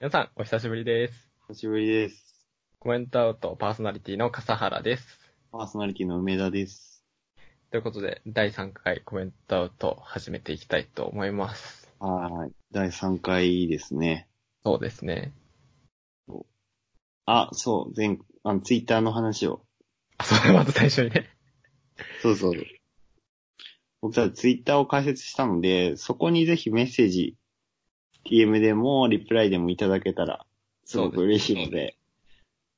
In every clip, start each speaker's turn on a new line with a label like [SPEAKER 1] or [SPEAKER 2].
[SPEAKER 1] 皆さん、お久しぶりです。
[SPEAKER 2] 久しぶりです。
[SPEAKER 1] コメントアウトパーソナリティの笠原です。
[SPEAKER 2] パーソナリティの梅田です。
[SPEAKER 1] ということで、第3回コメントアウト始めていきたいと思います。
[SPEAKER 2] はい。第3回ですね。
[SPEAKER 1] そうですね。
[SPEAKER 2] あ、そう、前、あの、ツイッターの話を。
[SPEAKER 1] あ、それまず最初にね。
[SPEAKER 2] そうそう。僕たちツイッターを開設したので、そこにぜひメッセージ、TM でもリプライでもいただけたら、すごく嬉しいので、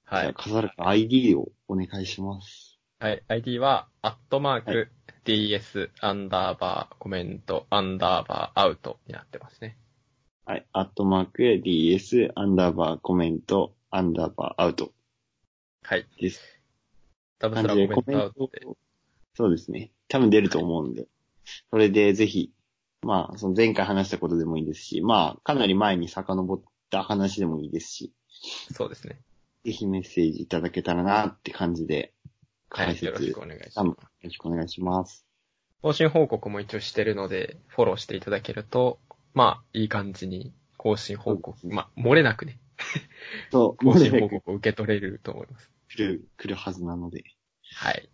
[SPEAKER 1] は
[SPEAKER 2] じゃあ、
[SPEAKER 1] い。
[SPEAKER 2] 笠原君 ID をお願いします。
[SPEAKER 1] はい。ID は、アットマー
[SPEAKER 2] は
[SPEAKER 1] ク、DS、アンダーバー、コメント、アンダーバー、アウトになってますね。
[SPEAKER 2] はい。アットマーク、DS、アンダーバー、コメント、アンダーバー、アウト
[SPEAKER 1] はい。
[SPEAKER 2] です。
[SPEAKER 1] ダブス
[SPEAKER 2] 感
[SPEAKER 1] ラコメ
[SPEAKER 2] じ
[SPEAKER 1] ン
[SPEAKER 2] でコメ
[SPEAKER 1] トア
[SPEAKER 2] ン
[SPEAKER 1] ウト
[SPEAKER 2] ト
[SPEAKER 1] で。
[SPEAKER 2] そうですね。多分出ると思うんで。それでぜひ、まあ、その前回話したことでもいいですし、まあ、かなり前に遡った話でもいいですし、
[SPEAKER 1] そうですね。
[SPEAKER 2] ぜひメッセージいただけたらなって感じで、
[SPEAKER 1] は
[SPEAKER 2] 解
[SPEAKER 1] い。
[SPEAKER 2] 説、
[SPEAKER 1] よろしくお
[SPEAKER 2] よ
[SPEAKER 1] 願いし
[SPEAKER 2] 多
[SPEAKER 1] ま
[SPEAKER 2] 分
[SPEAKER 1] す。
[SPEAKER 2] ろしくお願いします。
[SPEAKER 1] 更新報告も一応してるので、フォローしていただけると、まあ、いい感じに更新報告、
[SPEAKER 2] そうですね
[SPEAKER 1] まあ、漏れなくね、
[SPEAKER 2] そう、も
[SPEAKER 1] 更
[SPEAKER 2] う
[SPEAKER 1] 新
[SPEAKER 2] ね
[SPEAKER 1] 報
[SPEAKER 2] 来
[SPEAKER 1] 告を受け取れると思います。
[SPEAKER 2] る、来るはずなので、
[SPEAKER 1] はい。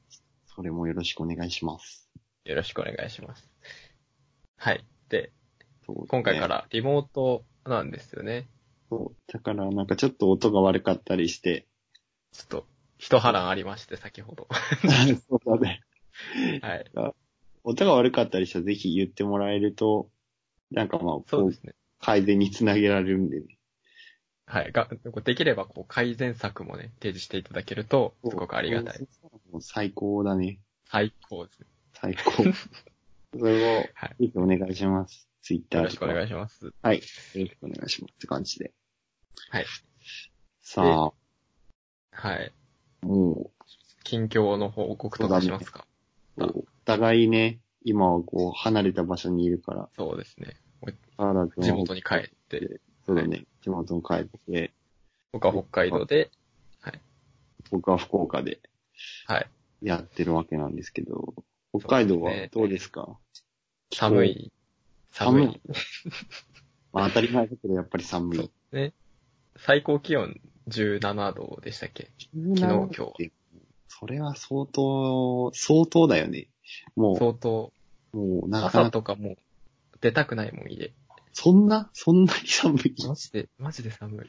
[SPEAKER 2] それもよろしくお願いします。
[SPEAKER 1] よろしくお願いします。はい。で、
[SPEAKER 2] そうですね
[SPEAKER 1] 今回か。らリモートなんですよね。
[SPEAKER 2] そう、だからなんかちょっと音が悪かったりして、
[SPEAKER 1] ちょっと、一波乱ありまして、先ほど。
[SPEAKER 2] そうだね。
[SPEAKER 1] はい。
[SPEAKER 2] 音が悪かったりしたらぜひ言ってもらえると、なんかまあ、
[SPEAKER 1] そう
[SPEAKER 2] こ
[SPEAKER 1] で
[SPEAKER 2] う
[SPEAKER 1] すね。
[SPEAKER 2] 改善につなげられるんでね。
[SPEAKER 1] はい。が、できれば、こう、改善策もね、提示していただけると、すごくありがたい。。
[SPEAKER 2] もう最高だね。
[SPEAKER 1] 最高ですね。
[SPEAKER 2] 最高。それを、
[SPEAKER 1] はい。
[SPEAKER 2] ぜひお願いします。ツイッター
[SPEAKER 1] よろしくお願
[SPEAKER 2] い
[SPEAKER 1] いします。
[SPEAKER 2] はい。よろしくお願いします。って感じで。
[SPEAKER 1] はい。
[SPEAKER 2] さあ、
[SPEAKER 1] はい。
[SPEAKER 2] も
[SPEAKER 1] 近況の報告とかしますか
[SPEAKER 2] う、お互いね、今はこう、離れた場所にいるから、
[SPEAKER 1] そうですね。
[SPEAKER 2] あらくんは
[SPEAKER 1] 地元に帰って、
[SPEAKER 2] そうだね。地元に帰って、
[SPEAKER 1] 僕は北海道で、
[SPEAKER 2] 僕は福岡で
[SPEAKER 1] はい。
[SPEAKER 2] やってるわけなんですけど、北海道は
[SPEAKER 1] そうですね
[SPEAKER 2] どうですか
[SPEAKER 1] 寒い。寒
[SPEAKER 2] 寒い
[SPEAKER 1] い。
[SPEAKER 2] まあ当たり前だけど、やっぱり寒
[SPEAKER 1] そう
[SPEAKER 2] い。
[SPEAKER 1] ね。最高気温17度でしたっけ
[SPEAKER 2] 昨
[SPEAKER 1] 昨日今日は
[SPEAKER 2] それは相当、相当だよね。も
[SPEAKER 1] 相当、
[SPEAKER 2] う、もう、なか
[SPEAKER 1] 朝
[SPEAKER 2] なか、
[SPEAKER 1] とかもう出たくないもん、家。
[SPEAKER 2] そんな、そんなに寒い。いや
[SPEAKER 1] マジで、マジで寒い。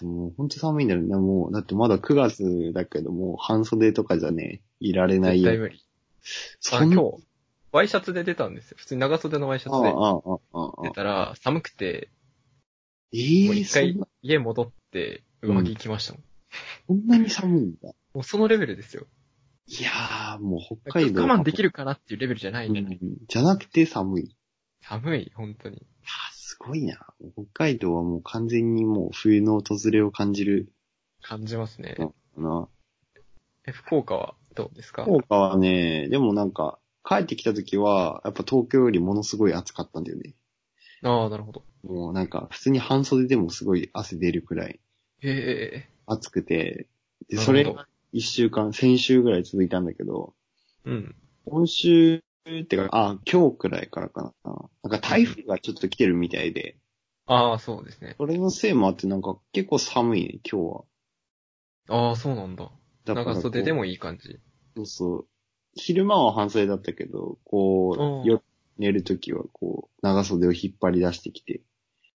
[SPEAKER 2] でも、本当寒いんだよね。もう、だってまだ9月だけど、もう半袖とかじゃね、いられない
[SPEAKER 1] 絶対
[SPEAKER 2] よ。
[SPEAKER 1] 無理。あ、
[SPEAKER 2] そん
[SPEAKER 1] 今日、ワイシャツで出たんですよ。普通に長袖のワイシャツ
[SPEAKER 2] ああ、
[SPEAKER 1] で
[SPEAKER 2] ああ、ああ、あ
[SPEAKER 1] 出
[SPEAKER 2] あ。
[SPEAKER 1] たら、寒くて、
[SPEAKER 2] え
[SPEAKER 1] もう
[SPEAKER 2] え
[SPEAKER 1] 一
[SPEAKER 2] そ
[SPEAKER 1] 回
[SPEAKER 2] んな、
[SPEAKER 1] 家戻って、
[SPEAKER 2] うん
[SPEAKER 1] 上着着ましたもん。
[SPEAKER 2] そんなに寒いんだ。
[SPEAKER 1] もうそのレベルですよ。
[SPEAKER 2] いやー、もう北
[SPEAKER 1] 我
[SPEAKER 2] 海道。
[SPEAKER 1] 慢できるかなっていうレベルじゃない
[SPEAKER 2] うんん
[SPEAKER 1] で、
[SPEAKER 2] じゃなくて寒い。
[SPEAKER 1] 寒い、本当に。
[SPEAKER 2] あーすごいな。北海道はもう完全にもう冬の訪れを感じる
[SPEAKER 1] 感じますね。
[SPEAKER 2] な。
[SPEAKER 1] え、福岡はどうですか
[SPEAKER 2] 福岡はね、でもなんか、帰ってきた時は、やっぱ東京よりものすごい暑かったんだよね。
[SPEAKER 1] ああ、なるほど。
[SPEAKER 2] もうなんか、普通に半袖でもすごい汗出るくらい
[SPEAKER 1] へ
[SPEAKER 2] 暑くて、
[SPEAKER 1] え。
[SPEAKER 2] で、それ
[SPEAKER 1] なるほど
[SPEAKER 2] が一週間、先週ぐらい続いたんだけど、
[SPEAKER 1] うん。
[SPEAKER 2] 今週ってか、あ、今日くらいからかな。なんか台風がちょっと来てるみたいで、
[SPEAKER 1] ああ、そうですね。
[SPEAKER 2] それのせいもあってなんか結構寒いね、今日は。
[SPEAKER 1] ああ、そうなんだ。
[SPEAKER 2] だからこ
[SPEAKER 1] 長
[SPEAKER 2] う
[SPEAKER 1] 袖でもいい感じ。
[SPEAKER 2] そうそう。昼間は半袖だったけど、こ
[SPEAKER 1] うん
[SPEAKER 2] う、夜寝るときはこう、長袖を引っ張り出してきて、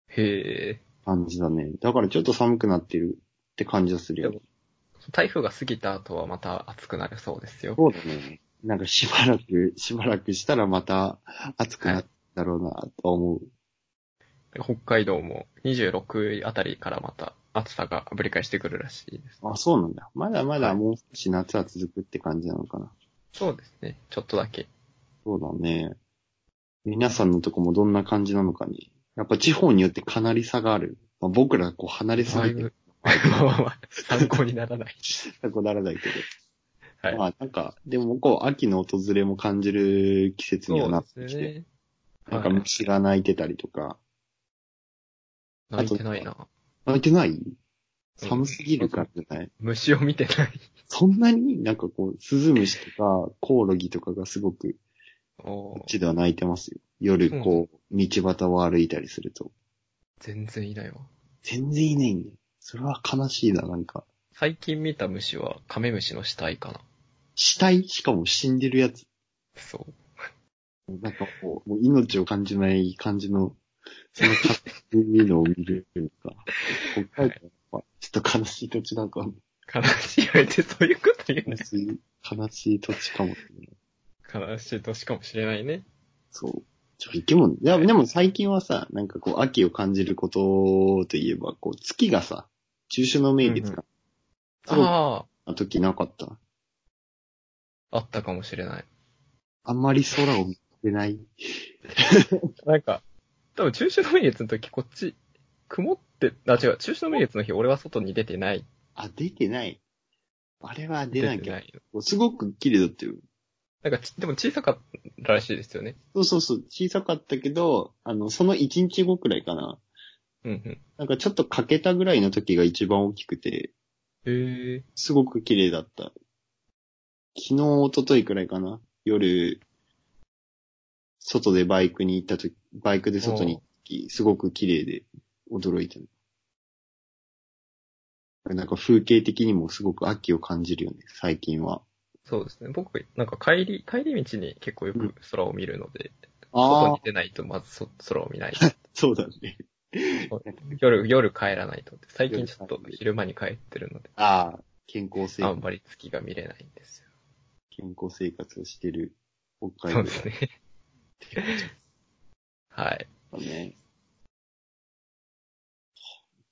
[SPEAKER 1] へえ。
[SPEAKER 2] 感じだね。だからちょっと寒くなってるって感じがするよ
[SPEAKER 1] で。台風が過ぎた後はまた暑くなるそうですよ。
[SPEAKER 2] そうだね。なんかしばらく、 しばらくしたらまた暑くなっただろうなとは思う。
[SPEAKER 1] 北海道も26あたりからまた暑さがぶり返してくるらしいです。
[SPEAKER 2] あ、そうなんだ。まだま
[SPEAKER 1] は
[SPEAKER 2] だ
[SPEAKER 1] い
[SPEAKER 2] もう少し夏は続くって感じなのかな。
[SPEAKER 1] そうですね。ちょっとだけ。
[SPEAKER 2] そうだね。皆さんのとこもどんな感じなのかに。やっぱ地方によってかなり差がある。まあ、僕らこう離れす
[SPEAKER 1] だい
[SPEAKER 2] ぎて
[SPEAKER 1] ぶ、まあまあまあ参考にならない。
[SPEAKER 2] 全くならないけど。
[SPEAKER 1] はい
[SPEAKER 2] まあなんか、でもこう、秋の訪れも感じる季節にはなって
[SPEAKER 1] そうで
[SPEAKER 2] き
[SPEAKER 1] す
[SPEAKER 2] て、
[SPEAKER 1] ね。
[SPEAKER 2] なんか虫が鳴いてたりとか、
[SPEAKER 1] 泣いてないな。
[SPEAKER 2] 鳴いてない寒すぎるからじゃない、
[SPEAKER 1] 虫を見てない。
[SPEAKER 2] そんなになんかこう、スズムシとか、コオロギとかがすごく、
[SPEAKER 1] お
[SPEAKER 2] こ
[SPEAKER 1] ー
[SPEAKER 2] っちでは鳴いてますよ。夜こう、道端を歩いたりすると。
[SPEAKER 1] 全然いないわ。
[SPEAKER 2] 全然いないんだよ。それは悲しいな、なんか。
[SPEAKER 1] 最近見た虫はカメムシの死体かな。
[SPEAKER 2] 死体しかも死んでるやつ。
[SPEAKER 1] そう。
[SPEAKER 2] なんかこう、もう命を感じない感じの、その勝手に見るのを見るというか、北海道はちょっと悲しい土地なんか、
[SPEAKER 1] 悲しい相手そういうこと言う
[SPEAKER 2] 悲
[SPEAKER 1] ね。
[SPEAKER 2] しい、悲しい土地かもしれない。
[SPEAKER 1] 悲しい年かもしれないね。
[SPEAKER 2] そう。ちょ生き物、いや、でも最近はさ、なんかこう、秋を感じることといえば、こう、月がさ、中秋の名月か。そう、
[SPEAKER 1] あ
[SPEAKER 2] あ時なかった。
[SPEAKER 1] あ、あったかもしれない。
[SPEAKER 2] あんまり空を見てない。
[SPEAKER 1] なんか、多分中秋の名月の時こっち、曇って、あ、違う、中秋の名月の日俺は外に出てない。
[SPEAKER 2] あ、出てない。あれは出な
[SPEAKER 1] て
[SPEAKER 2] きゃ。
[SPEAKER 1] い。
[SPEAKER 2] すごく綺麗だったよ。
[SPEAKER 1] なんかち、でも小さかったらしいですよね。
[SPEAKER 2] そうそうそう、小さかったけど、あの、その1日後くらいかな。
[SPEAKER 1] うんうん。
[SPEAKER 2] なんかちょっと欠けたぐらいの時が一番大きくて、
[SPEAKER 1] へえ。
[SPEAKER 2] すごく綺麗だった。昨日、一昨日くらいかな。夜、外でバイクに行った時、バイクで外に行った時、すごく綺麗で驚いた。なんか風景的にもすごく秋を感じるよね、最近は。
[SPEAKER 1] そうですね。僕、なんか帰り、帰り道に結構よく空を見るので、
[SPEAKER 2] あ
[SPEAKER 1] 外
[SPEAKER 2] あ
[SPEAKER 1] に、出ないとまずそ 空を見ない。
[SPEAKER 2] そうだね。
[SPEAKER 1] 夜、夜帰らないと。最近ちょっと昼間に帰ってるので、
[SPEAKER 2] ああ、健康生
[SPEAKER 1] あ
[SPEAKER 2] 活
[SPEAKER 1] ん、まり月が見れないんですよ。
[SPEAKER 2] 健康生活をしてる北
[SPEAKER 1] そうで
[SPEAKER 2] 海道
[SPEAKER 1] すね。 はい。
[SPEAKER 2] だね。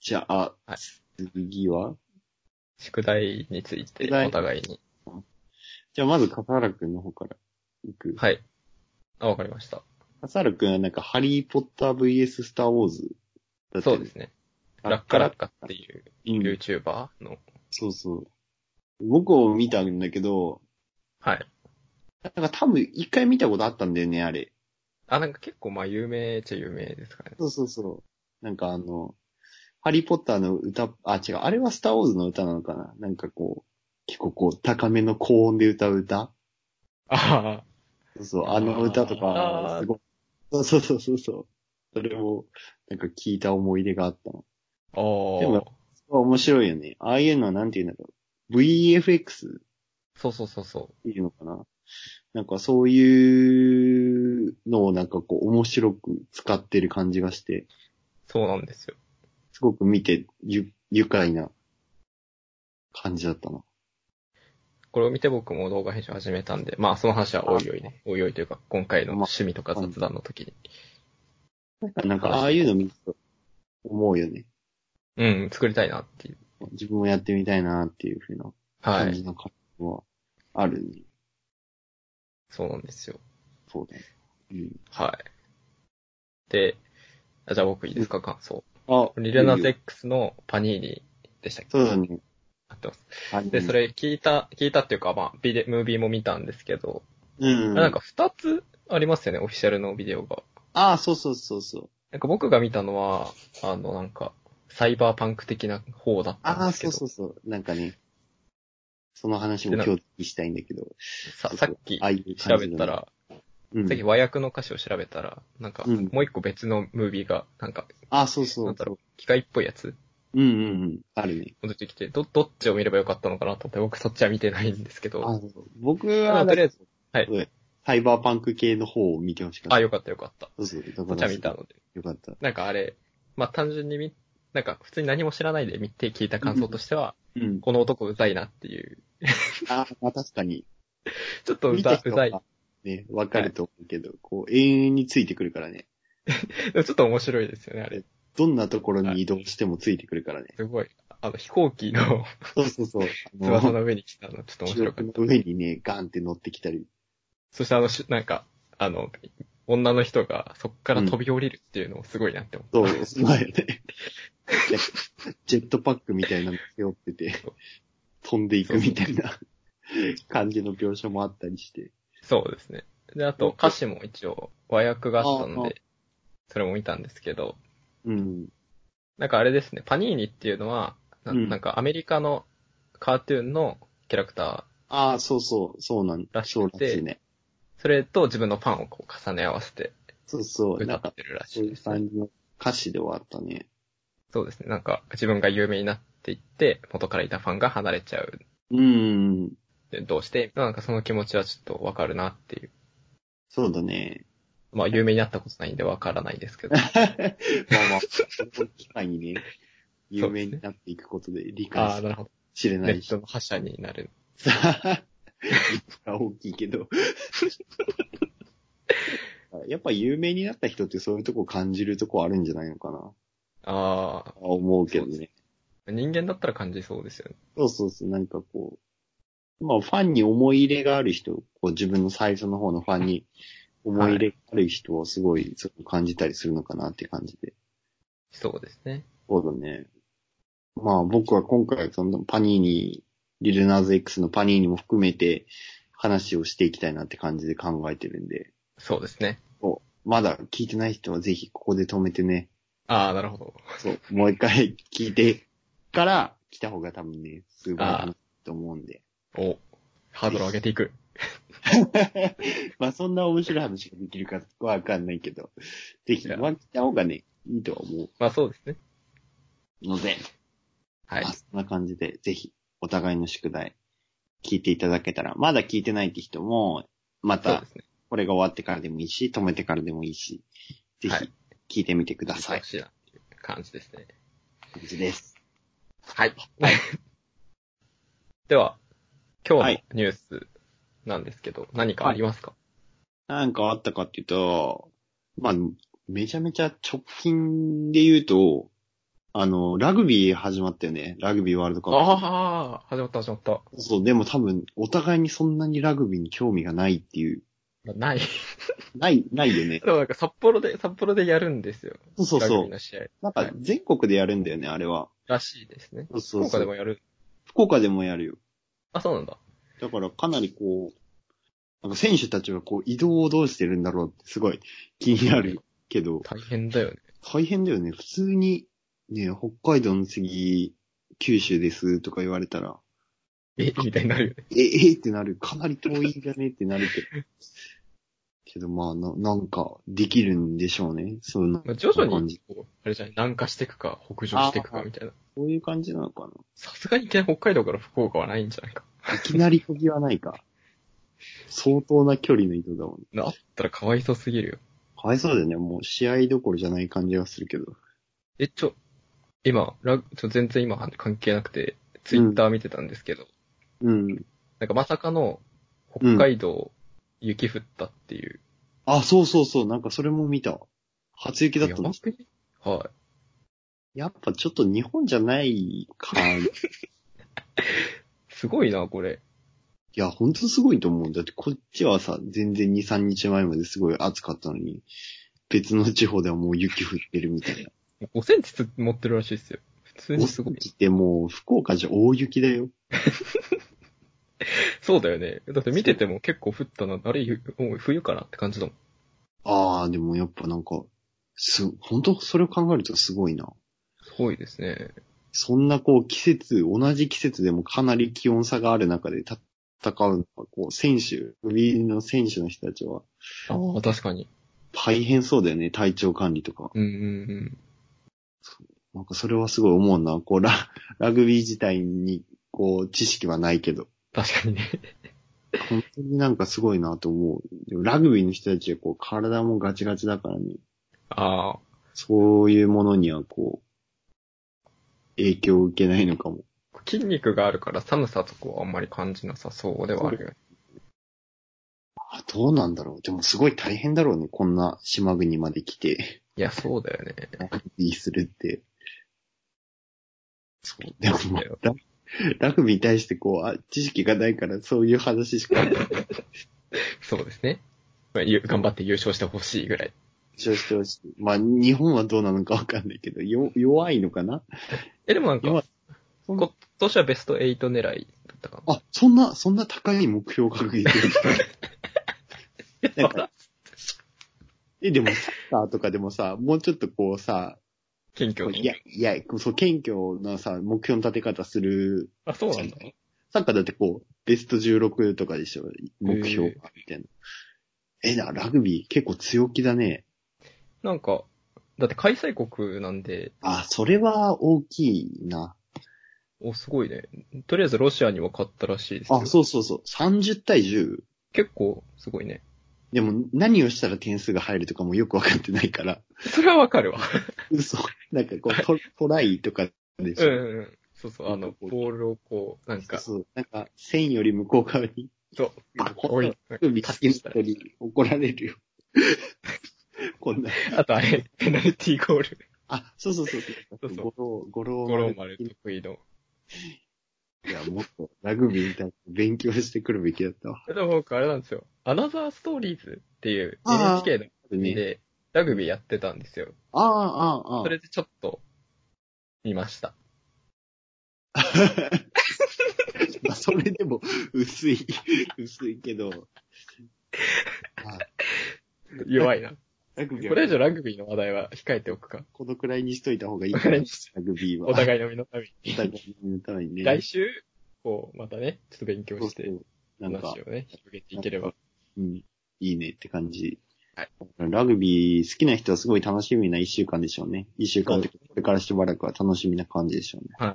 [SPEAKER 2] じゃあ、
[SPEAKER 1] はい
[SPEAKER 2] 次は
[SPEAKER 1] 宿題について
[SPEAKER 2] 宿題
[SPEAKER 1] お互いに。
[SPEAKER 2] じゃあまず笠原くんの方から行く。
[SPEAKER 1] はい。あ、わかりました。
[SPEAKER 2] 笠原くんはなんかハリーポッター VS スターウォーズだった
[SPEAKER 1] そ
[SPEAKER 2] よ
[SPEAKER 1] うですね。
[SPEAKER 2] あ
[SPEAKER 1] ラッカラッカっていう
[SPEAKER 2] うん。
[SPEAKER 1] YouTuber の、
[SPEAKER 2] そうそう。僕を見たんだけど、
[SPEAKER 1] はい。
[SPEAKER 2] なんか多分一回見たことあったんだよね、あれ。
[SPEAKER 1] あ、なんか結構まあ有名っちゃ有名ですかね。
[SPEAKER 2] そうそうそう。なんかあの、ハリーポッターの歌、あ、違う、あれはスターウォーズの歌なのかななんかこう、結構こう、高めの高音で歌う歌
[SPEAKER 1] ああ。
[SPEAKER 2] そうそう、あの歌と
[SPEAKER 1] あ
[SPEAKER 2] か
[SPEAKER 1] ー、
[SPEAKER 2] すごい。そうそうそうそうそう。それを、なんか聞いた思い出があったの。で
[SPEAKER 1] おー
[SPEAKER 2] も面白いよね。ああいうのはなんていうんだろう。VFX っ
[SPEAKER 1] そうそうそうそう。
[SPEAKER 2] ていうのかな。なんかそういうのをなんかこう面白く使ってる感じがして、
[SPEAKER 1] そうなんですよ。
[SPEAKER 2] すごく見てゆ愉快な感じだったな。
[SPEAKER 1] これを見て僕も動画編集始めたんで、まあその話はおいおいね。おいおいというか、今回の趣味とか雑談の時に。
[SPEAKER 2] なんかああいうの見ると思うよね。
[SPEAKER 1] うん、作りたいなっていう。
[SPEAKER 2] 自分もやってみたいなっていうふうな
[SPEAKER 1] は
[SPEAKER 2] 感
[SPEAKER 1] い。
[SPEAKER 2] じの感じはあるね。
[SPEAKER 1] そうなんですよ。
[SPEAKER 2] そうだね。うん。
[SPEAKER 1] はい。で、あじゃあ僕いいですか、感想。
[SPEAKER 2] あ
[SPEAKER 1] リレナ
[SPEAKER 2] いい
[SPEAKER 1] ゼ
[SPEAKER 2] よ
[SPEAKER 1] ックスのパニーニでしたっけ
[SPEAKER 2] そうだね。
[SPEAKER 1] 合ってます。
[SPEAKER 2] あの
[SPEAKER 1] で、そ。れ聞いた、聞いたっていうか、まあ、ビデ、ムービーも見たんですけど、
[SPEAKER 2] うん。
[SPEAKER 1] なんか二つありますよね、オフィシャルのビデオが。
[SPEAKER 2] ああ、そうそうそうそう。
[SPEAKER 1] なんか僕が見たのは、あの、なんか、サイバーパンク的な方だった
[SPEAKER 2] あ
[SPEAKER 1] ん
[SPEAKER 2] あ、
[SPEAKER 1] ですけ
[SPEAKER 2] そ
[SPEAKER 1] ど、
[SPEAKER 2] うそうそう。なんかね、その話も今日したいんだけど、
[SPEAKER 1] ささっき
[SPEAKER 2] ああいう
[SPEAKER 1] 調
[SPEAKER 2] 感
[SPEAKER 1] べ
[SPEAKER 2] じのね
[SPEAKER 1] た、ら、
[SPEAKER 2] うん
[SPEAKER 1] さっき和訳の歌詞を調べたら、なんか、
[SPEAKER 2] うん
[SPEAKER 1] もう一個別のムービーが、なんか、
[SPEAKER 2] ああ、そうそ
[SPEAKER 1] なん
[SPEAKER 2] う
[SPEAKER 1] だ。ろう、機械っぽいやつ
[SPEAKER 2] うんうんうん。あるね。
[SPEAKER 1] 戻ってきて、ど、どっちを見ればよかったのかなと思って、僕そっちは見てないんですけど、
[SPEAKER 2] あそうそう僕
[SPEAKER 1] ま
[SPEAKER 2] は、
[SPEAKER 1] あとりあえず、はい
[SPEAKER 2] そうだよ。サイバーパンク系の方を見てほしかった。
[SPEAKER 1] あ、よかったよかった。
[SPEAKER 2] そうそう。だ
[SPEAKER 1] そっちは見たので。
[SPEAKER 2] よかった。
[SPEAKER 1] なんかあれ、まあ、単純にみ、なんか普通に何も知らないで見て聞いた感想としては、
[SPEAKER 2] うん。
[SPEAKER 1] この男うざいなっていう。
[SPEAKER 2] ああ、まあ確かに。
[SPEAKER 1] ちょっとう
[SPEAKER 2] 見
[SPEAKER 1] ざ
[SPEAKER 2] た
[SPEAKER 1] う
[SPEAKER 2] 人
[SPEAKER 1] ざい。で
[SPEAKER 2] はね、わかると思うけど、こう、永遠についてくるからね。
[SPEAKER 1] もちょっと面白いですよね、あれ。
[SPEAKER 2] どんなところに移動してもついてくるからね。
[SPEAKER 1] すごい。あの、飛行機の
[SPEAKER 2] そうそうそう。 あの
[SPEAKER 1] 翼の上に来たの、ちょっと面
[SPEAKER 2] 記
[SPEAKER 1] 白か
[SPEAKER 2] 録
[SPEAKER 1] っ
[SPEAKER 2] の上にね、ガンって乗ってきたり。
[SPEAKER 1] た。そしてあのし、なんか、あの、女の人がそっから飛び降りるっていうのもすごいなって思った。
[SPEAKER 2] そう、すごいよね。でジェットパックみたいなの背負ってて
[SPEAKER 1] そう、
[SPEAKER 2] 飛んでいくみたいな感じの描写もあったりして。
[SPEAKER 1] そうですね。で、あと歌詞も一応和訳があったの
[SPEAKER 2] ああ
[SPEAKER 1] で、それも見たんですけど、
[SPEAKER 2] うん。
[SPEAKER 1] なんかあれですね、パニーニっていうのは、な
[SPEAKER 2] うん
[SPEAKER 1] なんかアメリカのカートゥーンのキャラクター、
[SPEAKER 2] ああ、そうそう、そうなん
[SPEAKER 1] ら
[SPEAKER 2] だ。
[SPEAKER 1] し
[SPEAKER 2] そう
[SPEAKER 1] くて
[SPEAKER 2] らしいね。
[SPEAKER 1] それと自分のファンをこう重ね合わせて
[SPEAKER 2] そうそう、
[SPEAKER 1] 歌
[SPEAKER 2] なん
[SPEAKER 1] っ
[SPEAKER 2] か、
[SPEAKER 1] てるらし
[SPEAKER 2] そう
[SPEAKER 1] い
[SPEAKER 2] い
[SPEAKER 1] で
[SPEAKER 2] う
[SPEAKER 1] すね。
[SPEAKER 2] 感じの歌詞ではあったね。
[SPEAKER 1] そうですね。なんか、自分が有名になっていって、元からいたファンが離れちゃう。
[SPEAKER 2] うん。
[SPEAKER 1] でどうしてなんかその気持ちはちょっとわかるなっていう。
[SPEAKER 2] そうだね。
[SPEAKER 1] まあ、有名になったことないんでわからないですけ ど
[SPEAKER 2] ま。あ まあ、この機会にね、有名になっていくことで理
[SPEAKER 1] ああ、
[SPEAKER 2] 解
[SPEAKER 1] なるほど。
[SPEAKER 2] しれな
[SPEAKER 1] ネ
[SPEAKER 2] い
[SPEAKER 1] ッ
[SPEAKER 2] 人
[SPEAKER 1] トの覇者になる。
[SPEAKER 2] さ、が大 きいけど。 やっぱ有名になった人ってそういうとこ感じるとこあるんじゃないのかな。
[SPEAKER 1] ああ、
[SPEAKER 2] 思うけどね。
[SPEAKER 1] 人間だったら感じそうですよね。
[SPEAKER 2] そうそうそう、なんかこう、まあファンに思い入れがある人、こう自分の最初の方のファンに思い入れがある人をすごいそう感じたりするのかなって感じで。
[SPEAKER 1] そうですね。
[SPEAKER 2] そうだね。まあ僕は今回そのパニーニ、リルナーズ X のパニーニも含めて話をしていきたいなって感じで考えてるんで、
[SPEAKER 1] そうですね。
[SPEAKER 2] まだ聞いてない人はぜひここで止めてね、
[SPEAKER 1] ああ、なるほど。
[SPEAKER 2] そう、もう一回聞いてから来た方が多分ね、すごい楽しいと思うんで。
[SPEAKER 1] お、ハードルを上げていく。
[SPEAKER 2] まあそんな面白い話ができるかはわかんないけど、ぜひ、
[SPEAKER 1] いや
[SPEAKER 2] ワンちゃん方がね、いいとは思
[SPEAKER 1] まあそうですね。
[SPEAKER 2] うので、
[SPEAKER 1] はい
[SPEAKER 2] まあ。そんな感じで、ぜひ、お互いの宿題、聞いていただけたら、まだ聞いてないって人も、ま
[SPEAKER 1] そう
[SPEAKER 2] た
[SPEAKER 1] で、すね。
[SPEAKER 2] これが終わってからでもいいし、止めてからでもいいし、ぜ
[SPEAKER 1] はい
[SPEAKER 2] ひ、聞いてみてくださ
[SPEAKER 1] 楽
[SPEAKER 2] い。
[SPEAKER 1] しいなっていう感じですね。
[SPEAKER 2] 感じです。
[SPEAKER 1] はい。 では、今
[SPEAKER 2] は
[SPEAKER 1] 日
[SPEAKER 2] い
[SPEAKER 1] のニュースなんですけど、何かありますか、
[SPEAKER 2] なんかあったかっていうと、まあ、めちゃめちゃ直近で言うと、あの、ラグビー始まったよね。ラグビーワールドカップ。
[SPEAKER 1] ああ、始まった始まった。
[SPEAKER 2] そう、でも多分、お互いにそんなにラグビーに興味がないっていう。
[SPEAKER 1] ない。
[SPEAKER 2] ない、ないよね。
[SPEAKER 1] そう、なんか札幌で、札幌でやるんですよ。
[SPEAKER 2] そうそう
[SPEAKER 1] ラグ
[SPEAKER 2] そ
[SPEAKER 1] ビ
[SPEAKER 2] う
[SPEAKER 1] ー。の試合。
[SPEAKER 2] なんか、全国でやるんだよね、あれは。
[SPEAKER 1] らしいですね。
[SPEAKER 2] そうそう
[SPEAKER 1] 福岡
[SPEAKER 2] そう
[SPEAKER 1] でもやる。
[SPEAKER 2] 福岡でもやるよ。
[SPEAKER 1] あ、そうなんだ。
[SPEAKER 2] だから、かなりこう、なんか選手たちはこう、移動をどうしてるんだろうって、すごい気になるけど、
[SPEAKER 1] 大変だよね。
[SPEAKER 2] 大変だよね。普通に、ね、北海道の次、九州ですとか言われたら、
[SPEAKER 1] え、みたいになるよね。
[SPEAKER 2] え、えーってなる。かなり遠いんじゃねってなるけど。 けど、まあ、な、なんか、できるんでしょうね。そうな。
[SPEAKER 1] まあ、徐々
[SPEAKER 2] 感
[SPEAKER 1] に
[SPEAKER 2] じ、
[SPEAKER 1] こう、あれじゃない、南下していくか、北上していくか、みたいな。
[SPEAKER 2] こういう感じなのかな。
[SPEAKER 1] さすがにいきなり北海道から福岡はないんじゃないか。
[SPEAKER 2] いきなり釘はないか。 相当な距離の移動だもんね。
[SPEAKER 1] なあったらかわいそうすぎるよ。
[SPEAKER 2] かわいそうだよね。もう試合どころじゃない感じがするけど。
[SPEAKER 1] え、ちょ、今、ラグ、ちょ、全然今関係なくて、ツイッター見てたんですけど、
[SPEAKER 2] うん。
[SPEAKER 1] なんかまさかの、北海道、雪降ったっていう。
[SPEAKER 2] あ、そうそうそう。なんかそれも見た。初雪だった
[SPEAKER 1] やば
[SPEAKER 2] の。
[SPEAKER 1] くねは
[SPEAKER 2] やっぱちょっと日本じゃない感。い
[SPEAKER 1] い。すごいな、これ。
[SPEAKER 2] や、ほんとすごいと思う。だってこっちはさ、全然2、3日前まですごい暑かったのに、別の地方ではもう雪降ってるみたいな。
[SPEAKER 1] 5センチ持ってるらしいですよ。普通にすごい。
[SPEAKER 2] でもう福岡じゃ大雪だよ。
[SPEAKER 1] そうだよね。だって見てても結構降ったな。あれ、ゆもう冬かなって感じだもん。
[SPEAKER 2] ああ、でもやっぱなんか、す、本当それを考えるとすごいな。
[SPEAKER 1] すごいですね。
[SPEAKER 2] そんなこう季節、同じ季節でもかなり気温差がある中で戦うのは、こう選手、ウィーの選手の人たちは
[SPEAKER 1] ああ、確かに。
[SPEAKER 2] 大変そうだよね、体調管理とか。
[SPEAKER 1] うんうんうん。
[SPEAKER 2] なんかそれはすごい思うな。こうラ、ラグビー自体に、こう、知識はないけど、
[SPEAKER 1] 確かにね。
[SPEAKER 2] 本当になんかすごいなと思う。でもラグビーの人たちはこう、体もガチガチだからね、
[SPEAKER 1] ああ、
[SPEAKER 2] そういうものにはこう、影響を受けないのかも。
[SPEAKER 1] 筋肉があるから寒さとかはあんまり感じなさそうではあるよね。
[SPEAKER 2] あどうなんだろう。でもすごい大変だろうね、こんな島国まで来て。
[SPEAKER 1] いや、そうだよね。
[SPEAKER 2] いいするって。そう。でも
[SPEAKER 1] そうだよ、
[SPEAKER 2] ララグビーに対してこう、あ知識がないからそういう話しか
[SPEAKER 1] そうですね。まあ、ゆ頑張って優勝してほしいぐらい。
[SPEAKER 2] 主張してほしい。まあ、日本はどうなのかわかんないけど、よ、弱いのかな
[SPEAKER 1] え、でもなん
[SPEAKER 2] 弱
[SPEAKER 1] か
[SPEAKER 2] い、
[SPEAKER 1] 今年はベスト8狙いだったか
[SPEAKER 2] あ、そんな、そんな高い目標を掲げてる。な
[SPEAKER 1] な。
[SPEAKER 2] んか、え、でもサッカーとかでもさ、もうちょっとこうさ、
[SPEAKER 1] 謙虚
[SPEAKER 2] い
[SPEAKER 1] に
[SPEAKER 2] や。、いや、そう、謙虚なさ、目標の立て方する
[SPEAKER 1] あ、そうなんだ。
[SPEAKER 2] サッカーだってこう、ベスト16とかでしょ、目標
[SPEAKER 1] へー
[SPEAKER 2] が、みたいな。え、な、ラグビー結構強気だね。
[SPEAKER 1] なんか、だって開催国なんで、
[SPEAKER 2] あ、それは大きいな。
[SPEAKER 1] お、すごいね。とりあえずロシアには勝ったらしいですよ。
[SPEAKER 2] あ、そうそうそう。30対 10?
[SPEAKER 1] 結構、すごいね。
[SPEAKER 2] でも何をしたら点数が入るとかもよくわかってないから。
[SPEAKER 1] それはわかるわ。
[SPEAKER 2] 嘘。なんかこう、トトライとかでし
[SPEAKER 1] うんう
[SPEAKER 2] ょ。
[SPEAKER 1] んうん。そうそう、あの、ボールをこう、なん
[SPEAKER 2] そう
[SPEAKER 1] か、
[SPEAKER 2] そう。なんか、線より向こう側に
[SPEAKER 1] そう、
[SPEAKER 2] バコッと
[SPEAKER 1] おい
[SPEAKER 2] 首突き抜いたり、怒られるよ。 こんな。
[SPEAKER 1] あとあれ、ペナルティーゴール。
[SPEAKER 2] あ、そうそうそうそう。
[SPEAKER 1] そうそう
[SPEAKER 2] ゴロー、ゴロー
[SPEAKER 1] 五郎丸得意の。
[SPEAKER 2] いや、もっとラグビーみたいな勉強してくるべきだったわ。
[SPEAKER 1] でも僕、あれなんですよ。アナザーストーリーズっていう
[SPEAKER 2] あー
[SPEAKER 1] NHK の組
[SPEAKER 2] ね、
[SPEAKER 1] で、ラグビーやってたんですよ。
[SPEAKER 2] ああ、ああ、あ
[SPEAKER 1] それでちょっと、見ました。
[SPEAKER 2] あ。それでも、薄い、薄いけど。あ
[SPEAKER 1] 弱 いな。こ
[SPEAKER 2] ラグビー
[SPEAKER 1] れ以
[SPEAKER 2] は
[SPEAKER 1] 上ラグビーの話題は控えておくか。
[SPEAKER 2] このくらいにしといた方がいい
[SPEAKER 1] わ
[SPEAKER 2] か。
[SPEAKER 1] からり
[SPEAKER 2] ラ
[SPEAKER 1] ました
[SPEAKER 2] グビーは。
[SPEAKER 1] お互いの身のため
[SPEAKER 2] お
[SPEAKER 1] に。
[SPEAKER 2] 互 いのためにね。
[SPEAKER 1] 来週、こう、またね、ちょっと勉強
[SPEAKER 2] そう
[SPEAKER 1] し
[SPEAKER 2] そ
[SPEAKER 1] て、
[SPEAKER 2] うなんか
[SPEAKER 1] 話、をね、広げていければ。
[SPEAKER 2] うん、いいねって感じ。
[SPEAKER 1] はい
[SPEAKER 2] ラグビー好きな人はすごい楽しみな一週間でしょうね。一週間ってこれからしばらくは楽しみな感じでしょうね。
[SPEAKER 1] は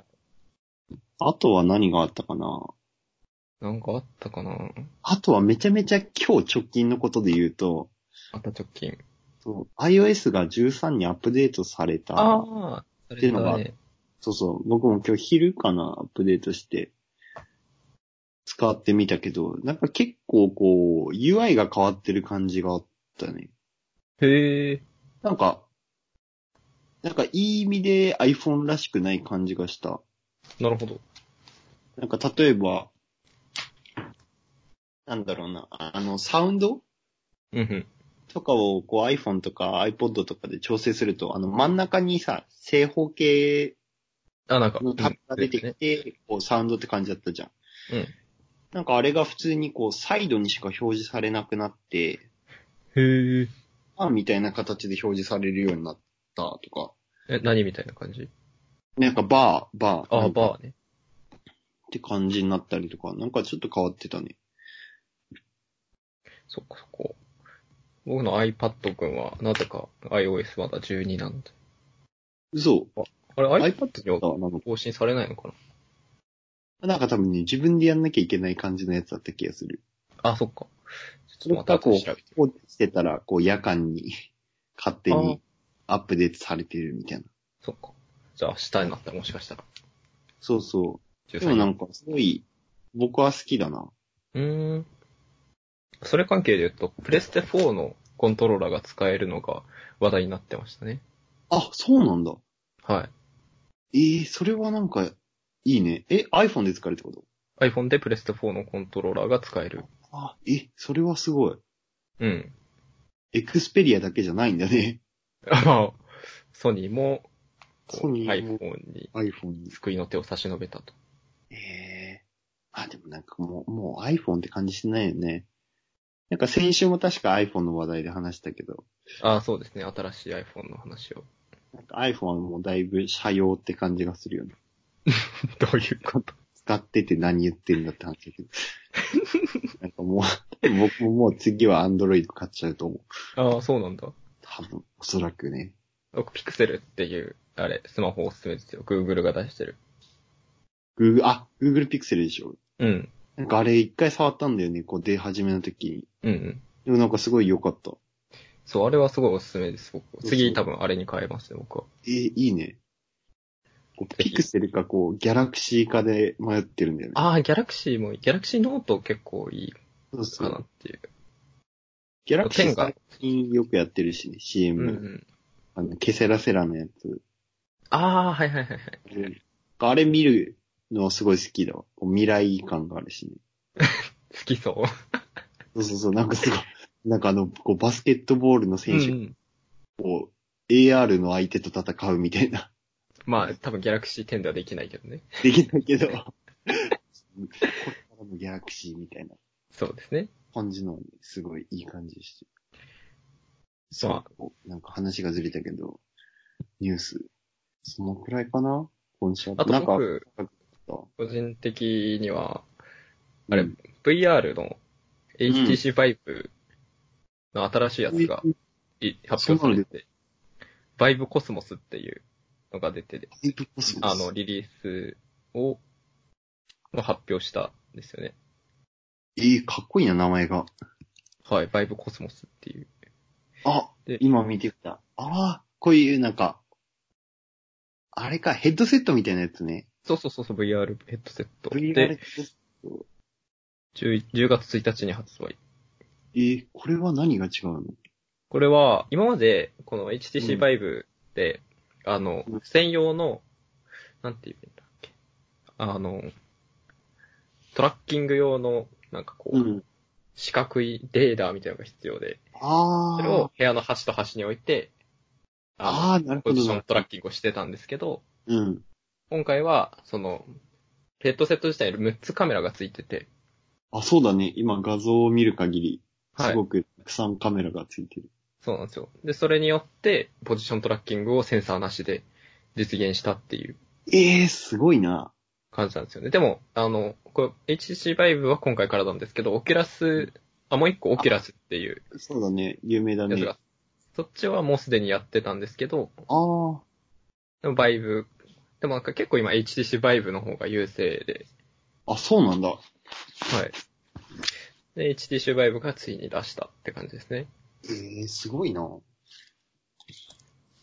[SPEAKER 1] い
[SPEAKER 2] あとは何があったかな
[SPEAKER 1] なんかあったかな
[SPEAKER 2] あとはめちゃめちゃ今日直近のことで言うと、
[SPEAKER 1] あった直近。
[SPEAKER 2] そう iOS が13にアップデートされた。
[SPEAKER 1] ああ、そ
[SPEAKER 2] て
[SPEAKER 1] れ
[SPEAKER 2] いうのが
[SPEAKER 1] だね。
[SPEAKER 2] そうそう。僕も今日昼かな、アップデートして、使ってみたけど、なんか結構こう、UI が変わってる感じがあったね。
[SPEAKER 1] へえ。
[SPEAKER 2] なんか、なんかいい意味で iPhone らしくない感じがした。
[SPEAKER 1] なるほど。
[SPEAKER 2] なんか例えば、なんだろうな、あの、サウンド
[SPEAKER 1] うんうん。
[SPEAKER 2] とかをこう iPhone とか iPod とかで調整すると、あの真ん中にさ、正方形
[SPEAKER 1] あ、なんか。
[SPEAKER 2] のタップが出てき
[SPEAKER 1] ね
[SPEAKER 2] て、こうサウンドって感じだったじゃん。
[SPEAKER 1] うん。
[SPEAKER 2] なんかあれが普通にこうサイドにしか表示されなくなって、
[SPEAKER 1] へえ。
[SPEAKER 2] あみたいな形で表示されるようになったとか、
[SPEAKER 1] え、何みたいな感じ
[SPEAKER 2] なんかバー、バー。
[SPEAKER 1] あ
[SPEAKER 2] な
[SPEAKER 1] あ、
[SPEAKER 2] んか
[SPEAKER 1] バーね。
[SPEAKER 2] って感じになったりとか、なんかちょっと変わってたね。
[SPEAKER 1] そっかそっか。僕の iPad 君は、なぜか iOS まだ12なんだ。
[SPEAKER 2] 嘘。
[SPEAKER 1] あれ
[SPEAKER 2] iPad
[SPEAKER 1] iPad には
[SPEAKER 2] あなんか
[SPEAKER 1] 更新されないのか
[SPEAKER 2] なんか多分ね、自分でやんなきゃいけない感じのやつだった気がする。
[SPEAKER 1] なあ、そっか。
[SPEAKER 2] そ
[SPEAKER 1] ちょ
[SPEAKER 2] れ
[SPEAKER 1] っとまた
[SPEAKER 2] か
[SPEAKER 1] 後
[SPEAKER 2] こ
[SPEAKER 1] で調べて
[SPEAKER 2] う、放置してたら、こう夜間に勝手にアップデートされてるみたいな。
[SPEAKER 1] そっか。じゃあ、明日になったらもしかしたら。
[SPEAKER 2] そうそう。でも
[SPEAKER 1] 13
[SPEAKER 2] なんかすごい、僕は好きだな。
[SPEAKER 1] うーん。それ関係で言うと、プレステ4のコントローラーが使えるのが話題になってましたね。
[SPEAKER 2] あ、そうなんだ。
[SPEAKER 1] は
[SPEAKER 2] ええそれはなんか、いいね。え、iPhone で使えるってこと
[SPEAKER 1] い。iPhone でプレステ4のコントローラーが使える。
[SPEAKER 2] あ、え、それはすごい。
[SPEAKER 1] うん。
[SPEAKER 2] エクスペリアだけじゃないんだね。
[SPEAKER 1] あの、ソニーも、
[SPEAKER 2] ソニーも
[SPEAKER 1] iPhone に
[SPEAKER 2] iPhone に。
[SPEAKER 1] 救いの手を差し伸べたと。
[SPEAKER 2] ええあ、でもなんかもう、もう iPhone って感じしないよね。なんか先週も確か iPhone の話題で話したけど、
[SPEAKER 1] ああ、そうですね。新しい iPhone の話 を。
[SPEAKER 2] なんか iPhone はもうだいぶ社用って感じがするよね。
[SPEAKER 1] どういうこと
[SPEAKER 2] 使ってて何言ってんだって話だけど。なんかもう、僕ももう次は Android 買っちゃうと思う。
[SPEAKER 1] ああ、そうなんだ。
[SPEAKER 2] 多分、おそらくね。
[SPEAKER 1] 僕、ピクセルっていう、あれ、スマホおすすめですよ。Google が出してる。
[SPEAKER 2] Google、あ、Google Pixel でしょ。
[SPEAKER 1] うん。
[SPEAKER 2] なんかあれ一回触ったんだよね、こう出始めの時に。
[SPEAKER 1] うんうん。
[SPEAKER 2] でもなんかすごい良かった。
[SPEAKER 1] そう、あれはすごいおすすめです、僕。
[SPEAKER 2] そう
[SPEAKER 1] 次、多分あれに変えますね、僕は。
[SPEAKER 2] えーいいね。こう
[SPEAKER 1] ぜ
[SPEAKER 2] ピ
[SPEAKER 1] ひ
[SPEAKER 2] クセルかこう、ギャラクシー化で迷ってるんだよね。
[SPEAKER 1] ああ、ギャラクシーもいい、ギャラクシーノート結構いい
[SPEAKER 2] そうそ
[SPEAKER 1] かなっ
[SPEAKER 2] う。
[SPEAKER 1] ていう。
[SPEAKER 2] ギャラクシ
[SPEAKER 1] ペ
[SPEAKER 2] ー
[SPEAKER 1] ンが
[SPEAKER 2] 最近よくやってるしね、
[SPEAKER 1] う
[SPEAKER 2] CM。
[SPEAKER 1] んうん。
[SPEAKER 2] あの、ケセラセラのやつ。
[SPEAKER 1] ああ、はいはいはいはい。
[SPEAKER 2] あれ見るのはすごい好きだわ。こう未来感があるしね。
[SPEAKER 1] 好きそう。
[SPEAKER 2] そうそうそう、なんかすごい。なんかあの、こう、バスケットボールの選手、
[SPEAKER 1] うん
[SPEAKER 2] こう、AR の相手と戦うみたいな。
[SPEAKER 1] まあ、多分ギャラクシー10ではできないけどね。
[SPEAKER 2] できないけど。こ れからのギャラクシーみたいな
[SPEAKER 1] そうですね。
[SPEAKER 2] 感じのね、すごいいい感じでして。
[SPEAKER 1] ま
[SPEAKER 2] そう。なんか話がずれたけど、ニュース。そのくらいかな今週は
[SPEAKER 1] あ、あ
[SPEAKER 2] な
[SPEAKER 1] と
[SPEAKER 2] んか、
[SPEAKER 1] 僕、個人的には、あれ
[SPEAKER 2] うん
[SPEAKER 1] VR の HTC Vive の新しいやつがい発表されて、バイブコスモスっていうのが出てて、
[SPEAKER 2] イブコスモ
[SPEAKER 1] あ
[SPEAKER 2] ス
[SPEAKER 1] の、リリースを、の発表したんですよね。
[SPEAKER 2] えー、かっこいいな、名前が。
[SPEAKER 1] はい、バイブコスモスっていう。
[SPEAKER 2] あ
[SPEAKER 1] で、
[SPEAKER 2] 今見てきた。ああ、こういうなんか、あれか、ヘッドセットみたいなやつね。
[SPEAKER 1] そうそうそうそう、VR ヘッドセット。
[SPEAKER 2] VR ヘッ
[SPEAKER 1] で、
[SPEAKER 2] ドセット。
[SPEAKER 1] 10, 10月1日に発売。
[SPEAKER 2] えー、これは何が違うの
[SPEAKER 1] これは、今まで、この
[SPEAKER 2] う
[SPEAKER 1] HTC
[SPEAKER 2] ん
[SPEAKER 1] バイブで、あの
[SPEAKER 2] うん、
[SPEAKER 1] 専用の、なんて言うんだっけ。あの、トラッキング用の、なんかこう、
[SPEAKER 2] うん。
[SPEAKER 1] 四角いレーダーみたいなのが必要で、
[SPEAKER 2] あ
[SPEAKER 1] それ
[SPEAKER 2] あ
[SPEAKER 1] を。部屋の端と端に置いて、あ
[SPEAKER 2] ああ、なる
[SPEAKER 1] の、ポ
[SPEAKER 2] ほ
[SPEAKER 1] ジショ
[SPEAKER 2] ど
[SPEAKER 1] ン。トラッキングをしてたんですけど、
[SPEAKER 2] うん。
[SPEAKER 1] 今回は、その、ヘッドセット自体に6つカメラがついてて、
[SPEAKER 2] あ、そうだね。今画像を見る限り、
[SPEAKER 1] は
[SPEAKER 2] す
[SPEAKER 1] い。
[SPEAKER 2] ごくたくさんカメラがついてる。
[SPEAKER 1] そうなんですよ。で、それによって、ポジショントラッキングをセンサーなしで実現したっていう
[SPEAKER 2] ええー、すごいな。
[SPEAKER 1] 感じなんですよね。でも、あの、これ HTC Vive は今回からなんですけど、オキュラス、あ、もう一個オキュラスっていう
[SPEAKER 2] そうだね。有名だ
[SPEAKER 1] やつ
[SPEAKER 2] ね。
[SPEAKER 1] が、そっちはもうすでにやってたんですけど、
[SPEAKER 2] ああ。
[SPEAKER 1] でも Vive、でもなんか結構今 HTC Vive の方が優勢で、
[SPEAKER 2] あ、そうなんだ。
[SPEAKER 1] はい。で、HTC Vive がついに出したって感じですね。
[SPEAKER 2] ええー、すごいな。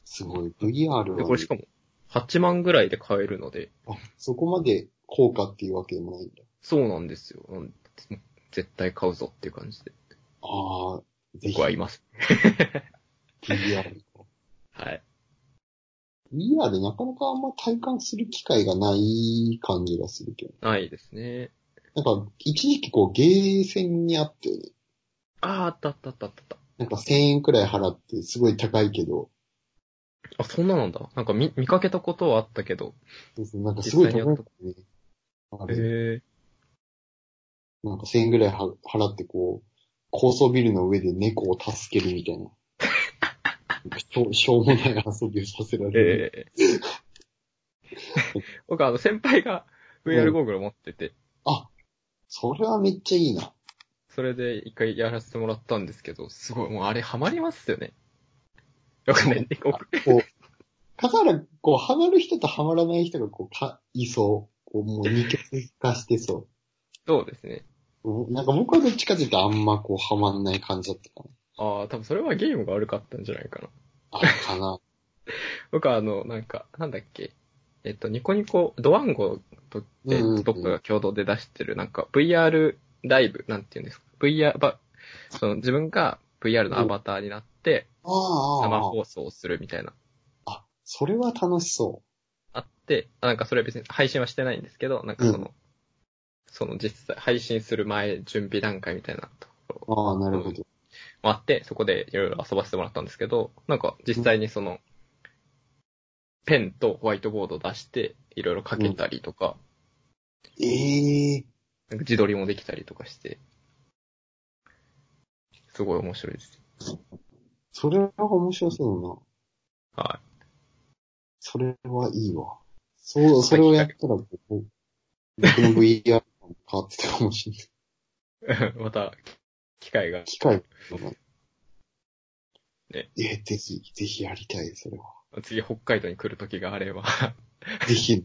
[SPEAKER 2] すごい。VR はね、
[SPEAKER 1] で、これしかも、8万ぐらいで買えるので、
[SPEAKER 2] あ、そこまで効果っていうわけでもないんだ。
[SPEAKER 1] そうなんですよ。うん絶対買うぞっていう感じで、
[SPEAKER 2] ああ、ぜひ
[SPEAKER 1] 僕はいます。
[SPEAKER 2] VR。
[SPEAKER 1] はい。
[SPEAKER 2] VR でなかなかあんま体感する機会がない感じがするけど。
[SPEAKER 1] ないですね。
[SPEAKER 2] なんか、一時期こうゲーセンにあって、ね、
[SPEAKER 1] あー、あったあったあったあった。
[SPEAKER 2] なんか1000円くらい払ってすごい高いけど、
[SPEAKER 1] あ、そんななんだ。なんか見、見かけたことはあったけど。
[SPEAKER 2] そうそうなんかすごい高いんだよね。あれ
[SPEAKER 1] へえ。
[SPEAKER 2] なんか1000円くらいは払ってこう、高層ビルの上で猫を助けるみたいな。なんかしょうしょうもない遊びをさせられる。
[SPEAKER 1] ええ。 僕、あの、先輩が VR ゴーグル持ってて、
[SPEAKER 2] それはめっちゃいいな。
[SPEAKER 1] それで一回やらせてもらったんですけど、すごい、もうあれハマりますよね。 よくね、僕
[SPEAKER 2] だから、こう、ハマる人とハマらない人が、こう、か、いそう。こう、もう二極化してそ
[SPEAKER 1] そうですね。
[SPEAKER 2] ううん。なんか僕はどっちかというとあんまこう、ハマんない感じだったか
[SPEAKER 1] ああ、多分それはゲームが悪かったんじゃないかな。
[SPEAKER 2] な。あれかな。
[SPEAKER 1] 僕はあの、なんか、なんだっけ。えっと、ニコニコ、ドワンゴとって、
[SPEAKER 2] うんうんうん
[SPEAKER 1] どっかが共同で出してる、なんか VR ライブ、なんていうんですか。VR、ば、その自分が VR のアバターになって、
[SPEAKER 2] ああ
[SPEAKER 1] 生
[SPEAKER 2] ああ、ああ
[SPEAKER 1] 放送をするみたいな。
[SPEAKER 2] あ、それは楽しそ
[SPEAKER 1] あって、あなんかそれは別に配信はしてないんですけど、なんかその、
[SPEAKER 2] う
[SPEAKER 1] その実際、配信する前準備段階みたいなところ
[SPEAKER 2] う。ああ、なるほど。
[SPEAKER 1] もあって、そこでいろいろ遊ばせてもらったんですけど、なんか実際にその、ペンとホワイトボードを出して、いろいろ書けたりとか、
[SPEAKER 2] ええ
[SPEAKER 1] なんか自撮りもできたりとかして、すごい面白いです。
[SPEAKER 2] それは面白そうだな。
[SPEAKER 1] は
[SPEAKER 2] それはいいわ。そう、それをやったら、こう、僕の VR も変わってたかもしれない。
[SPEAKER 1] い。また、機会が、
[SPEAKER 2] 機会とか。
[SPEAKER 1] ね
[SPEAKER 2] ええぜひ、ぜひやりたい、それは。
[SPEAKER 1] 次北海道に来る時があれば、
[SPEAKER 2] ぜひね。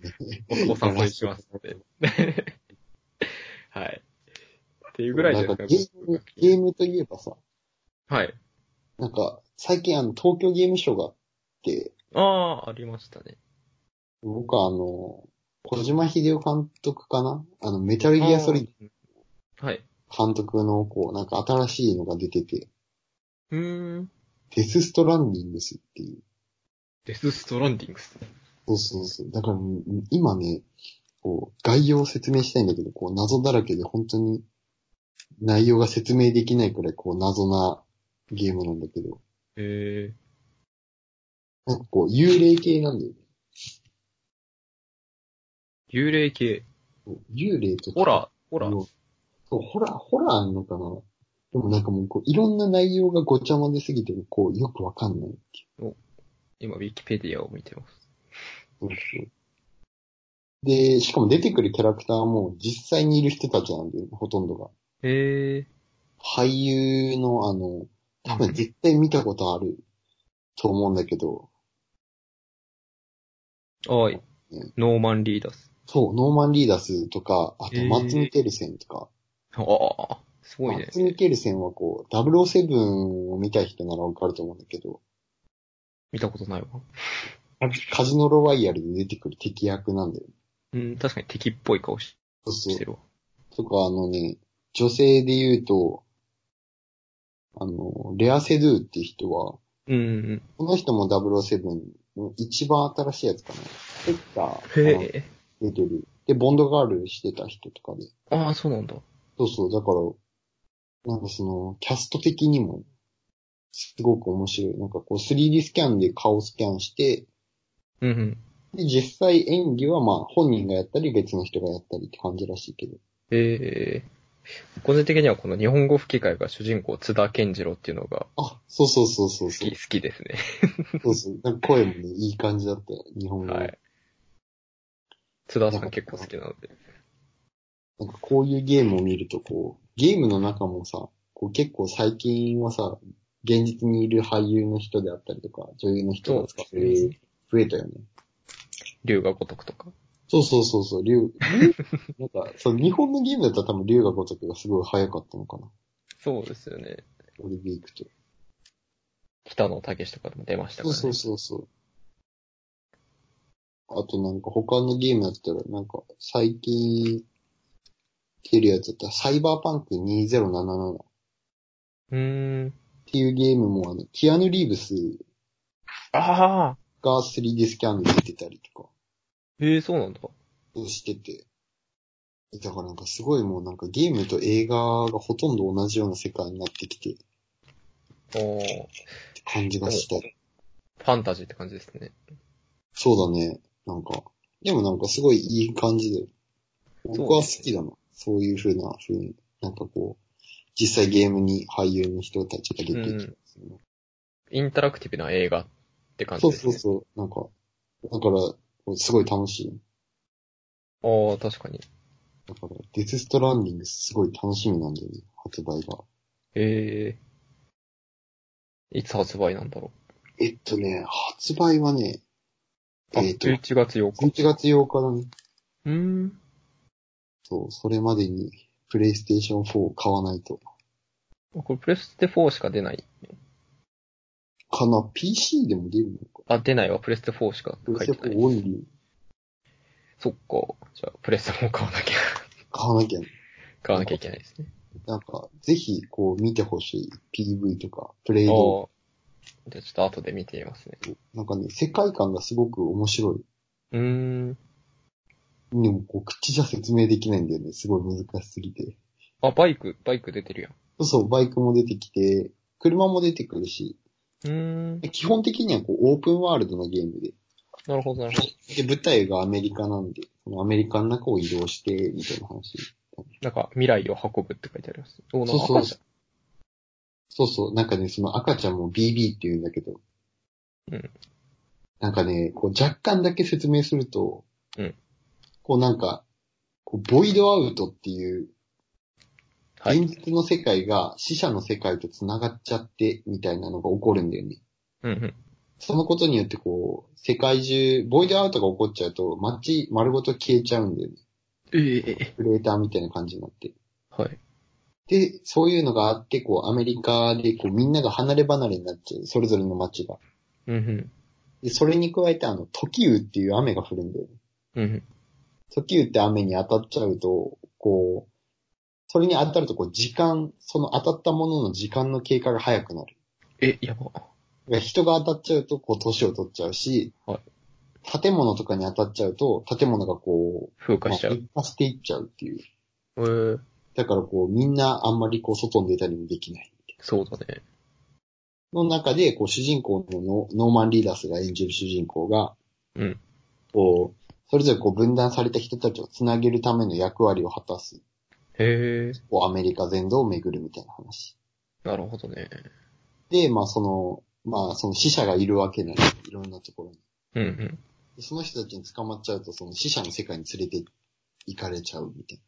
[SPEAKER 1] お誘いしますので。 はい。っていうぐらいじゃないで
[SPEAKER 2] ゲ
[SPEAKER 1] す
[SPEAKER 2] ー
[SPEAKER 1] か
[SPEAKER 2] ム、ゲームといえばさ、
[SPEAKER 1] はい。
[SPEAKER 2] なんか、最近あの、東京ゲームショウがあって、
[SPEAKER 1] ああ、ありましたね。
[SPEAKER 2] 僕はあの、小島秀夫監督かなあの、メタルギアソリッ
[SPEAKER 1] あーはい。
[SPEAKER 2] ド監督の、こう、なんか新しいのが出てて、
[SPEAKER 1] うーん。
[SPEAKER 2] デスストランディングスっていう。
[SPEAKER 1] デスストランディングス。
[SPEAKER 2] そうそうそう。だから、今ね、こう、概要を説明したいんだけど、こう、謎だらけで本当に、内容が説明できないくらい、こう、謎なゲームなんだけど、
[SPEAKER 1] へえ。
[SPEAKER 2] なんかこう、幽霊系なんだよね。
[SPEAKER 1] 幽霊系。
[SPEAKER 2] こう幽霊とか。
[SPEAKER 1] ホラー。ホラー。
[SPEAKER 2] そう、ホラー、ホラーなのかなでもなんかもう、こう、いろんな内容がごちゃ混ぜすぎて、こう、よくわかんない。
[SPEAKER 1] 今、ウィキペディアを見てます。
[SPEAKER 2] そうそうで、しかも出てくるキャラクターも実際にいる人たちなんで、ほとんどが。
[SPEAKER 1] へえ。
[SPEAKER 2] 俳優のあの、多分絶対見たことあると思うんだけど、
[SPEAKER 1] はい
[SPEAKER 2] うん。
[SPEAKER 1] ノーマンリーダース。
[SPEAKER 2] そう、ノーマン・リーダスとか、あ
[SPEAKER 1] へ
[SPEAKER 2] と
[SPEAKER 1] ー
[SPEAKER 2] マッツ・ミケルセンとか、
[SPEAKER 1] ああ、すごい
[SPEAKER 2] マ
[SPEAKER 1] ね
[SPEAKER 2] ッ。ツ・ミケルセンはこう、007を見た人ならわかると思うんだけど、
[SPEAKER 1] 見たことないわ。
[SPEAKER 2] カジノ・ロワイヤルで出てくる敵役なんだよ。
[SPEAKER 1] うん、確かに敵っぽい顔し
[SPEAKER 2] そうそう
[SPEAKER 1] して。るわ。
[SPEAKER 2] とか、あのね、女性で言うと、あの、レア・セドゥっていう人は、
[SPEAKER 1] うんうん。
[SPEAKER 2] この人も007の一番新しいやつかな。ヘッダ
[SPEAKER 1] へ
[SPEAKER 2] ーが
[SPEAKER 1] え。
[SPEAKER 2] 出てる。で、ボンドガールしてた人とかで。
[SPEAKER 1] ああ、そうなんだ。
[SPEAKER 2] そうそう、だから、なんかその、キャスト的にも、すごく面白い。なんかこう、3D スキャンで顔スキャンして、
[SPEAKER 1] うんうん。
[SPEAKER 2] で、実際演技はまあ、本人がやったり、別の人がやったりって感じらしいけど。
[SPEAKER 1] ええ個人的にはこの日本語吹き替えが主人公津田健次郎っていうのが
[SPEAKER 2] あ、そうそうそうそう
[SPEAKER 1] 好
[SPEAKER 2] そう
[SPEAKER 1] き、。好きですね。
[SPEAKER 2] そうそう。なんか声もね、いい感じだったよ、日本語。
[SPEAKER 1] はい。津田さん結構好きなので。
[SPEAKER 2] なんかこういうゲームを見ると、こう、ゲームの中もさ、こう結構最近はさ、現実にいる俳優の人であったりとか、女優の人が使ってる、増えたよね。
[SPEAKER 1] 龍が如くとか。
[SPEAKER 2] そうそうそうそう、 竜、なんか、そう、日本のゲームだったら多分竜が如くがすごい早かったのかな。
[SPEAKER 1] そうですよね。
[SPEAKER 2] オリビークと。
[SPEAKER 1] 北野武とかでも出ましたか
[SPEAKER 2] そ
[SPEAKER 1] ら
[SPEAKER 2] う
[SPEAKER 1] ね。
[SPEAKER 2] そうそうそう。あとなんか他のゲームだったら、なんか最近、出るやつだったら、サイバーパンク2077。
[SPEAKER 1] うーん。
[SPEAKER 2] っていうゲームも、あの、キアヌ・リーブス
[SPEAKER 1] ああ
[SPEAKER 2] が 3D スキャンで出てたりとか、
[SPEAKER 1] ええそうなんだ。
[SPEAKER 2] してて。だからなんかすごいもうなんかゲームと映画がほとんど同じような世界になってきてって
[SPEAKER 1] おー
[SPEAKER 2] 感じがした。
[SPEAKER 1] ファンタジーって感じですね。
[SPEAKER 2] そうだね。なんか、でもなんかすごいいい感じで。僕は好きだな。そういう風な風に、なんかこう、実際ゲームに俳優の人たちが出てきて、
[SPEAKER 1] インタラクティブな映画って感じ
[SPEAKER 2] そう
[SPEAKER 1] です
[SPEAKER 2] そう
[SPEAKER 1] ね。
[SPEAKER 2] そう。なんか、だから、すごい楽しい。
[SPEAKER 1] ああ、確かに。
[SPEAKER 2] だから、デスストランディングすごい楽しみなんだよね、発売が。
[SPEAKER 1] ええいつ発売なんだろ
[SPEAKER 2] えっとね、発売はね、
[SPEAKER 1] う。あ、
[SPEAKER 2] えっと、11
[SPEAKER 1] 11月8日。
[SPEAKER 2] 月8日だね。
[SPEAKER 1] うーん。
[SPEAKER 2] そう、それまでに、プレイステーション4を買わないと。
[SPEAKER 1] これプレステ4しか出ない。
[SPEAKER 2] かな、PC でも出るのか。
[SPEAKER 1] あ、出ないわ。プレステ4しか
[SPEAKER 2] プ
[SPEAKER 1] 書
[SPEAKER 2] レ
[SPEAKER 1] い
[SPEAKER 2] ス
[SPEAKER 1] て
[SPEAKER 2] テ
[SPEAKER 1] な
[SPEAKER 2] 4
[SPEAKER 1] い。
[SPEAKER 2] オンリ
[SPEAKER 1] そっか。じゃあ、プレステ4買わなきゃ、
[SPEAKER 2] ー買わなきゃね。
[SPEAKER 1] 買わなきゃいけないですね。
[SPEAKER 2] なんか、ぜひ、こう、見てほしい。PV とか、プレイ
[SPEAKER 1] ああ
[SPEAKER 2] 動
[SPEAKER 1] ー。じゃあ、ちょっと後で見てみますね。
[SPEAKER 2] 画。なんかね、世界観がすごく面白い。
[SPEAKER 1] うーん。
[SPEAKER 2] でも、こう、口じゃ説明できないんだよね。すごい難しすぎて。
[SPEAKER 1] あ、バイク、バイク出てるやん。
[SPEAKER 2] そうそう、バイクも出てきて、車も出てくるし、
[SPEAKER 1] うーん。
[SPEAKER 2] で基本的にはこうオープンワールドのゲームで、
[SPEAKER 1] なるほど、なるほど。
[SPEAKER 2] で、舞台がアメリカなんで、そのアメリカの中を移動して、みたいな話。
[SPEAKER 1] なんか、未来を運ぶって書いてあります。おー
[SPEAKER 2] そう
[SPEAKER 1] な
[SPEAKER 2] そう
[SPEAKER 1] んか赤ちゃん
[SPEAKER 2] そうそう、なんかね、その赤ちゃんも BB って言うんだけど、
[SPEAKER 1] うん。
[SPEAKER 2] なんかね、こう若干だけ説明すると、
[SPEAKER 1] うん。
[SPEAKER 2] こうなんか、こうボイドアウトっていう、
[SPEAKER 1] はい。
[SPEAKER 2] 現実の世界が死者の世界と繋がっちゃって、みたいなのが起こるんだよね。
[SPEAKER 1] うんうん。
[SPEAKER 2] そのことによってこう、世界中、ボイドアウトが起こっちゃうと、街丸ごと消えちゃうんだよね。
[SPEAKER 1] ええ
[SPEAKER 2] クレーターみたいな感じになって。
[SPEAKER 1] はい。
[SPEAKER 2] で、そういうのがあって、こう、アメリカで、こう、みんなが離れ離れになっちゃう、それぞれの街が。
[SPEAKER 1] うんうん。
[SPEAKER 2] で、それに加えて、あの、時雨っていう雨が降るんだよね。
[SPEAKER 1] うんうん。
[SPEAKER 2] 時雨って雨に当たっちゃうと、こう、それに当たると、こう、時間、その当たったものの時間の経過が早くなる。
[SPEAKER 1] え、やば。
[SPEAKER 2] だから人が当たっちゃうと、こう、年を取っちゃうし、
[SPEAKER 1] は
[SPEAKER 2] 建物とかに当たっちゃうと、建物がこ
[SPEAKER 1] 風
[SPEAKER 2] う、
[SPEAKER 1] 化しちゃう。
[SPEAKER 2] 一化していっちゃうっていう。
[SPEAKER 1] えー、
[SPEAKER 2] だから、こう、みんなあんまりこう、外に出たりもできない。
[SPEAKER 1] そうだね。
[SPEAKER 2] の中で、こう、主人公のノノーマン・リーダースが演じる主人公が、
[SPEAKER 1] うん。
[SPEAKER 2] こう、それぞれこう分断された人たちをつなげるための役割を果たす、
[SPEAKER 1] へえ、
[SPEAKER 2] こう、アメリカ全土を巡るみたいな話。
[SPEAKER 1] なるほどね。
[SPEAKER 2] で、まあ、その、まあ、その死者がいるわけなんで、いろんなところに。
[SPEAKER 1] うんうん。
[SPEAKER 2] でその人たちに捕まっちゃうと、その死者の世界に連れて行かれちゃうみたい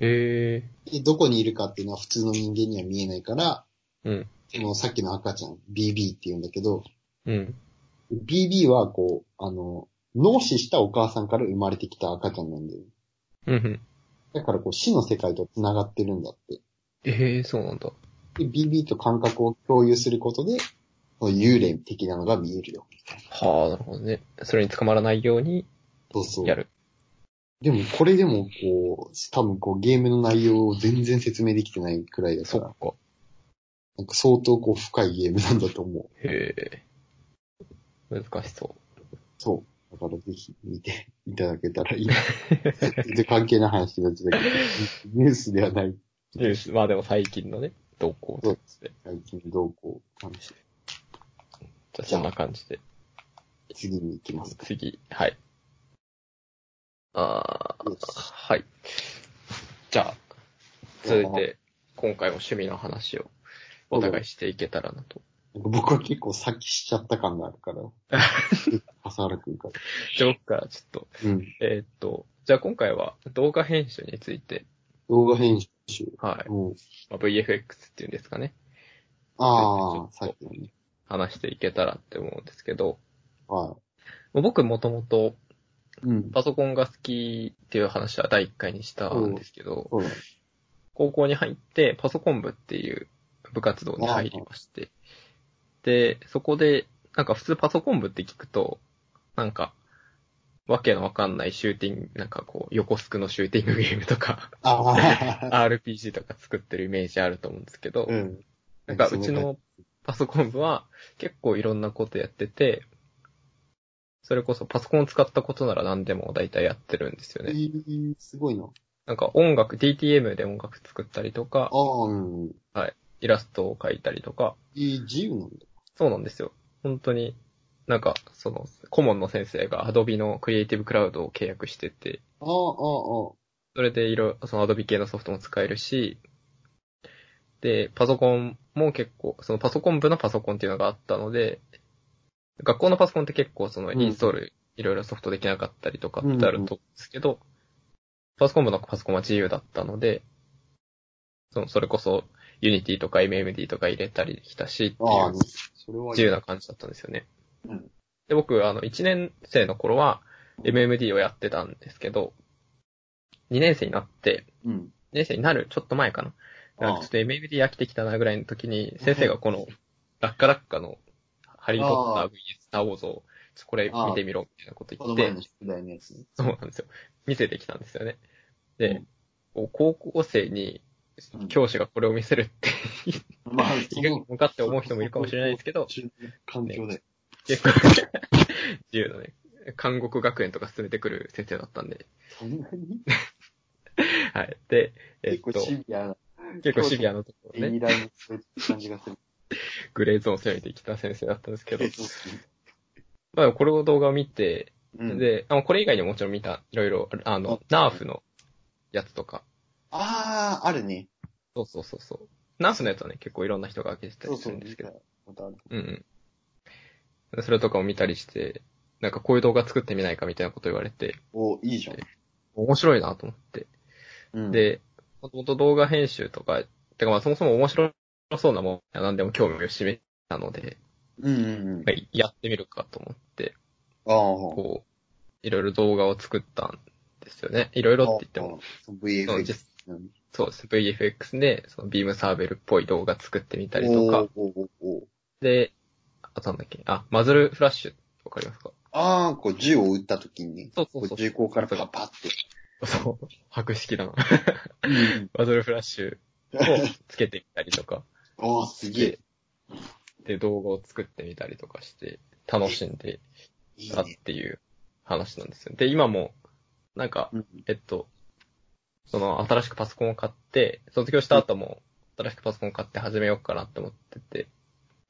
[SPEAKER 1] へえ、
[SPEAKER 2] な。で、どこにいるかっていうのは普通の人間には見えないから、
[SPEAKER 1] うん。
[SPEAKER 2] そのさっきの赤ちゃん、BB って言うんだけど、
[SPEAKER 1] うん。
[SPEAKER 2] BB はこう、あの、脳死したお母さんから生まれてきた赤ちゃんなんだよ。
[SPEAKER 1] うんうん。
[SPEAKER 2] だからこう死の世界と繋がってるんだって。
[SPEAKER 1] ええそうなんだ。
[SPEAKER 2] で、BB と感覚を共有することで、その幽霊的なのが見えるよ。
[SPEAKER 1] はあ、なるほどね。それに捕まらないように
[SPEAKER 2] そうそう。
[SPEAKER 1] やる。
[SPEAKER 2] でも、これでも、こう、多分こう、ゲームの内容を全然説明できてないくらいだ
[SPEAKER 1] そ
[SPEAKER 2] か
[SPEAKER 1] っ
[SPEAKER 2] ら、
[SPEAKER 1] か。
[SPEAKER 2] なんか相当こう、深いゲームなんだと思う。
[SPEAKER 1] へえ。難しそう。
[SPEAKER 2] そう。だからぜひ見ていただけ たらいいな。全然関係ない話になっちゃったけど、ニュースではない
[SPEAKER 1] ニュース、まあでも最近のね、動向として。
[SPEAKER 2] 最近動向の話。
[SPEAKER 1] じゃあそんな感じで。
[SPEAKER 2] 次に行きますか。
[SPEAKER 1] 次、はい。あー、はい。じゃあ、続いて、今回も趣味の話をお互いしていけたらなと。
[SPEAKER 2] なんか僕は結構先しちゃった感があるから。 笠原くんから。
[SPEAKER 1] じゃあ僕からちょっと、
[SPEAKER 2] うん。
[SPEAKER 1] えーっと、じゃあ今回は動画編集について、
[SPEAKER 2] 動画編集。
[SPEAKER 1] はい。
[SPEAKER 2] もう、
[SPEAKER 1] まあ、VFX っていうんですかね。
[SPEAKER 2] ああ、
[SPEAKER 1] ち
[SPEAKER 2] さ
[SPEAKER 1] ょっと
[SPEAKER 2] っきのね。
[SPEAKER 1] 話していけたらって思うんですけど、
[SPEAKER 2] は
[SPEAKER 1] まあ僕もともと
[SPEAKER 2] い。うん。
[SPEAKER 1] パソコンが好きっていう話は第1回にしたんですけど、
[SPEAKER 2] そうだね。
[SPEAKER 1] 高校に入ってパソコン部っていう部活動に入りまして、で、そこで、なんか普通パソコン部って聞くと、なんか、わけのわかんないシューティング、なんかこう、横スクのシューティングゲームとか、
[SPEAKER 2] ああ、
[SPEAKER 1] RPG とか作ってるイメージあると思うんですけど、
[SPEAKER 2] うん。
[SPEAKER 1] なんかうちのパソコン部は結構いろんなことやってて、それこそパソコンを使ったことなら何でも大体やってるんですよ
[SPEAKER 2] え
[SPEAKER 1] ね。
[SPEAKER 2] ー、すごいな。
[SPEAKER 1] なんか音楽、DTM で音楽作ったりとか
[SPEAKER 2] あ、あ、うん。
[SPEAKER 1] イラストを描いたりとか、
[SPEAKER 2] えー、自由なんだ。
[SPEAKER 1] そうなんですよ。本当に、なんか、その、顧問の先生が Adobe のクリエイティブクラウドを契約してて、
[SPEAKER 2] ああ、ああ、ああ。
[SPEAKER 1] それでいろ、その Adobe 系のソフトも使えるし、で、パソコンも結構、そのパソコン部のパソコンっていうのがあったので、学校のパソコンって結構その
[SPEAKER 2] うん
[SPEAKER 1] インストールいろいろソフトできなかったりとか
[SPEAKER 2] うんうん
[SPEAKER 1] ってあると思うんですけど、パソコン部のパソコンは自由だったので、そのそれこそ Unity とか MMD とか入れたりできたしって
[SPEAKER 2] あ
[SPEAKER 1] い
[SPEAKER 2] あ、
[SPEAKER 1] う
[SPEAKER 2] ね、それはいい
[SPEAKER 1] 自由な感じだったんですよね。
[SPEAKER 2] うん
[SPEAKER 1] で、僕、あの、1年生の頃は MMD をやってたんですけど、2年生になって、
[SPEAKER 2] うん。
[SPEAKER 1] 2年生になるちょっと前かな。なん
[SPEAKER 2] あ
[SPEAKER 1] かちょっと MMD 飽きてきたなぐらいの時に、先生がこの、ラッカラッカの、ハリー・ポッター
[SPEAKER 2] あ
[SPEAKER 1] VS スター・ウォーズを、ちょこれ見てみろ、みたいなこと
[SPEAKER 2] こ
[SPEAKER 1] 言って
[SPEAKER 2] の前の、宿題のやつね。
[SPEAKER 1] そうなんですよ。見せてきたんですよね。
[SPEAKER 2] う
[SPEAKER 1] で
[SPEAKER 2] ん、
[SPEAKER 1] こう高校生に
[SPEAKER 2] うん、
[SPEAKER 1] 教師がこれを見せるって、
[SPEAKER 2] まあ、
[SPEAKER 1] 意外に向かって思う人もいるかもしれないですけど、
[SPEAKER 2] 環境で。
[SPEAKER 1] 結構、自由なね、韓国学園とか進めてくる先生だったんで、
[SPEAKER 2] そんなに
[SPEAKER 1] はい。で、えっ
[SPEAKER 2] 結
[SPEAKER 1] と
[SPEAKER 2] 構、シビアな、
[SPEAKER 1] 結構シビアなところ
[SPEAKER 2] ね、
[SPEAKER 1] ね、
[SPEAKER 2] イライラする感じがする。
[SPEAKER 1] グレーゾーンを攻めてきた先生だったんですけど、
[SPEAKER 2] そうですね
[SPEAKER 1] まあ、これを動画を見て、
[SPEAKER 2] うん、
[SPEAKER 1] で、あこれ以外にももちろん見た、いろいろ、あの、ナーフのやつとか、
[SPEAKER 2] ああ、あるね。
[SPEAKER 1] そうそうそうそう。ナーフのやつはね、結構いろんな人が開けてた
[SPEAKER 2] そ
[SPEAKER 1] り
[SPEAKER 2] う
[SPEAKER 1] す
[SPEAKER 2] そう、
[SPEAKER 1] るん
[SPEAKER 2] 見
[SPEAKER 1] ですけ
[SPEAKER 2] た
[SPEAKER 1] ど、
[SPEAKER 2] ことある。
[SPEAKER 1] うんうん。それとかを見たりして、なんかこういう動画作ってみないかみたいなこと言われて、
[SPEAKER 2] おいいじゃん。
[SPEAKER 1] 面白いなと思って、
[SPEAKER 2] うん、
[SPEAKER 1] で、もともと動画編集とか、てかまあそもそも面白そうなもんや何でも興味を示したので、
[SPEAKER 2] うんうんうん。
[SPEAKER 1] まあやってみるかと思って、
[SPEAKER 2] ああ、
[SPEAKER 1] こう、いろいろ動画を作ったんですよね。いろいろって言っても、
[SPEAKER 2] ああ。
[SPEAKER 1] そう
[SPEAKER 2] VFX
[SPEAKER 1] 実そうです。VFX で、そのビームサーベルっぽい動画作ってみたりとか、。
[SPEAKER 2] おーおーおーおー
[SPEAKER 1] で、あとなんだっけ、あ、マズルフラッシュ、わかりますか
[SPEAKER 2] ああ、こう銃を撃った時にね、
[SPEAKER 1] そうそ
[SPEAKER 2] こ
[SPEAKER 1] うそうう。
[SPEAKER 2] 銃口からパパって。
[SPEAKER 1] そう。白色だな。
[SPEAKER 2] うん。
[SPEAKER 1] マズルフラッシュをつけてみたりとか、
[SPEAKER 2] ああ、すげえ。
[SPEAKER 1] で、動画を作ってみたりとかして、楽しんで
[SPEAKER 2] いい
[SPEAKER 1] たっ
[SPEAKER 2] ね。
[SPEAKER 1] ていう話なんですよ。で、今も、なんか
[SPEAKER 2] うん、
[SPEAKER 1] えっと、その新しくパソコンを買って、卒業した後も新しくパソコンを買って始めようかなって思ってて、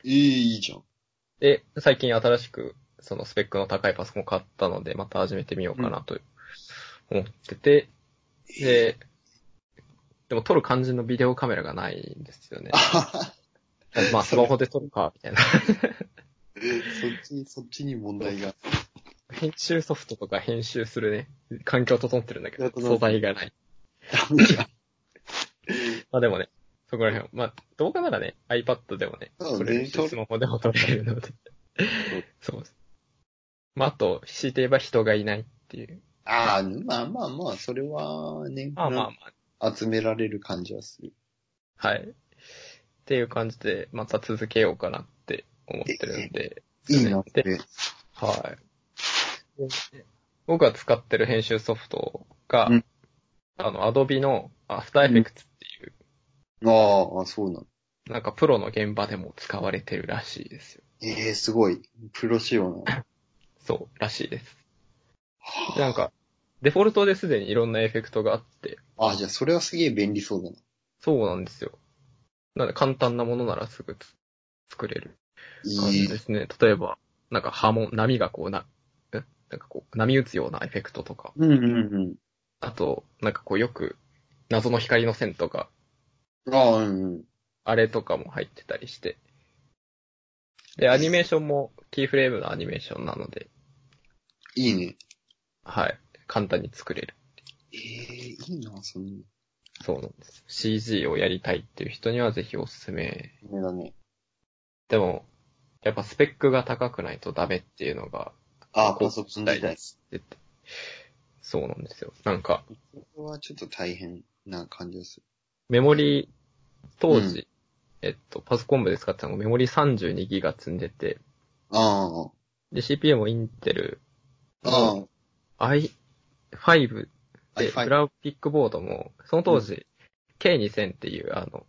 [SPEAKER 2] ええいいじゃん。
[SPEAKER 1] で、最近新しくそのスペックの高いパソコンを買ったので、また始めてみようかなと思ってて、で、でも撮る感じのビデオカメラがないんですよね
[SPEAKER 2] あ。はは
[SPEAKER 1] まあスマホで撮るか、みたいな。
[SPEAKER 2] そっちに、そっちに問題が。
[SPEAKER 1] 編集ソフトとか編集するね、環境整ってるんだけど、素材がない。まあでもね、そこら辺は、まあ動画ならね、iPad でもね、
[SPEAKER 2] そう
[SPEAKER 1] 撮れる
[SPEAKER 2] 全然撮
[SPEAKER 1] し、
[SPEAKER 2] る
[SPEAKER 1] スマホでも撮れるので。そうです。まあ、あと、強いて言えば人がいないっていう。
[SPEAKER 2] ああ、まあまあまあ、それはね、
[SPEAKER 1] まあまあま
[SPEAKER 2] 集められる感じはする。
[SPEAKER 1] あ、はい。っていう感じで、また続けようかなって思ってるんで。
[SPEAKER 2] いいなっ
[SPEAKER 1] で
[SPEAKER 2] て。
[SPEAKER 1] はい。僕が使ってる編集ソフトが、
[SPEAKER 2] うん
[SPEAKER 1] あの、Adobe の After Effects っていう、
[SPEAKER 2] ああ、あそうなの。
[SPEAKER 1] なんかプロの現場でも使われてるらしいですよ。
[SPEAKER 2] ええすごい。プロ 仕様な
[SPEAKER 1] そう、らしいです。なんか、デフォルトですでにいろんなエフェクトがあって、
[SPEAKER 2] の。ああ、じゃあそれはすげえ便利そうだな。
[SPEAKER 1] そうなんですよ。なので簡単なものならすぐつ作れる感
[SPEAKER 2] い
[SPEAKER 1] じ
[SPEAKER 2] い
[SPEAKER 1] ですね。例えば、なんか波紋、波がこうな、えなんかこう、波打つようなエフェクトとか、
[SPEAKER 2] うんうん
[SPEAKER 1] あと、なんかこうよく、謎の光の線とか、
[SPEAKER 2] うん。ああ、うんうん。
[SPEAKER 1] あれとかも入ってたりして。で、アニメーションもキーフレームのアニメーションなので、
[SPEAKER 2] いいね。
[SPEAKER 1] はい。簡単に作れる。
[SPEAKER 2] ええいいな、そんな。
[SPEAKER 1] そうなんです。CG をやりたいっていう人にはぜひおすすめ。
[SPEAKER 2] 夢だね。
[SPEAKER 1] でも、やっぱスペックが高くないとダメっていうのが
[SPEAKER 2] ああ、
[SPEAKER 1] こう
[SPEAKER 2] パソコン自体。
[SPEAKER 1] 出て、そうなんですよ。なんか、
[SPEAKER 2] これはちょっと大変な感じがする。
[SPEAKER 1] メモリ、当時、
[SPEAKER 2] う
[SPEAKER 1] えっと、パソコン部で使ってたのがメモリ32ギガ積んでて、
[SPEAKER 2] あ
[SPEAKER 1] で、CPU もインテル
[SPEAKER 2] あ、あ
[SPEAKER 1] i5
[SPEAKER 2] あ、
[SPEAKER 1] で、
[SPEAKER 2] i5
[SPEAKER 1] グラフィックボードも、その当時、K2000 っていう、あの、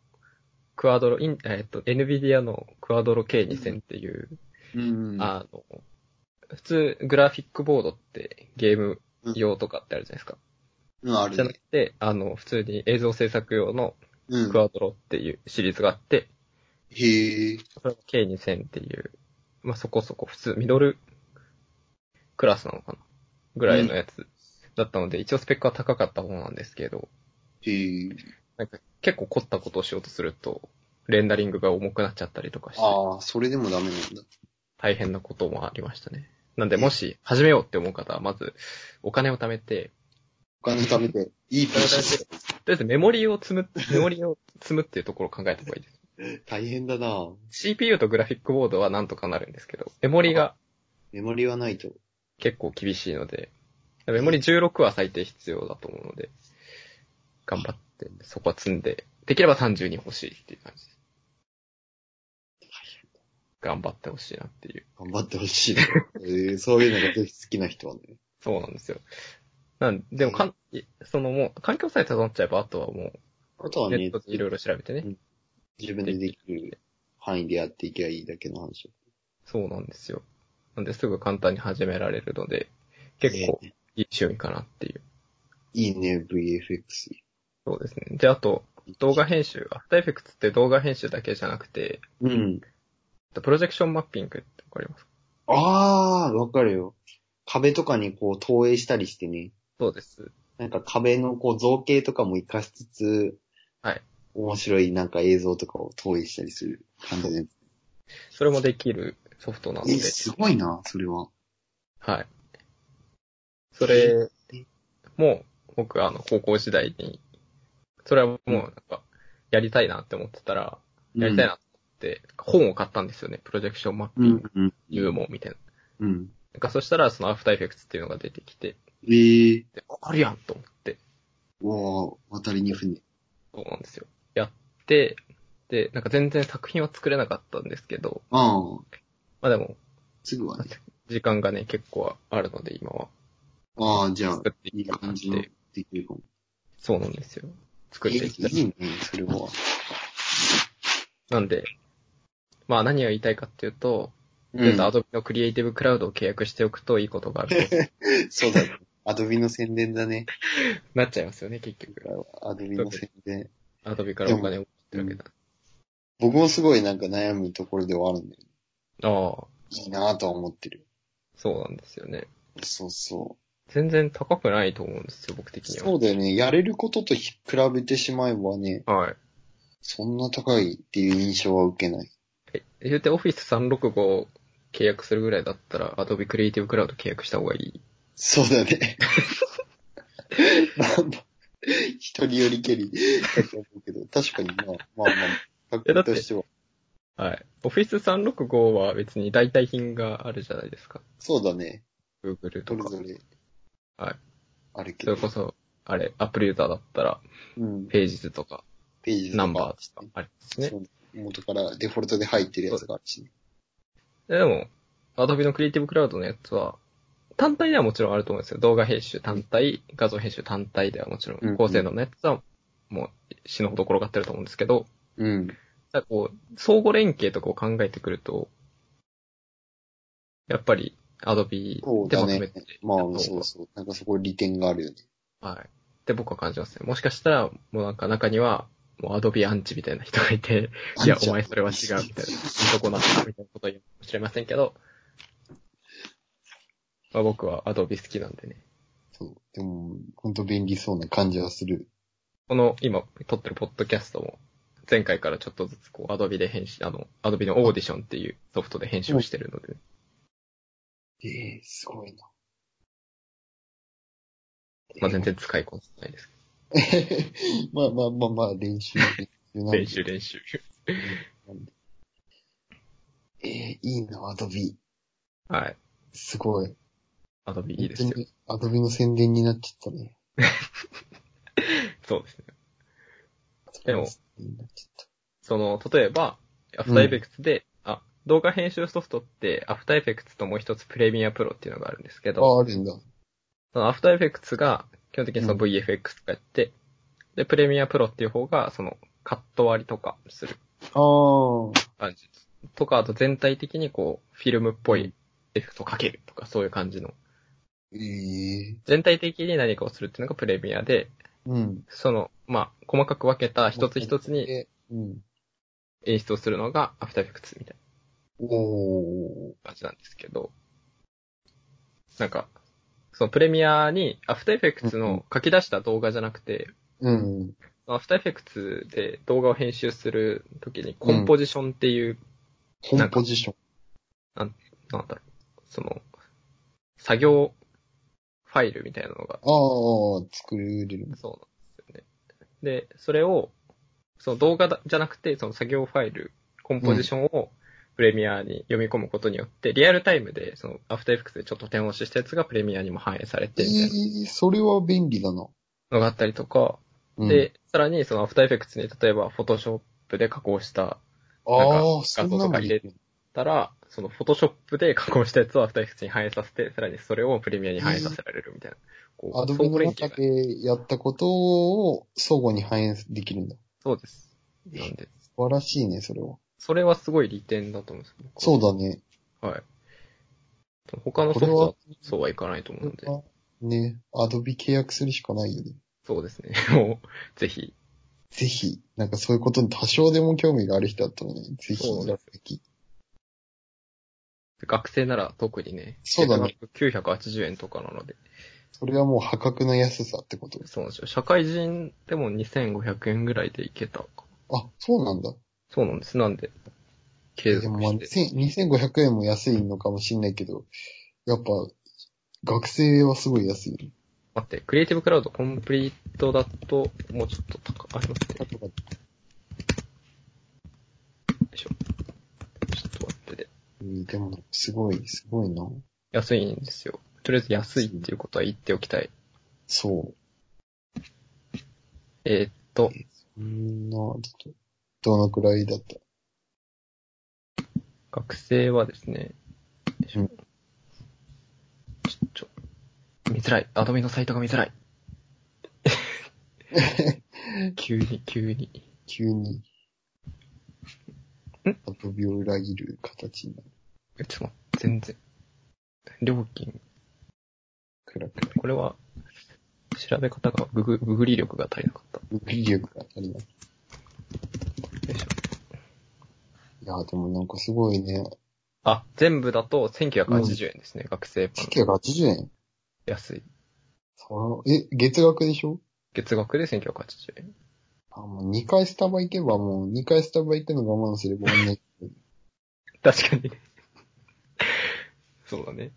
[SPEAKER 1] クアドロ、インえっと、NVIDIA のクアドロ K2000 っていう、
[SPEAKER 2] うん。
[SPEAKER 1] あの、普通、グラフィックボードってゲーム用とかってあるじゃないですか。
[SPEAKER 2] うん、あ
[SPEAKER 1] じゃな
[SPEAKER 2] るね。
[SPEAKER 1] くて、あの、普通に映像制作用の
[SPEAKER 2] うん
[SPEAKER 1] ク。アドロっていうシリーズがあって、
[SPEAKER 2] へえ。
[SPEAKER 1] それも K2000 っていう、まあ、そこそこ普通、ミドルクラスなのかなぐらいのやつだったので、一応スペックは高かった方なんですけど、
[SPEAKER 2] へえ。
[SPEAKER 1] なんか結構凝ったことをしようとすると、レンダリングが重くなっちゃったりとかして、
[SPEAKER 2] ああ、それでもダメなんだ。
[SPEAKER 1] 大変なこともありましたね。なんで、もし始めようって思う方は、まずお金を貯めて、
[SPEAKER 2] お金貯めて、いいプロ セス。
[SPEAKER 1] とりあえずメモリを積む、メモリを積むっていうところを考えた方がいいです。
[SPEAKER 2] 大変だな
[SPEAKER 1] CPU とグラフィックボードはなんとかなるんですけど、メモリが
[SPEAKER 2] メモリはないと。
[SPEAKER 1] 結構厳しいので、メモリ16は最低必要だと思うので、頑張って、そこは積んで、できれば32欲しいっていう感じです。頑張ってほしいなっていう。
[SPEAKER 2] 頑張ってほしいな。えーそういうのがぜひ好きな人はね。
[SPEAKER 1] そうなんですよ。なんでもかん、そのもう、環境さえ整っちゃえば、あとはも
[SPEAKER 2] あと
[SPEAKER 1] う、
[SPEAKER 2] は
[SPEAKER 1] ネッ
[SPEAKER 2] ね
[SPEAKER 1] ト、でいろいろ調べてね。
[SPEAKER 2] 自分でできる範囲でやっていけばいいだけの話。
[SPEAKER 1] そうなんですよ。なんで、すぐ簡単に始められるので、結構、
[SPEAKER 2] えー
[SPEAKER 1] いい趣味かなっていう。
[SPEAKER 2] いいね、VFX。
[SPEAKER 1] そうですね。で、あと、動画編集、アフターエフェクツって動画編集だけじゃなくて、
[SPEAKER 2] うん。
[SPEAKER 1] プロジェクションマッピングってわかりますか
[SPEAKER 2] ああ、わかるよ。壁とかにこう投影したりしてね。
[SPEAKER 1] そうです。
[SPEAKER 2] なんか壁のこう造形とかも活かしつつ、
[SPEAKER 1] はい。
[SPEAKER 2] 面白いなんか映像とかを投影したりする感じで。
[SPEAKER 1] それもできるソフトなので
[SPEAKER 2] え、、すごいな、それは。
[SPEAKER 1] はい。それも、僕、あの、高校時代に、それはもう、なんか、やりたいなって思ってたら、やりたいなって思って、本を買ったんですよね。プロジェクションマッ
[SPEAKER 2] う
[SPEAKER 1] ピン
[SPEAKER 2] ん
[SPEAKER 1] グ、、
[SPEAKER 2] うん、
[SPEAKER 1] 入門みたいな。
[SPEAKER 2] うん。
[SPEAKER 1] なんか、そしたら、そのアフターエフェクツっていうのが出てきて、
[SPEAKER 2] えー、
[SPEAKER 1] でああるやんと思って、
[SPEAKER 2] おー、渡りに船。
[SPEAKER 1] そうなんですよ。やって、で、なんか全然作品は作れなかったんですけど、
[SPEAKER 2] ああ、
[SPEAKER 1] まあでも、
[SPEAKER 2] すぐはね。
[SPEAKER 1] 時間がね、結構あるので、今は。
[SPEAKER 2] ああ、じゃあ
[SPEAKER 1] 作、って
[SPEAKER 2] い
[SPEAKER 1] い
[SPEAKER 2] い
[SPEAKER 1] きたな
[SPEAKER 2] 感
[SPEAKER 1] っ
[SPEAKER 2] じの
[SPEAKER 1] て。
[SPEAKER 2] できるかも。
[SPEAKER 1] そうなんですよ。作
[SPEAKER 2] え
[SPEAKER 1] っていきたい
[SPEAKER 2] いいね、それは。
[SPEAKER 1] なんで、まあ何が言いたいかっていうと、とりあえず
[SPEAKER 2] う
[SPEAKER 1] Adobe のクリエイティブクラウドを契約しておくといいことがあると
[SPEAKER 2] んそうだね。アドビの宣伝だね。
[SPEAKER 1] なっちゃいますよね、結局。
[SPEAKER 2] アドビの宣伝。
[SPEAKER 1] Adobe からお金を持ってるわけだ。
[SPEAKER 2] 僕もすごいなんか悩むところではあるんだ
[SPEAKER 1] あ
[SPEAKER 2] よ。
[SPEAKER 1] あ、
[SPEAKER 2] いいなぁとは思ってる。
[SPEAKER 1] そうなんですよね。
[SPEAKER 2] そうそう。
[SPEAKER 1] 全然高くないと思うんですよ、僕的に
[SPEAKER 2] そ
[SPEAKER 1] は。
[SPEAKER 2] うだよね。やれることと比べてしまえばね、
[SPEAKER 1] はい。
[SPEAKER 2] そんな高いっていう印象は受けない。
[SPEAKER 1] え言うて Office365 契約するぐらいだったら Adobe クリエイティブクラウド契約した方がいい。
[SPEAKER 2] そうだね。なんだ。人によりけりだと思うけど、確かにまあまあまあ、
[SPEAKER 1] えだ
[SPEAKER 2] 格好
[SPEAKER 1] って
[SPEAKER 2] としては。
[SPEAKER 1] はい。Office365 は別に代替品があるじゃないですか。
[SPEAKER 2] そうだね。
[SPEAKER 1] Google
[SPEAKER 2] そ
[SPEAKER 1] と
[SPEAKER 2] れ
[SPEAKER 1] か
[SPEAKER 2] ぞ。れ。
[SPEAKER 1] はい。
[SPEAKER 2] あるけ
[SPEAKER 1] それ
[SPEAKER 2] ど。
[SPEAKER 1] こそ、あれ、アップルユーザーだったら、
[SPEAKER 2] うん。
[SPEAKER 1] ページズとか、
[SPEAKER 2] ページ
[SPEAKER 1] ナンバーとかありますね
[SPEAKER 2] そ。う元からデフォルトで入ってるやつがあるしね。
[SPEAKER 1] ででも、Adobe のクリエイティブクラウドのやつは、単体ではもちろんあると思うんですよ。動画編集単体、画像編集単体ではもちろ
[SPEAKER 2] うんうん
[SPEAKER 1] ん、高性能のやつは、もう死ぬほど転がってると思うんですけど、
[SPEAKER 2] うん。
[SPEAKER 1] ただこう、相互連携とかを考えてくると、やっぱり Adobe
[SPEAKER 2] そう
[SPEAKER 1] で
[SPEAKER 2] だ
[SPEAKER 1] まと
[SPEAKER 2] ね
[SPEAKER 1] めて、。
[SPEAKER 2] まあ
[SPEAKER 1] やった方、が
[SPEAKER 2] そうそう。なんかそこ利点があるよね。
[SPEAKER 1] はい。って僕は感じますね。もしかしたら、もうなんか中には、もう Adobe アンチみたいな人がい て、いや、お前それは違うみたいな、どこなったみたいなことを言うかもしれませんけど、まあ、僕は Adobe 好きなんでね。
[SPEAKER 2] そう。でも、ほんと便利そうな感じはする。
[SPEAKER 1] この今撮ってるポッドキャストも、前回からちょっとずつこう Adobe で編集、あの、Adobe のオーディションっていうソフトで編集をしてるので、
[SPEAKER 2] ええすごいな。
[SPEAKER 1] まあ全然使いこなせないですけ
[SPEAKER 2] まあまあまあまあ、練習。
[SPEAKER 1] ど。練習練習。
[SPEAKER 2] ええいいな、アドビ。
[SPEAKER 1] はい。
[SPEAKER 2] すごい。
[SPEAKER 1] Adobe いいですよ。
[SPEAKER 2] アドビの宣伝になっちゃったね。
[SPEAKER 1] そうですね。でも、
[SPEAKER 2] になっちゃっ
[SPEAKER 1] その、例えば、アフターエフェクツで、あ、動画編集ソフトって、アフターエフェクツともう一つプレミアプロっていうのがあるんですけ
[SPEAKER 2] た。
[SPEAKER 1] ど、
[SPEAKER 2] あ、あるんだ。
[SPEAKER 1] そのアフターエフェクツが、基本的にその
[SPEAKER 2] うん
[SPEAKER 1] VFX とかやって、で、プレミアプロっていう方が、その、カット割りとかする
[SPEAKER 2] ああ。
[SPEAKER 1] 感じです。とか、あと全体的にこう、フィルムっぽいエフェクトをかけるとか、そういう感じの。
[SPEAKER 2] ええ
[SPEAKER 1] 全体的に何かをするっていうのがプレミアで、
[SPEAKER 2] うん。
[SPEAKER 1] その、まあ、細かく分けた一つ一つに
[SPEAKER 2] えうん。
[SPEAKER 1] 演出をするのがアフターエフェクツみたいな。
[SPEAKER 2] おー。
[SPEAKER 1] 感じなんですけど、なんか、そのプレミアに、アフターエフェクツ
[SPEAKER 2] うんうん
[SPEAKER 1] の書き出した動画じゃなくて、
[SPEAKER 2] うん。
[SPEAKER 1] アフターエフェクツで動画を編集するときに、コンポジションっていう、
[SPEAKER 2] コンポジション。
[SPEAKER 1] なんだろう、その、作業ファイルみたいなのが、
[SPEAKER 2] ああ、作れる。
[SPEAKER 1] そうなんですよね。で、それを、その動画だじゃなくて、その作業ファイル、コンポジションを、プレミアに読み込むことによって、リアルタイムで、その、アフターエフェクツでちょっと点押ししたやつがプレミアにも反映され
[SPEAKER 2] え
[SPEAKER 1] て、みたいな。
[SPEAKER 2] えそれは便利だな。
[SPEAKER 1] のがあったりとか、
[SPEAKER 2] うん、
[SPEAKER 1] で、さらにそのアフターエフェクツに例えばフォトショップで加工した
[SPEAKER 2] ああ、そ
[SPEAKER 1] 画
[SPEAKER 2] ん
[SPEAKER 1] 像
[SPEAKER 2] な
[SPEAKER 1] と
[SPEAKER 2] の
[SPEAKER 1] か
[SPEAKER 2] い
[SPEAKER 1] 入
[SPEAKER 2] い
[SPEAKER 1] れたら、そのフォトショップで加工したやつをアフターエフェクツに反映させて、さらにそれをプレミアに反映させられるみたいな。こ
[SPEAKER 2] アド
[SPEAKER 1] 相
[SPEAKER 2] ビの
[SPEAKER 1] 互連携
[SPEAKER 2] 中
[SPEAKER 1] が
[SPEAKER 2] でやったことを相互に反映できるんだ。
[SPEAKER 1] そうです。なんで、
[SPEAKER 2] 素晴らしいね、それは。
[SPEAKER 1] それはすごい利点だと思うんです
[SPEAKER 2] そう
[SPEAKER 1] だ。
[SPEAKER 2] だね。
[SPEAKER 1] はい。他のソフトはそうはいかないと思うんで、
[SPEAKER 2] ね、アドビ契約するしかないよね。
[SPEAKER 1] そうですね。 もう、ぜひ、
[SPEAKER 2] ぜひ、なんかそういうことに多少でも興味がある人だったらね、ぜひ
[SPEAKER 1] そうで
[SPEAKER 2] やるべき。
[SPEAKER 1] 学生なら特にね、
[SPEAKER 2] そうだね
[SPEAKER 1] 月額980円とかなので、
[SPEAKER 2] それはもう破格の安さってこと
[SPEAKER 1] そうなんですよ。社会人でも2500円ぐらいでいけたか
[SPEAKER 2] あ、そうなんだ。
[SPEAKER 1] そうなんです。なんで、継
[SPEAKER 2] でも
[SPEAKER 1] 続
[SPEAKER 2] まあ、
[SPEAKER 1] して。
[SPEAKER 2] 2000 2500円も安いのかもしれないけど、やっぱ、学生はすごい安いよね。
[SPEAKER 1] 待って、クリエイティブクラウドコンプリートだと、もうちょっと高、あ、待って、よ
[SPEAKER 2] あとか
[SPEAKER 1] いしょ。ちょっと待ってで。
[SPEAKER 2] うんでも、すごい、すごいな。
[SPEAKER 1] 安いんですよ。とりあえず安いっていうことは言っておきたい。
[SPEAKER 2] そう。
[SPEAKER 1] えーっと、
[SPEAKER 2] そんな、ちょっと、どのくらいだった
[SPEAKER 1] 学生はですね、よいし
[SPEAKER 2] う
[SPEAKER 1] ょ
[SPEAKER 2] ん。
[SPEAKER 1] ちょ、ちょ、見づらい。アドミのサイトが見づら い。急に、急に。
[SPEAKER 2] 急に
[SPEAKER 1] ん、
[SPEAKER 2] アドビを裏切る形になる。
[SPEAKER 1] えちょっと待って、全然。料金
[SPEAKER 2] くらくら。
[SPEAKER 1] これは、調べ方が、ググ、ググり力が足りなかった。
[SPEAKER 2] 威力があります。
[SPEAKER 1] よいしょ
[SPEAKER 2] いや、でもなんかすごいね。
[SPEAKER 1] あ、全部だと1980円ですね、学生版。
[SPEAKER 2] 1980円
[SPEAKER 1] 安い。
[SPEAKER 2] それえ、月額でしょ
[SPEAKER 1] 月額で1980円。
[SPEAKER 2] あ、もう2回スタバ行けばもう2回スタバ行くの我慢すれば同じ。
[SPEAKER 1] 確かにね。 そうだね。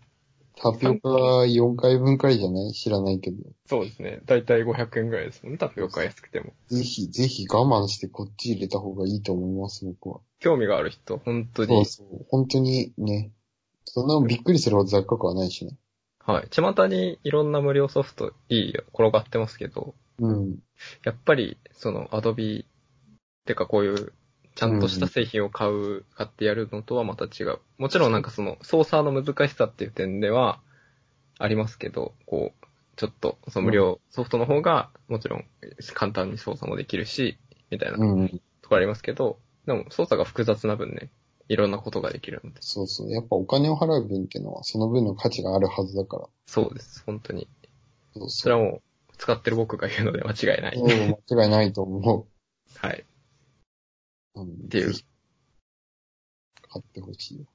[SPEAKER 2] タピオカ4回分くらいじゃない知らないけど。
[SPEAKER 1] そうですね。だいたい500円ぐらいですもんね、タピオカ安くても。
[SPEAKER 2] ぜひ、ぜひ我慢してこっち入れた方がいいと思います、僕は。
[SPEAKER 1] 興味がある人、本当
[SPEAKER 2] そう
[SPEAKER 1] に。
[SPEAKER 2] そう。本当にね。そんなびっくりするほど雑貨はないしね。
[SPEAKER 1] はい。巷にいろんな無料ソフトいいよ、転がってますけど、
[SPEAKER 2] うん。
[SPEAKER 1] やっぱり、その、アドビってかこういう、ちゃんとした製品を買う、買ってやるのとはまた違う。もちろんなんかその、操作の難しさっていう点では、ありますけど、こう、ちょっと、その無料ソフトの方が、もちろん、簡単に操作もできるし、みたいなと
[SPEAKER 2] うん。
[SPEAKER 1] ころありますけど、でも、操作が複雑な分ね、いろんなことができるので。
[SPEAKER 2] そうそう。やっぱお金を払う分っていうのは、その分の価値があるはずだから。
[SPEAKER 1] そうです、本当に。
[SPEAKER 2] そう
[SPEAKER 1] そ
[SPEAKER 2] そ
[SPEAKER 1] れ
[SPEAKER 2] う。
[SPEAKER 1] はもう、使ってる僕が言うので間違いない。
[SPEAKER 2] うん間違いないと思
[SPEAKER 1] はい。
[SPEAKER 2] う。うん
[SPEAKER 1] ていう
[SPEAKER 2] ぜひ買ってほしい。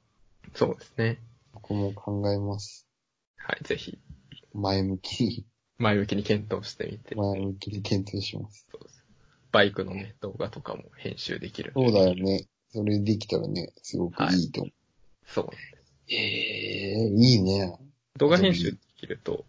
[SPEAKER 1] そうですね。
[SPEAKER 2] 僕も考えます。
[SPEAKER 1] はい、ぜひ、
[SPEAKER 2] 前向きに、
[SPEAKER 1] 前向きに検討してみて。
[SPEAKER 2] 前向きに検討します。
[SPEAKER 1] そうですバイクのね、動画とかも編集できる。
[SPEAKER 2] そうだよ。ね。それできたらね、すごくいいと思
[SPEAKER 1] そう。
[SPEAKER 2] う。へえ、いいね。
[SPEAKER 1] 動画編集できると、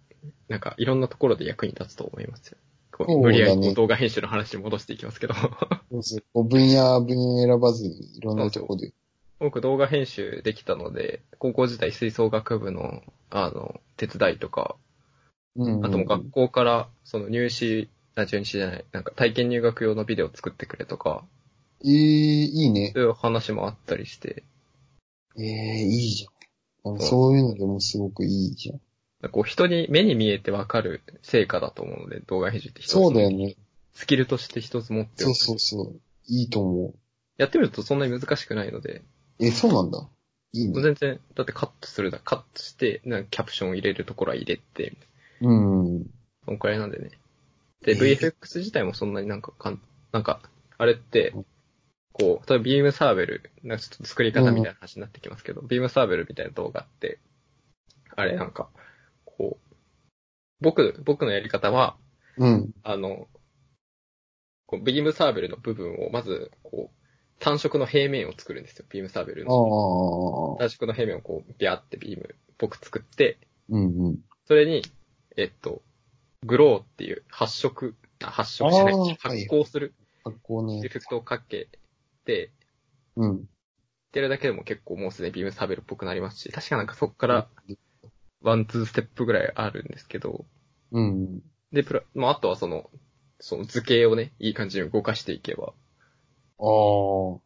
[SPEAKER 1] なんかいろんなところで役に立つと思いますよ。こう
[SPEAKER 2] そうだね
[SPEAKER 1] 無理やりこう動画編集の話に戻していきますけど。
[SPEAKER 2] そうそうこう分野、分野選ばずに、いろんなとこで。
[SPEAKER 1] 僕動画編集できたので、高校時代吹奏楽部の、あの、手伝いとか、
[SPEAKER 2] うん
[SPEAKER 1] あともう学校から、その入試、あ、中試じゃない、なんか体験入学用のビデオ作ってくれとか、
[SPEAKER 2] ええいいね。
[SPEAKER 1] そういう話もあったりして、
[SPEAKER 2] ええいいじゃん。なんか
[SPEAKER 1] そ
[SPEAKER 2] そういうのでもすごくいいじゃん。
[SPEAKER 1] こう人に目に見えてわかる成果だと思うので、動画編集って一つの
[SPEAKER 2] そうだよね。
[SPEAKER 1] スキルとして一つ持ってお
[SPEAKER 2] そう
[SPEAKER 1] く
[SPEAKER 2] そうそう。いいと思
[SPEAKER 1] やってみるとそんなに難しくないので、
[SPEAKER 2] う。え、そうなんだ。いい
[SPEAKER 1] もう
[SPEAKER 2] ね。
[SPEAKER 1] 全然、だってカットするだ、カットして、なんかキャプション入れるところは入れて、
[SPEAKER 2] うん。
[SPEAKER 1] そんくらいなんでね。で、
[SPEAKER 2] えー
[SPEAKER 1] VFX 自体もそんなになんかかん、なんか、あれって、こう、例えばビームサーベル、なんかちょっと作り方みたいな話になってきますけど、ビームサーベルみたいな動画って、あれなんか、こう、僕、僕のやり方は、
[SPEAKER 2] うん。
[SPEAKER 1] あの、こうビームサーベルの部分をまず、こう、単色の平面を作るんですよ、ビームサーベル
[SPEAKER 2] あ
[SPEAKER 1] の。
[SPEAKER 2] あ。
[SPEAKER 1] 単色の平面をこう、ビャーってビームっぽく作って、
[SPEAKER 2] うんうん。
[SPEAKER 1] それに、えっと、グローっていう発色、あ発色しな
[SPEAKER 2] あー
[SPEAKER 1] い、発光する
[SPEAKER 2] 発行
[SPEAKER 1] エ
[SPEAKER 2] ね。
[SPEAKER 1] フェクトをかけて、
[SPEAKER 2] うん。
[SPEAKER 1] やるだけでも結構もうすでにビームサーベルっぽくなりますし、確かなんかそこからワン、ツーステップぐらいあるんですけど、
[SPEAKER 2] うん。
[SPEAKER 1] で、プラ、まあ、あとはその、その図形をね、いい感じに動かしていけば
[SPEAKER 2] ああ。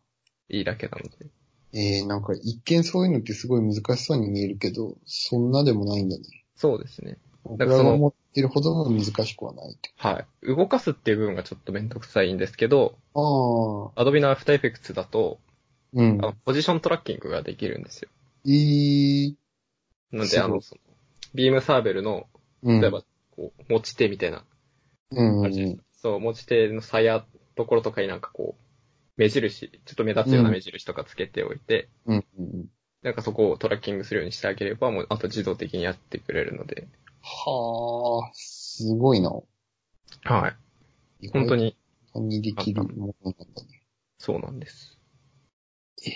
[SPEAKER 1] いいだけなので、
[SPEAKER 2] ええなんか一見そういうのってすごい難しそうに見えるけど、そんなでもないんだね。
[SPEAKER 1] そうですね。
[SPEAKER 2] 僕
[SPEAKER 1] かららその
[SPEAKER 2] が持ってるほども難しくはないって。
[SPEAKER 1] はい。動かすっていう部分がちょっとめんどくさいんですけど、
[SPEAKER 2] ああ。
[SPEAKER 1] Adobe の After Effects だと、
[SPEAKER 2] うん
[SPEAKER 1] あ。のポジショントラッキングができるんですよ。
[SPEAKER 2] ええ
[SPEAKER 1] なん
[SPEAKER 2] す
[SPEAKER 1] で、
[SPEAKER 2] ごい
[SPEAKER 1] あの、そのビームサーベルの、
[SPEAKER 2] うん。
[SPEAKER 1] 例えば、こう、持ち手みたいな、
[SPEAKER 2] うん
[SPEAKER 1] あ
[SPEAKER 2] う
[SPEAKER 1] るじゃない
[SPEAKER 2] ん
[SPEAKER 1] ですか。そう、持ち手の鞘ところとかになんかこう、目印、ちょっと目立つような
[SPEAKER 2] うん
[SPEAKER 1] 目印とかつけておいて、
[SPEAKER 2] うんうん。
[SPEAKER 1] なんかそこをトラッキングするようにしてあげれば、もう、あと自動的にやってくれるので、
[SPEAKER 2] はあ、すごいな。
[SPEAKER 1] はい。本当。に、
[SPEAKER 2] 簡単にできるものなんだね。
[SPEAKER 1] そうなんです
[SPEAKER 2] え。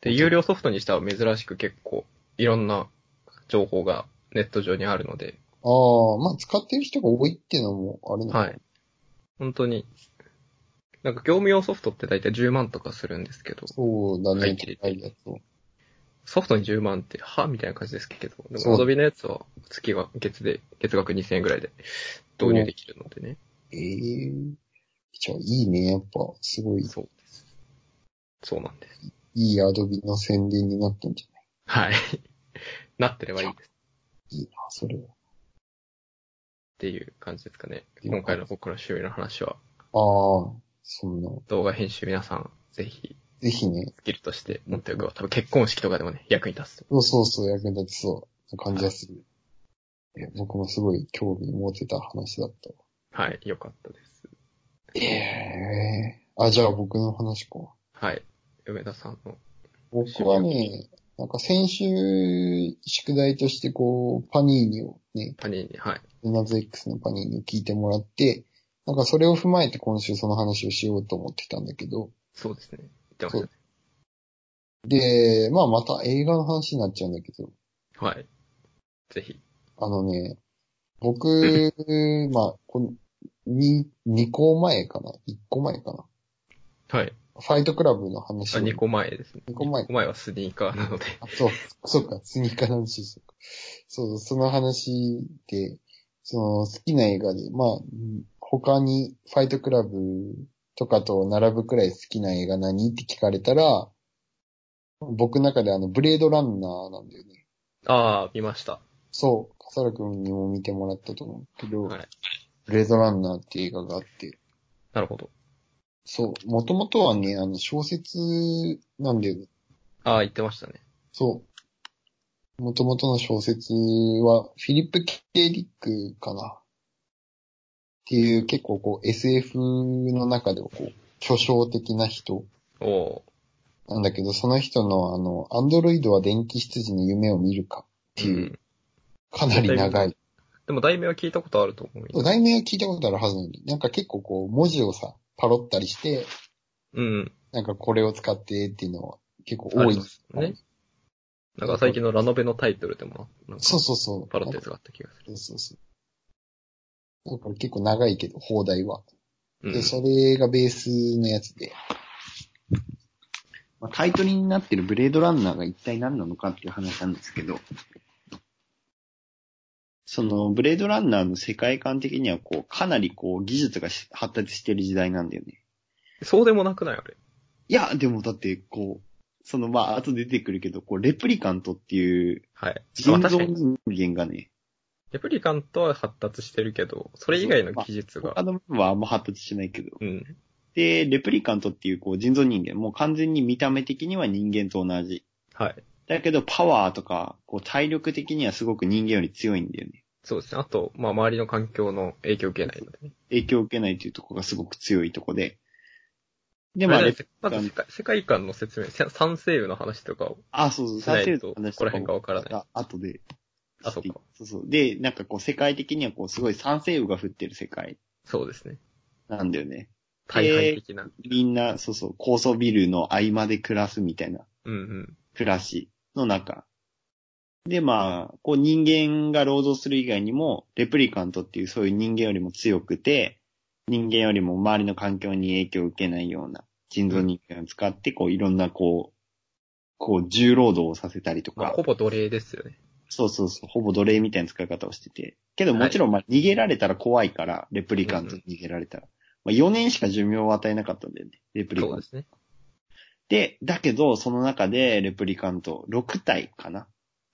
[SPEAKER 1] で、有料ソフトにしたら珍しく結構いろんな情報がネット上にあるので、
[SPEAKER 2] ああ、まあ使ってる人が多いっていうのもあるのか
[SPEAKER 1] はい。本当に、なんか業務用ソフトって大体10万とかするんですけど、
[SPEAKER 2] そうだ
[SPEAKER 1] は
[SPEAKER 2] ね、
[SPEAKER 1] い
[SPEAKER 2] 高いやつを。
[SPEAKER 1] ソフトに10万って、はみたいな感じですけど、で
[SPEAKER 2] そ
[SPEAKER 1] も
[SPEAKER 2] う
[SPEAKER 1] Adobe のやつは月が、月で、月額2000円ぐらいで導入できるのでね。
[SPEAKER 2] ええじゃあいいね、やっぱ。すごい、
[SPEAKER 1] そうです。そうなんです。
[SPEAKER 2] いいアドビの宣伝になったんじゃ
[SPEAKER 1] は
[SPEAKER 2] ない
[SPEAKER 1] い。 なってればいいです。
[SPEAKER 2] いいな、それは。
[SPEAKER 1] っていう感じですかね。
[SPEAKER 2] 了解
[SPEAKER 1] 今回の僕の趣味の話は、
[SPEAKER 2] ああ、そんな。
[SPEAKER 1] 動画編集皆さん、ぜひ、
[SPEAKER 2] ぜひね、
[SPEAKER 1] スキルとして持っておくば、多分結婚式とかでもね、役に立つと。
[SPEAKER 2] そうそうそう、役に立ちそうな感じがする。え僕もすごい興味持てた話だったわ。
[SPEAKER 1] はい、よかったです。
[SPEAKER 2] ええあ、じゃあ僕の話か。
[SPEAKER 1] はい。梅田さんの。
[SPEAKER 2] 僕はね、なんか先週、宿題としてこう、パニーニをね、
[SPEAKER 1] パニーニ、はい。
[SPEAKER 2] ルナズ X のパニーニを聞いてもらって、なんかそれを踏まえて今週その話をしようと思ってたんだけど、
[SPEAKER 1] そうですね。言ってましたね。
[SPEAKER 2] で、まあまた映画の話になっちゃうんだけど、
[SPEAKER 1] はい。ぜひ。
[SPEAKER 2] あのね、僕、まあ、この、に、2個前かな ?1 個前かな
[SPEAKER 1] はい。
[SPEAKER 3] ファイトクラブの話
[SPEAKER 1] あ、
[SPEAKER 3] を。
[SPEAKER 1] 2個前ですね。
[SPEAKER 3] 二個前
[SPEAKER 1] 二はスニーカーなので。
[SPEAKER 3] あ、そう、そうか、スニーカーの話そうか。そう、その話で、その好きな映画で、まあ、うん他にファイトクラブとかと並ぶくらい好きな映画何って聞かれたら、僕の中であの、ブレードランナーなんだよね。
[SPEAKER 1] ああ、見ました。
[SPEAKER 3] そう、笠原くんにも見てもらったと思うけど、
[SPEAKER 1] はい
[SPEAKER 3] ブレードランナーっていう映画があって、
[SPEAKER 1] なるほど。
[SPEAKER 3] そう、もともとはね、あの、小説なんだよね。
[SPEAKER 1] ああ、言ってましたね。
[SPEAKER 3] そう。もともとの小説は、フィリップ・ケイリックかな。っていう結構こう SF の中ではこう、巨匠的な人
[SPEAKER 1] おお
[SPEAKER 3] なんだけど、その人のあの、アンドロイドは電気執事に夢を見るかっ
[SPEAKER 1] ー。
[SPEAKER 3] ていうう、
[SPEAKER 1] ん
[SPEAKER 3] かなり長い。
[SPEAKER 1] でも題名は聞いたことあると思う。
[SPEAKER 3] 題名は聞いたことあるはずなのに、なんか結構こう、文字をさ、パロったりして、
[SPEAKER 1] うん。
[SPEAKER 3] なんかこれを使ってっていうのは結構
[SPEAKER 1] あ
[SPEAKER 3] 多
[SPEAKER 1] り
[SPEAKER 3] い
[SPEAKER 1] ま。すね。なんか最近のラノベのタイトルでもな、なんか
[SPEAKER 3] そうそうそう。
[SPEAKER 1] パロってやつがあった気がす
[SPEAKER 3] そうそうそう。だから結構長いけど、放題は。
[SPEAKER 1] る。う
[SPEAKER 3] で、
[SPEAKER 1] ん。
[SPEAKER 3] それがベースのやつで。
[SPEAKER 2] まあ、タイトルになってるブレードランナーが一体何なのかっていう話なんですけど、そのブレードランナーの世界観的にはこう、かなりこう、技術がし発達してる時代なんだよね。
[SPEAKER 1] そうでもなくないあれ。
[SPEAKER 2] いや、でもだってこう、そのまあ、後で出てくるけど、こう、レプリカントっていう
[SPEAKER 1] はい。まあ
[SPEAKER 2] 人造
[SPEAKER 1] 確かに。
[SPEAKER 2] 人間がね、
[SPEAKER 1] レプリカントは発達してるけど、それ以外の技術
[SPEAKER 2] 他
[SPEAKER 1] が。
[SPEAKER 2] の部分はあんま発達しないけど、
[SPEAKER 1] うん。
[SPEAKER 2] で、レプリカントっていうこう、人造人間、もう完全に見た目的には人間と同じ。
[SPEAKER 1] はい。
[SPEAKER 2] だけど、パワーとか、こう、体力的にはすごく人間より強いんだよね。
[SPEAKER 1] そうですね。あと、まあ、周りの環境の影響を受けないのでね。
[SPEAKER 2] 影響を受けないというところがすごく強いところで。で、
[SPEAKER 1] で
[SPEAKER 2] まあ、
[SPEAKER 1] ま
[SPEAKER 2] レ
[SPEAKER 1] ず世界世界観の説明、せ三世魚の話とかを。
[SPEAKER 2] あ、そうそう、
[SPEAKER 1] しないと
[SPEAKER 2] の話
[SPEAKER 1] ここら辺がわからない
[SPEAKER 2] い。後で。
[SPEAKER 1] あそっか。
[SPEAKER 2] そうそう。で、なんかこう、世界的にはこう、すごい酸性雨が降ってる世界
[SPEAKER 1] そうですね。
[SPEAKER 2] なんだよね。
[SPEAKER 1] 大敗的な。
[SPEAKER 2] みんな、そうそう、高層ビルの合間で暮らすみたいな
[SPEAKER 1] うんうん。
[SPEAKER 2] 暮らしの中。で、まあ、こう人間が労働する以外にも、レプリカントっていうそういう人間よりも強くて、人間よりも周りの環境に影響を受けないような人造人間を使って、こういろんなこう、こう重労働をさせたりと
[SPEAKER 1] まあ、
[SPEAKER 2] か
[SPEAKER 1] ほ、ぼ奴隷ですよね。
[SPEAKER 2] そうそうそう、ほぼ奴隷みたいな使い方をしてて。けどもちろん、まあ逃げられたら怖いから、レプリカントに逃げられたら。まあ4年しか寿命を与えなかったんだよね、レプリカン
[SPEAKER 1] そう
[SPEAKER 2] ト
[SPEAKER 1] で。すね。
[SPEAKER 2] で、だけど、その中でレプリカント、6体かな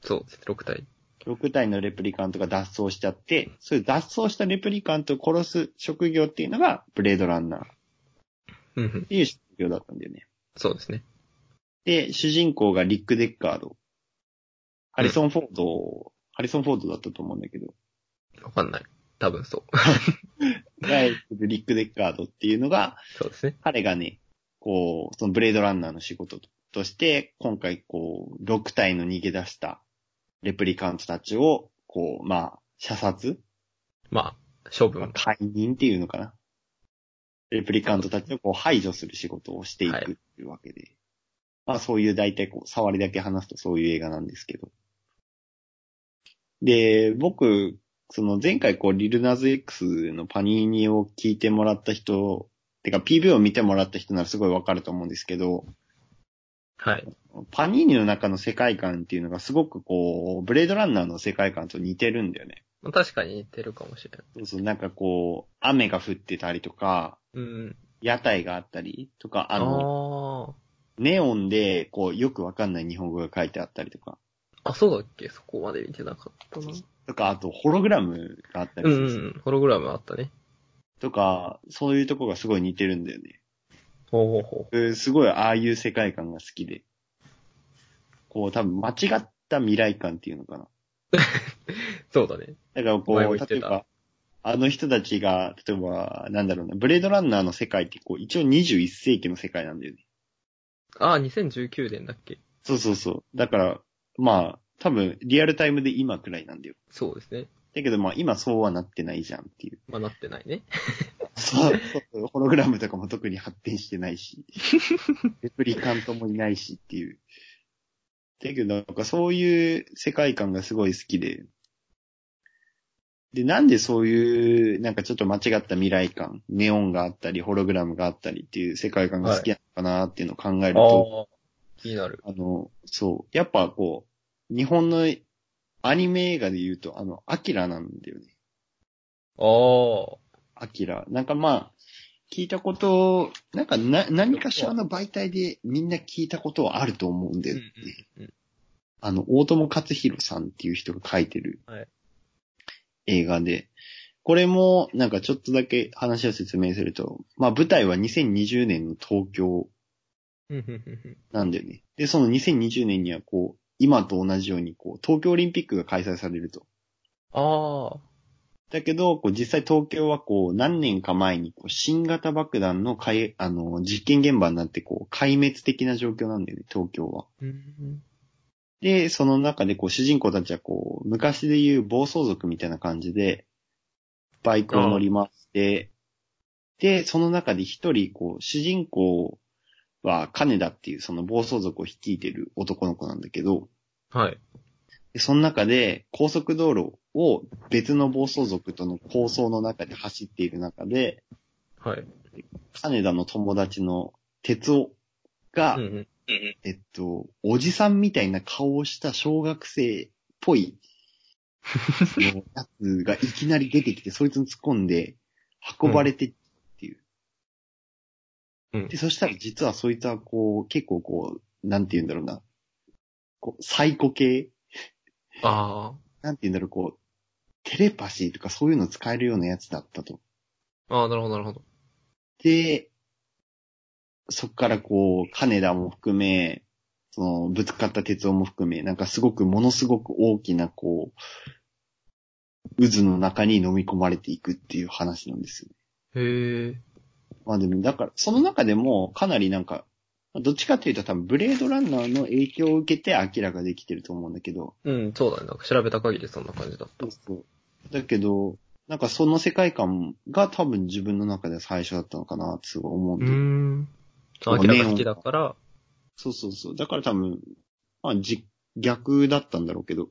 [SPEAKER 1] そうですね。6体。
[SPEAKER 2] 6体のレプリカントが脱走しちゃって、そういう脱走したレプリカントを殺す職業っていうのが、ブレードランナーっ
[SPEAKER 1] うんうん。
[SPEAKER 2] ていう職業だったんだよね。
[SPEAKER 1] そうですね。
[SPEAKER 2] で、主人公がリック・デッカード。ハリソン・フォード、ハリソン・フォードだったと思うんだけど、
[SPEAKER 1] わかんない。多分そう。
[SPEAKER 2] が演じるリック・デッカードっていうのが、
[SPEAKER 1] そうですね。
[SPEAKER 2] 彼がね、こう、そのブレードランナーの仕事として、今回こう、6体の逃げ出したレプリカントたちを、こう、まあ、射殺
[SPEAKER 1] まあ、処
[SPEAKER 2] まあ
[SPEAKER 1] 分。
[SPEAKER 2] 解任っていうのかな。レプリカントたちをこう排除する仕事をしていく
[SPEAKER 1] はい
[SPEAKER 2] っていうわけで。まあそういう大体こう、触りだけ話すとそういう映画なんですけど。で、僕、その前回こう、リルナズ X のパニーニを聞いてもらった人、てか PV を見てもらった人ならすごいわかると思うんですけど、
[SPEAKER 1] はい。
[SPEAKER 2] パニーニの中の世界観っていうのがすごくこう、ブレードランナーの世界観と似てるんだよね。
[SPEAKER 1] まあ、確かに似てるかもしれない。
[SPEAKER 2] そうそう、なんかこう、雨が降ってたりとか、
[SPEAKER 1] うん。
[SPEAKER 2] 屋台があったりとか、あの、
[SPEAKER 1] の
[SPEAKER 2] ネオンで、こう、よくわかんない日本語が書いてあったりとか、
[SPEAKER 1] あーあ、そうだっけそこまで見てなかったな。
[SPEAKER 2] とか、あと、ホログラムがあった
[SPEAKER 1] う
[SPEAKER 2] り
[SPEAKER 1] ん
[SPEAKER 2] する、
[SPEAKER 1] うん。ホログラムあったね。
[SPEAKER 2] とか、そういうとこがすごい似てるんだよね。
[SPEAKER 1] ほうほうほ
[SPEAKER 2] うんすごい、ああいう世界観が好きで。こう、多分、間違った未来観っていうのかな。
[SPEAKER 1] う。そうだね。
[SPEAKER 2] だから、こ
[SPEAKER 1] 前も
[SPEAKER 2] う、
[SPEAKER 1] 言って
[SPEAKER 2] 例え
[SPEAKER 1] た
[SPEAKER 2] ば、あの人たちが、例えば、なんだろうな、ブレードランナーの世界って、こう、一応21世紀の世界なんだよね。
[SPEAKER 1] ああ、2019年だっけ
[SPEAKER 2] そうそうそう。だから、まあ、多分、リアルタイムで今くらいなんだよ。
[SPEAKER 1] そうですね。
[SPEAKER 2] だけど、まあ、今そうはなってないじゃんっていう。
[SPEAKER 1] まあ、なってないね。
[SPEAKER 2] そう、そう、 ホログラムとかも特に発展してない し、レプリカントもいないしっていう。だけど、なんかそういう世界観がすごい好きで、で、なんでそういう、なんかちょっと間違った未来感、ネオンがあったり、ホログラムがあったりっていう世界観が好きなのかなっていうのを考
[SPEAKER 1] あ
[SPEAKER 2] えると、
[SPEAKER 1] あ、気になる。
[SPEAKER 2] あの、そう、やっぱこう、日本のアニメ映画で言うと、あの、アキラなんだよね。
[SPEAKER 1] ああ、
[SPEAKER 2] アキラ。なんかまあ、聞いたこと、なんかな、何かしらの媒体でみんな聞いたことはあると思うんで、
[SPEAKER 1] うんうんうん
[SPEAKER 2] あの、大友克弘さんっていう人が書いてる
[SPEAKER 1] はい
[SPEAKER 2] 映画で、これもなんかちょっとだけ話を説明すると、まあ舞台は2020年の東京
[SPEAKER 1] うんうんうんうん
[SPEAKER 2] なんだよね。で、その2020年にはこう、今と同じようにこう、東京オリンピックが開催されると。
[SPEAKER 1] ああ、
[SPEAKER 2] だけど、こう実際東京はこう何年か前にこう新型爆弾のかいあの実験現場になってこう壊滅的な状況なんだよね、東京は。
[SPEAKER 1] うん
[SPEAKER 2] で、その中でこう主人公たちはこう昔で言う暴走族みたいな感じでバイクを乗り回して、で、その中で一人こう主人公は金田っていうその暴走族を率いてる男の子なんだけど、
[SPEAKER 1] はい。
[SPEAKER 2] でその中で高速道路を別の暴走族との構想の中で走っている中で、
[SPEAKER 1] はい。
[SPEAKER 2] 金田の友達の哲夫が、
[SPEAKER 1] うんうん
[SPEAKER 2] えっと、おじさんみたいな顔をした小学生っぽいのやつがいきなり出てきて、そいつに突っ込んで運ばれてっていう。
[SPEAKER 1] うん
[SPEAKER 2] で、そしたら実はそいつはこう、結構こう、なんて言うんだろうな。こう、サイコ系
[SPEAKER 1] あ
[SPEAKER 2] なんて言うんだろう、こう、テレパシーとかそういうの使えるようなやつだったと。
[SPEAKER 1] あ、ああ、なるほど、なるほど。
[SPEAKER 2] で、そっからこう、金田も含め、その、ぶつかった鉄夫も含め、なんかすごく、ものすごく大きな、こう、渦の中に飲み込まれていくっていう話なんですよ。
[SPEAKER 1] へえ。
[SPEAKER 2] まあでも、だから、その中でも、かなりなんか、どっちかというと多分、ブレードランナーの影響を受けて明らかできてると思うんだけど、
[SPEAKER 1] うん、そうだね。なんか調べた限りそんな感じだった
[SPEAKER 2] そう。そう。だけど、なんかその世界観が多分自分の中で最初だったのかな、すごい思うん
[SPEAKER 1] う
[SPEAKER 2] で。
[SPEAKER 1] ーん。あ、明らか好きだから、
[SPEAKER 2] そうそうそう。だから多分、まあじ、逆だったんだろうけど、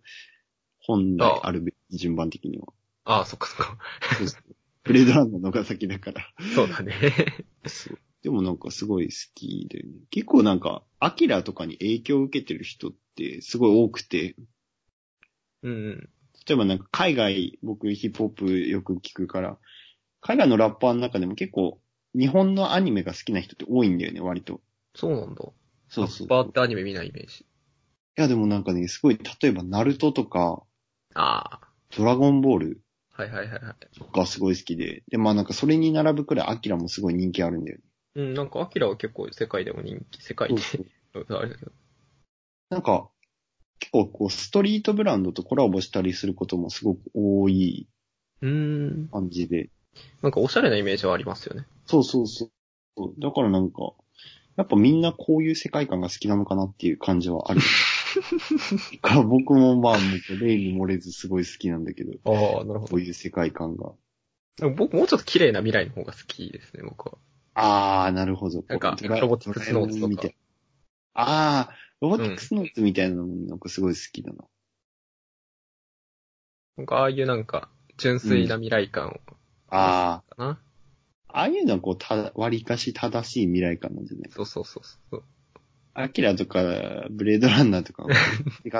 [SPEAKER 2] 本
[SPEAKER 1] あ
[SPEAKER 2] 来
[SPEAKER 1] あ
[SPEAKER 2] あるべき順番的には。
[SPEAKER 1] ああ、そっかそっか。
[SPEAKER 2] そうそう。ブレードランナーのが先だから。
[SPEAKER 1] そうだね。
[SPEAKER 2] そう。でもなんかすごい好きだよね。結構なんか、アキラとかに影響を受けてる人ってすごい多くて、
[SPEAKER 1] うんうん。
[SPEAKER 2] 例えばなんか海外、僕ヒップホップよく聞くから、海外のラッパーの中でも結構日本のアニメが好きな人って多いんだよね、割と。
[SPEAKER 1] そうなんだ。
[SPEAKER 2] そうそう。
[SPEAKER 1] ラッパーってアニメ見ないイメージ。
[SPEAKER 2] いやでもなんかね、すごい、例えばナルトとか、
[SPEAKER 1] あ
[SPEAKER 2] ドラゴンボール
[SPEAKER 1] あ、はいはいはいはい。
[SPEAKER 2] がすごい好きで、で、まあなんかそれに並ぶくらいアキラもすごい人気あるんだよね。
[SPEAKER 1] うん、なんかアキラは結構世界でも人気、世界で、
[SPEAKER 2] そうそう
[SPEAKER 1] あれだけど。
[SPEAKER 2] なんか、結構こう、ストリートブランドとコラボしたりすることもすごく多いう
[SPEAKER 1] ーん。
[SPEAKER 2] 感じで。
[SPEAKER 1] なんかおしゃれなイメージはありますよね。
[SPEAKER 2] そうそうそう。だからなんか、やっぱみんなこういう世界観が好きなのかなっていう感じはある。か僕もまあ、もう例に漏れずすごい好きなんだけど、
[SPEAKER 1] ああ、なるほ
[SPEAKER 2] こういう世界観が。
[SPEAKER 1] ど。僕もうちょっと綺麗な未来の方が好きですね、僕は。
[SPEAKER 2] あー、なるほど。
[SPEAKER 1] なんか
[SPEAKER 2] ドラ
[SPEAKER 1] ロボティクスノーツとか
[SPEAKER 2] ドラえもんみたいあー、ロボティクスノーツみたいなのもなんかすごい好きだな。
[SPEAKER 1] なんかああいうなんか、純粋な未来感
[SPEAKER 2] あー、
[SPEAKER 1] かな。
[SPEAKER 2] ああいうのはこう、ただ、割かし正しい未来観なんじゃない
[SPEAKER 1] そうそうそうそう。
[SPEAKER 2] アキラとか、ブレードランナーと かは違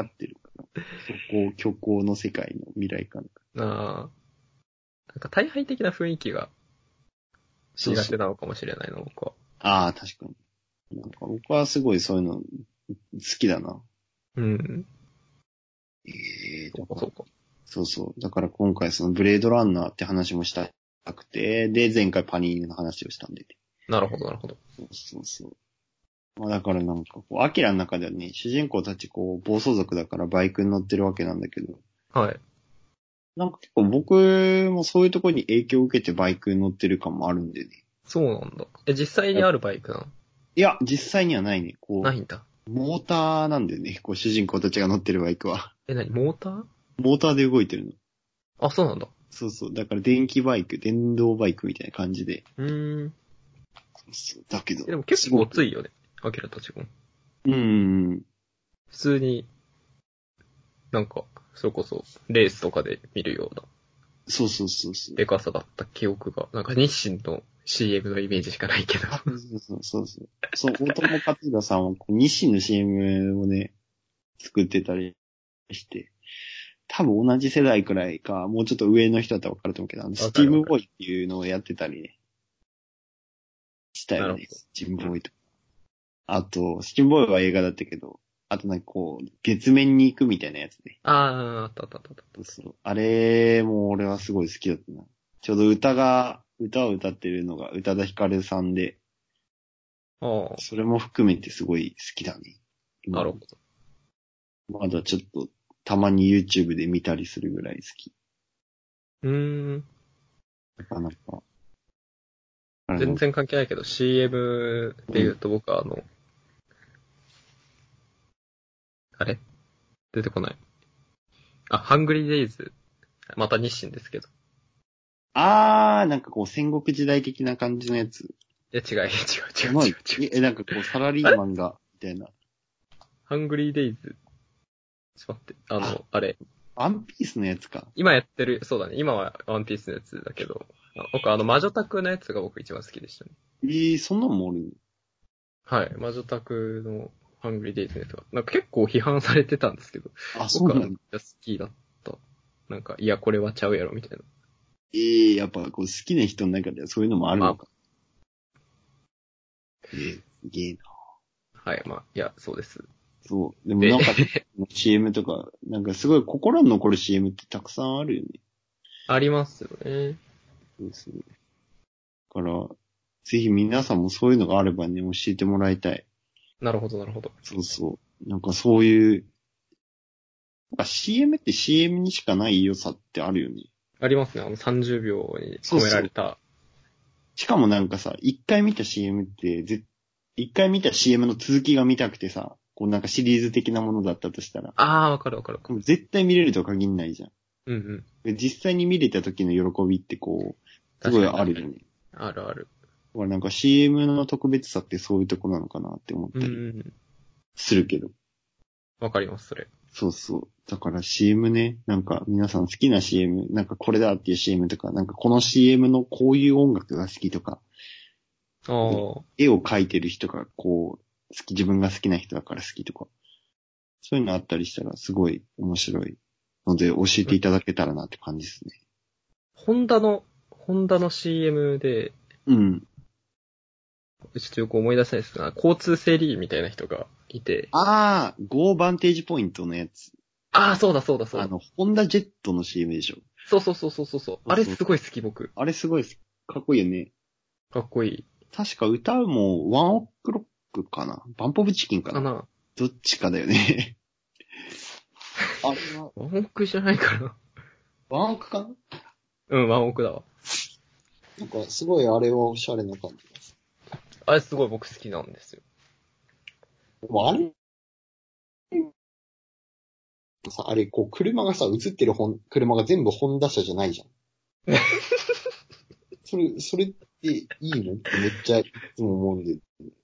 [SPEAKER 2] ってるから。虚構、虚構の世界の未来観。
[SPEAKER 1] ああ。なんか大敗的な雰囲気が
[SPEAKER 2] そう
[SPEAKER 1] 苦
[SPEAKER 2] そう
[SPEAKER 1] 手なのかもしれないな、僕は。
[SPEAKER 2] ああ、確かに。なんか僕はすごいそういうの好きだな。
[SPEAKER 1] うん。
[SPEAKER 2] ええ
[SPEAKER 1] そうかそうか。
[SPEAKER 2] そうそう。だから今回そのブレードランナーって話もしたくて、で、前回パニーニの話をしたんで。
[SPEAKER 1] なるほど、なるほど。
[SPEAKER 2] そうそうそう。まあだからなんかこう、アキラの中ではね、主人公たちこう、暴走族だからバイクに乗ってるわけなんだけど、
[SPEAKER 1] はい。
[SPEAKER 2] なんか結構僕もそういうところに影響を受けてバイクに乗ってる感もあるんでね。
[SPEAKER 1] そうなんだ。え、実際にあるバイクない
[SPEAKER 2] や、実際にはないね。こ
[SPEAKER 1] のな
[SPEAKER 2] う、
[SPEAKER 1] いんだ。
[SPEAKER 2] モーターなんだよね。こう、主人公たちが乗ってるバイクは。
[SPEAKER 1] え、なにモーター
[SPEAKER 2] モーターで動いてるの。
[SPEAKER 1] あ、そうなんだ。
[SPEAKER 2] そうそう。だから電気バイク、電動バイクみたいな感じで。
[SPEAKER 1] うーん。
[SPEAKER 2] そうだけど。
[SPEAKER 1] えでも結構熱いよね。アキラたちも。
[SPEAKER 2] うんうん
[SPEAKER 1] 普通に、なんか、それこそ、レースとかで見るような
[SPEAKER 2] そうそうそうそう。
[SPEAKER 1] でかさだった記憶が、なんか日清の CM のイメージしかないけど。
[SPEAKER 2] そうそうそうそう。そう、大友克弘さんは、日清の CM をね、作ってたりして、多分同じ世代くらいか、もうちょっと上の人だったら分かると思うけど、あの、
[SPEAKER 1] かる
[SPEAKER 2] スティームボーイっていうのをやってたりね。したよ
[SPEAKER 1] なる
[SPEAKER 2] ね、スチームボーイとか。あと、スチームボーイは映画だったけど、あとなんかこう、月面に行くみたいなやつね。
[SPEAKER 1] ああ、あったあったあったあった。
[SPEAKER 2] そう。あれも俺はすごい好きだったな。ちょうど歌が、歌を歌ってるのが宇多田ヒカルさんで、
[SPEAKER 1] あ
[SPEAKER 2] それも含めてすごい好きだね。
[SPEAKER 1] あ、なるほど。
[SPEAKER 2] まだちょっと、たまに YouTube で見たりするぐらい好き。
[SPEAKER 1] うーん。
[SPEAKER 2] なかなか。あれ
[SPEAKER 1] 全然関係ないけど、CM で言うと僕はあの、あれ出てこない。あ、ハングリーデイズ。また日清ですけど。
[SPEAKER 2] あー、なんかこう戦国時代的な感じのやつ。
[SPEAKER 1] いや、違う、違う、違う、
[SPEAKER 2] まあ
[SPEAKER 1] 違う、違う。
[SPEAKER 2] え、なんかこうサラリーマンが、みたいな。
[SPEAKER 1] ハングリーデイズ。ちょっと待って、あの、あれ。
[SPEAKER 2] ワンピースのやつか。
[SPEAKER 1] 今やってる、そうだね。今はワンピースのやつだけど、あ僕あの、魔女宅のやつが僕一番好きでしたね。
[SPEAKER 2] えー、そんなんもあるの
[SPEAKER 1] はい。魔女宅のハングリーデイズのやつが。なんか結構批判されてたんですけど、
[SPEAKER 2] あ、そう
[SPEAKER 1] 僕は
[SPEAKER 2] な
[SPEAKER 1] めっ
[SPEAKER 2] んだ。
[SPEAKER 1] ちゃ好きだった。なんか、いや、これはちゃうやろ、みたいな。
[SPEAKER 2] えー、やっぱこう好きな人の中ではそういうのもあるのか。えー、すげえな。
[SPEAKER 1] はい、まあ、いや、そうです。
[SPEAKER 2] そう。でも
[SPEAKER 1] で
[SPEAKER 2] なんか、CM とか、なんかすごい心に残る CM ってたくさんあるよね。
[SPEAKER 1] ありますよね。
[SPEAKER 2] そうですね。だから、ぜひ皆さんもそういうのがあればね、教えてもらいたい。
[SPEAKER 1] なるほど、なるほど。
[SPEAKER 2] そうそう。なんかそういう、なんか CM って CM にしかない良さってあるよね。
[SPEAKER 1] ありますね。あの、30秒に込められた。
[SPEAKER 2] しかもなんかさ、一回見た CM って、ぜ一回見た CM の続きが見たくてさ、こうなんかシリーズ的なものだったとしたら、
[SPEAKER 1] ああ、わかるわかるわか
[SPEAKER 2] で
[SPEAKER 1] る。
[SPEAKER 2] も絶対見れるとは限んないじゃん。
[SPEAKER 1] うんうん。
[SPEAKER 2] で実際に見れた時の喜びってこう、すごいあるよね。
[SPEAKER 1] あるある。
[SPEAKER 2] だからなんか CM の特別さってそういうとこなのかなって思っ
[SPEAKER 1] うん
[SPEAKER 2] た
[SPEAKER 1] うん
[SPEAKER 2] り
[SPEAKER 1] うん。
[SPEAKER 2] するけど。
[SPEAKER 1] わかります、それ。
[SPEAKER 2] そうそう。だから CM ね、なんか皆さん好きな CM、なんかこれだっていう CM とか、なんかこの CM のこういう音楽が好きとか、
[SPEAKER 1] ああ、
[SPEAKER 2] 絵を描いてる人がこう、好き、自分が好きな人だから好きとか、そういうのあったりしたらすごい面白いので教えていただけたらなって感じですね。
[SPEAKER 1] ホンダの、ホンダの CM で、
[SPEAKER 2] うん。
[SPEAKER 1] ちょっとよく思い出せないですが、交通整理員みたいな人がいて、
[SPEAKER 2] あー、Go バンテージポイントのやつ。
[SPEAKER 1] ああ、そうだそうだそう
[SPEAKER 2] あ
[SPEAKER 1] だ。
[SPEAKER 2] の、ホンダジェットの CM でしょ。
[SPEAKER 1] そうそうそうそうそうそう。あれすごい好き、僕。
[SPEAKER 2] あれすごいかっこいいよね。
[SPEAKER 1] かっこいい。
[SPEAKER 2] 確か歌うもワンオクロックかなバンポブチキンか
[SPEAKER 1] か
[SPEAKER 2] な
[SPEAKER 1] な。
[SPEAKER 2] どっちかだよね。 あれは、
[SPEAKER 1] ワンオクじゃないかな。
[SPEAKER 2] ワンオクかな
[SPEAKER 1] うん、ワンオクだわ。
[SPEAKER 2] なんかすごいあれはおしゃれな感じ。
[SPEAKER 1] あれすごい僕好きなんですよ。
[SPEAKER 2] でもあれ、さ、あれこう車がさ、映ってるほん車が全部ホンダ車じゃないじゃん。 それ、それっていいのってめっちゃいつも思うんで。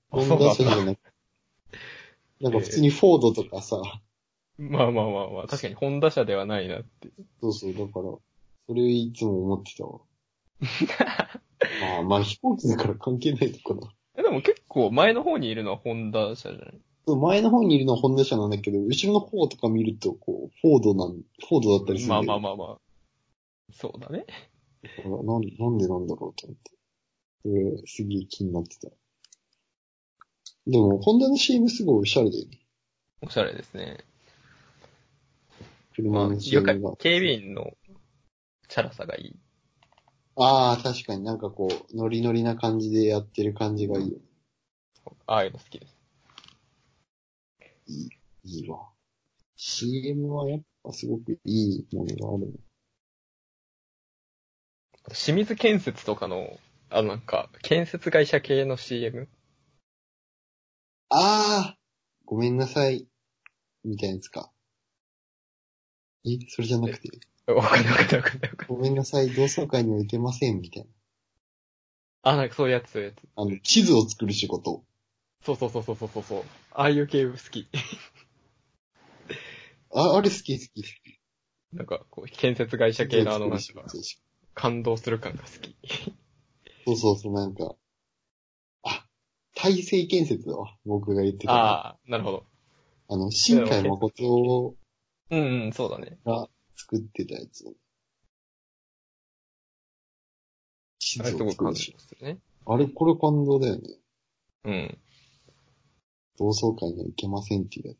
[SPEAKER 2] ホンダ車じゃなくなんか普通にフォードとかさ、
[SPEAKER 1] まあまあまあまあ、確かにホンダ車ではないなって。
[SPEAKER 2] そうそう、だから、それいつも思って たわ。まあまあ飛行機だから関係ないのかな。
[SPEAKER 1] え、でも結構前の方にいるのはホンダ車じゃない
[SPEAKER 2] そう前の方にいるのはホンダ車なんだけど、後ろの方とか見ると、こう、フォードなん、フォードだったりする
[SPEAKER 1] まあ
[SPEAKER 2] んだ
[SPEAKER 1] まあ
[SPEAKER 2] よ
[SPEAKER 1] まあまあ。そうだね。
[SPEAKER 2] なんなんでなんだろうと思って。それすげえ気になってた。でも、ホンダの CM すごいおしゃれだよね。
[SPEAKER 1] おしゃれですね。
[SPEAKER 2] 車
[SPEAKER 1] まあ、
[SPEAKER 2] の
[SPEAKER 1] よ
[SPEAKER 2] CM が
[SPEAKER 1] か。警備員のチャラさがいい。
[SPEAKER 2] ああ、確かになんかこう、ノリノリな感じでやってる感じがいいよ。
[SPEAKER 1] ああいうの好きです。
[SPEAKER 2] いいわ。CM はやっぱすごくいいものがあるね。
[SPEAKER 1] あと清水建設とかの、あのなんか、建設会社系の CM?
[SPEAKER 2] ああごめんなさい。みたいなやつか。え、それじゃなくて、
[SPEAKER 1] わかんないわかんないわかんないわかんない。
[SPEAKER 2] ごめんなさい、同窓会には行けません、みたい
[SPEAKER 1] あ、なんかそういうやつ、そういうやつ。
[SPEAKER 2] な。あの、地図を作る仕事。
[SPEAKER 1] そうそうそうそうそうそうそう。ああいう系好き。
[SPEAKER 2] あ、あれ好き好き。
[SPEAKER 1] なんか、こう、建設会社系のあの、なんか、感動する感が好き。
[SPEAKER 2] そうそうそう、なんか、あ、大成建設だわ、僕が言ってたの。
[SPEAKER 1] ああ、なるほど。
[SPEAKER 2] あの、新海誠
[SPEAKER 1] うんうん、そうだね。
[SPEAKER 2] が作ってたやつ。地
[SPEAKER 1] あれ
[SPEAKER 2] 図
[SPEAKER 1] すご
[SPEAKER 2] を
[SPEAKER 1] い
[SPEAKER 2] 作
[SPEAKER 1] 感
[SPEAKER 2] る
[SPEAKER 1] 動
[SPEAKER 2] でし
[SPEAKER 1] するね。
[SPEAKER 2] ょあれ、これ感動だよね。
[SPEAKER 1] うん。
[SPEAKER 2] 同窓会には行けませんっていう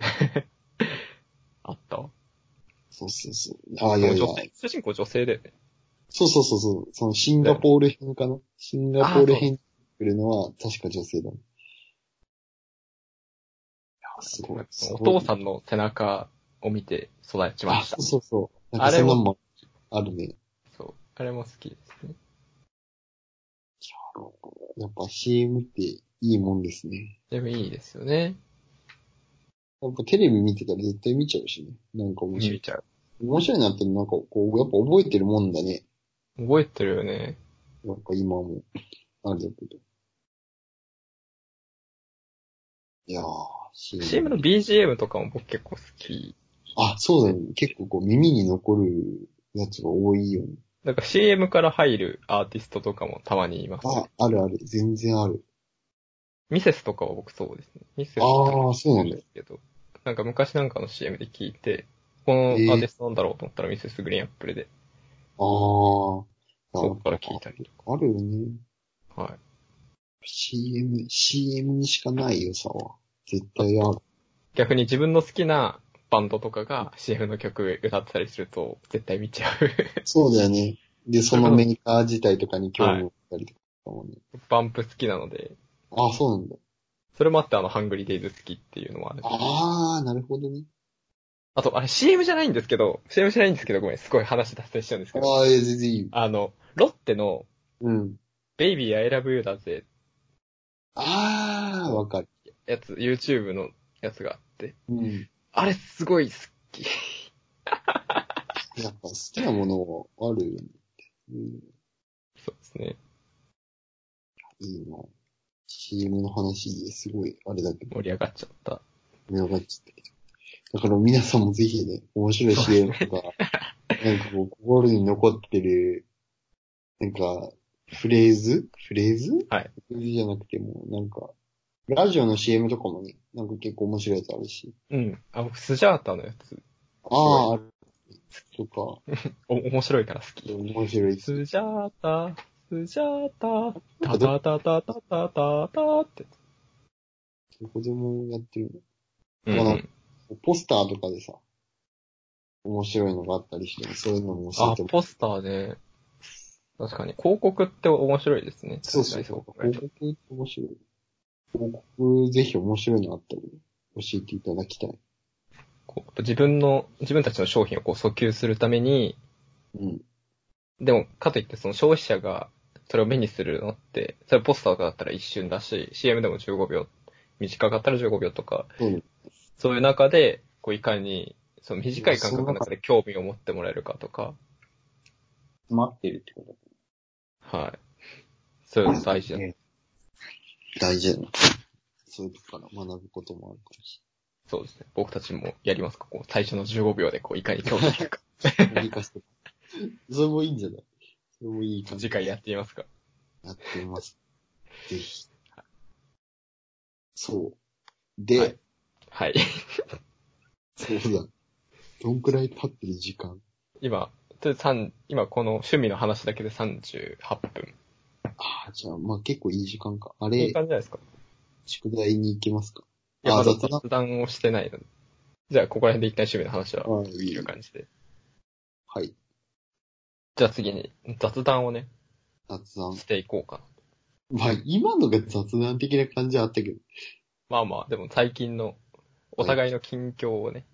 [SPEAKER 2] やつ。
[SPEAKER 1] あったも
[SPEAKER 2] そうそうそう。ああ、
[SPEAKER 1] う
[SPEAKER 2] いやいや。
[SPEAKER 1] 女性、主人公女性だよね。
[SPEAKER 2] そうそうそうそう。そのシンガポール編かな。シンガポール編に来るのは確か女性だね。いや、すごい。す
[SPEAKER 1] お
[SPEAKER 2] ごい
[SPEAKER 1] 父さんの背中を見て育ちま
[SPEAKER 2] あ、
[SPEAKER 1] した
[SPEAKER 2] そう。そうそう。なんかそんなんもあるね。
[SPEAKER 1] そう。あれも好きですね。
[SPEAKER 2] やっぱ CM っていいもんですね。
[SPEAKER 1] でもいいですよね。
[SPEAKER 2] やっぱテレビ見てたら絶対見ちゃうしね。なんか面白い。
[SPEAKER 1] ちゃう。
[SPEAKER 2] 面白いなってなんかこう、やっぱ覚えてるもんだね。
[SPEAKER 1] 覚えてるよね。
[SPEAKER 2] なんか今も、あれだけど。いやー、CM
[SPEAKER 1] CM の BGM とかも僕結構好き。
[SPEAKER 2] あ、そうだよね。結構こう耳に残るやつが多いよね。
[SPEAKER 1] なんか CM から入るアーティストとかもたまにいます。
[SPEAKER 2] あ、あるある。全然ある。
[SPEAKER 1] ミセスとかは僕そうですね。ミセス
[SPEAKER 2] ああ、そうなんだ
[SPEAKER 1] で。すけど、なんか昔なんかの CM で聞いて、このアーティストなんだろうと思ったらミセスグリーンアップルで、
[SPEAKER 2] あーあ。
[SPEAKER 1] そこから聞いたりと
[SPEAKER 2] あるよね。
[SPEAKER 1] か。はい。
[SPEAKER 2] CM、CM にしかない良さは。絶対ある。
[SPEAKER 1] 逆に自分の好きなバンドとかが CM の曲歌ってたりすると、絶対見ちゃう。
[SPEAKER 2] そうだよね。で、そのメーカー自体とかに興味を持ったりとかもね。
[SPEAKER 1] バンプ好きなので、
[SPEAKER 2] ああ、そうなんだ。
[SPEAKER 1] それもあってあの、ハングリーデイズ好きっていうのもあるし。
[SPEAKER 2] ああ、なるほどね。
[SPEAKER 1] あと、あれ CM じゃないんですけど、CM じゃないんですけど、ごめん、すごい話脱線しちゃうんですけど、
[SPEAKER 2] ああ、いや全然いいよ。
[SPEAKER 1] あの、ロッテの、
[SPEAKER 2] うん。
[SPEAKER 1] ベイビー I love you だぜ、
[SPEAKER 2] ああ、わかる。
[SPEAKER 1] やつ、YouTube のやつがあって、
[SPEAKER 2] うん。
[SPEAKER 1] あれすごい好き。
[SPEAKER 2] やっぱ好きなものあるよね。うん。
[SPEAKER 1] そうですね。
[SPEAKER 2] いいな。CM の話、すごい、あれだけど、
[SPEAKER 1] 盛り上がっちゃった。
[SPEAKER 2] 見上がっちゃったけど。だから皆さんもぜひね、面白い CM と か、なんかこう、心に残ってる、なんか、フレーズフレーズ
[SPEAKER 1] はい。
[SPEAKER 2] フレーズじゃなくても、なんか、ラジオの CM とかもね、なんか結構面白いやつあるし。
[SPEAKER 1] うん。あ、僕、スジャータのやつ、
[SPEAKER 2] ああ、ある。とか、
[SPEAKER 1] お、面白いから好き。
[SPEAKER 2] 面白いです。
[SPEAKER 1] スジャータ、スジャータ、タタタタタタタタって。
[SPEAKER 2] どこでもやってる
[SPEAKER 1] う
[SPEAKER 2] あの
[SPEAKER 1] ん。
[SPEAKER 2] ポスターとかでさ、面白いのがあったりして、そういうのも教
[SPEAKER 1] あ
[SPEAKER 2] えても、ら
[SPEAKER 1] ポスターね。確かに。広告って面白いですね。
[SPEAKER 2] そうそうそう。
[SPEAKER 1] 確かに
[SPEAKER 2] 広
[SPEAKER 1] そう
[SPEAKER 2] 告って面白い。広告、ぜひ面白いのあったら、教えていただきたい。
[SPEAKER 1] こう自分の、自分たちの商品をこう訴求するために、
[SPEAKER 2] うん。
[SPEAKER 1] でも、かといってその消費者がそれを目にするのって、それポスターとかだったら一瞬だし、CM でも15秒、短かったら15秒とか、
[SPEAKER 2] そうね
[SPEAKER 1] そういう中で、こういかに、その短い間隔の中で興味を持ってもらえるかとか、
[SPEAKER 2] 待ってるってこと
[SPEAKER 1] はい。そういうの大事だ。
[SPEAKER 2] ね大事だな。そういうとこから学ぶこともあるかもし
[SPEAKER 1] そうですね。僕たちもやりますかこう、最初の15秒でこう、いかに興味を持てる か。
[SPEAKER 2] れない。生かして。それもいいんじゃないそれもいい感じ。
[SPEAKER 1] 次回やってみますか
[SPEAKER 2] やってみます。ぜひ。そう。で、
[SPEAKER 1] はいはい。
[SPEAKER 2] そうだ。どんくらい経ってる時間
[SPEAKER 1] 今、とりあえず三今この趣味の話だけで38分。
[SPEAKER 2] ああ、じゃあ、まあ結構いい時間か。あ
[SPEAKER 1] いい
[SPEAKER 2] れ、
[SPEAKER 1] 感じじゃないですか
[SPEAKER 2] 宿題に行きますか
[SPEAKER 1] いや、
[SPEAKER 2] あ
[SPEAKER 1] まだ
[SPEAKER 2] 雑談
[SPEAKER 1] 雑談をしてないので。じゃあ、ここら辺で一旦趣味の話は、
[SPEAKER 2] はい、
[SPEAKER 1] いる感じで。
[SPEAKER 2] はい。
[SPEAKER 1] じゃあ次に、雑談をね、
[SPEAKER 2] 雑談
[SPEAKER 1] し。ていこうかな。
[SPEAKER 2] まあ、今のが雑談的な感じはあったけど、
[SPEAKER 1] まあまあ、でも最近の、お互いの近況をね、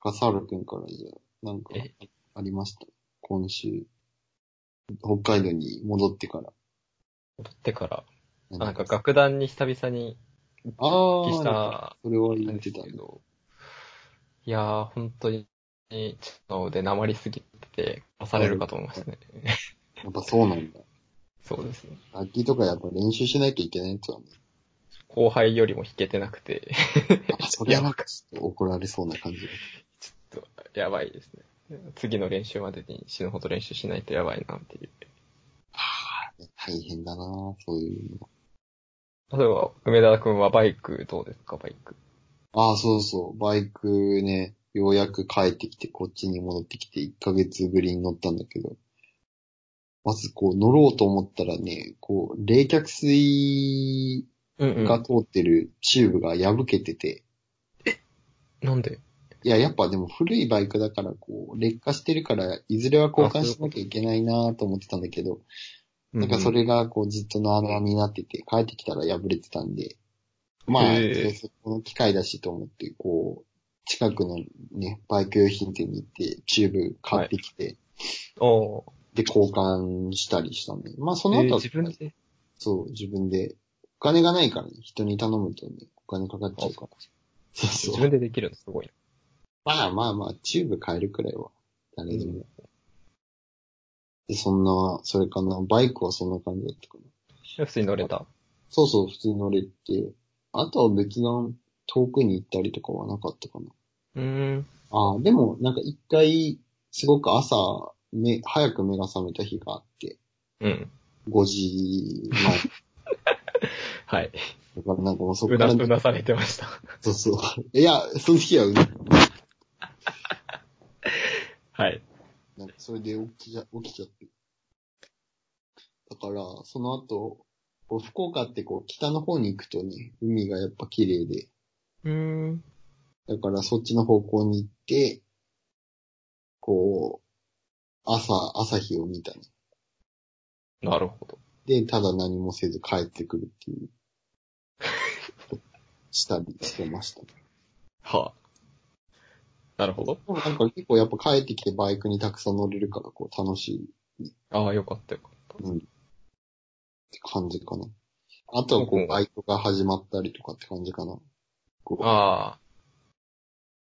[SPEAKER 2] 笠原くんからじゃあ、なんか
[SPEAKER 1] え、
[SPEAKER 2] ありました。今週、北海道に戻ってから。
[SPEAKER 1] 取ってから、
[SPEAKER 2] あ
[SPEAKER 1] なんか楽団に久々に
[SPEAKER 2] あ
[SPEAKER 1] 復帰し
[SPEAKER 2] ー、
[SPEAKER 1] た
[SPEAKER 2] それは言
[SPEAKER 1] ん
[SPEAKER 2] っ
[SPEAKER 1] で
[SPEAKER 2] て
[SPEAKER 1] す
[SPEAKER 2] た
[SPEAKER 1] け
[SPEAKER 2] ね。
[SPEAKER 1] ど、いやー、本当に、ちょっとで鉛りすぎて、押されるかと思いましたね。
[SPEAKER 2] やっぱそうなんだ。
[SPEAKER 1] そうですね。
[SPEAKER 2] 楽器とかやっぱ練習しなきゃいけないやつはね。
[SPEAKER 1] 後輩よりも弾けてなくて、
[SPEAKER 2] あ、それはなんかちょっと怒られそうな感じが。
[SPEAKER 1] ちょっとやばいですね。次の練習までに死ぬほど練習しないとやばいなっていう。
[SPEAKER 2] 大変だなそういうの。
[SPEAKER 1] 例えば、梅田くんはバイクどうですか、バイク。
[SPEAKER 2] ああ、そうそう。バイクね、ようやく帰ってきて、こっちに戻ってきて、1ヶ月ぶりに乗ったんだけど。まずこう、乗ろうと思ったらね、こう、冷却水
[SPEAKER 1] うんう
[SPEAKER 2] が通ってるチューブが破けてて、
[SPEAKER 1] なんで
[SPEAKER 2] いや、やっぱでも古いバイクだから、こう、劣化してるから、いずれは交換しなきゃいけないなと思ってたんだけど、なんかそ。れがこうずっとなあなあになってて、帰ってきたら破れてたんで、まあ、
[SPEAKER 1] へえ
[SPEAKER 2] そこの機会だしと思って、こう、近くのね、バイク用品店に行って、チューブ買ってきて、
[SPEAKER 1] お
[SPEAKER 2] で交換したりしたんで、まあそ
[SPEAKER 1] お、え
[SPEAKER 2] の
[SPEAKER 1] ー
[SPEAKER 2] 後は、
[SPEAKER 1] 自分で。
[SPEAKER 2] そう、自分で、お金がないからね、人に頼むとね、お金かかっちゃうから。そう
[SPEAKER 1] 自
[SPEAKER 2] そう。
[SPEAKER 1] 分でできるのすごい
[SPEAKER 2] まあまあまあ、チューブ変えるくらいは、誰でも。で、そんな、それかな、バイクはそんな感じだったかな。
[SPEAKER 1] な。普通に乗れた。
[SPEAKER 2] そうそう、普通に乗れて、あとは別の遠くに行ったりとかはなかったかな。
[SPEAKER 1] うーん。
[SPEAKER 2] ああ、でもなんか一回、すごく朝、め、早く目が覚めた日があって、
[SPEAKER 1] うん。
[SPEAKER 2] 5時
[SPEAKER 1] はい。
[SPEAKER 2] 前とか、なんかもうそこ
[SPEAKER 1] う
[SPEAKER 2] か
[SPEAKER 1] な、
[SPEAKER 2] ら、
[SPEAKER 1] うなされてました。
[SPEAKER 2] そうそう。いや、その日はうな、
[SPEAKER 1] はい。
[SPEAKER 2] なんかそれで起きちゃ、起きちゃって。だから、その後、こう福岡ってこう、北の方に行くとね、海がやっぱ綺麗で、
[SPEAKER 1] うーん。
[SPEAKER 2] だからそっちの方向に行って、こう、朝、朝日を見たね。
[SPEAKER 1] なるほど。
[SPEAKER 2] で、ただ何もせず帰ってくるっていう、したりしてました。 で
[SPEAKER 1] はあ。なるほど。
[SPEAKER 2] もなんか結構やっぱ帰ってきてバイクにたくさん乗れるから、こう楽しいっ
[SPEAKER 1] ああ、よかったよかった。
[SPEAKER 2] て感じかな。あとはこう、バイトが始まったりとかって感じかな。こう、
[SPEAKER 1] あ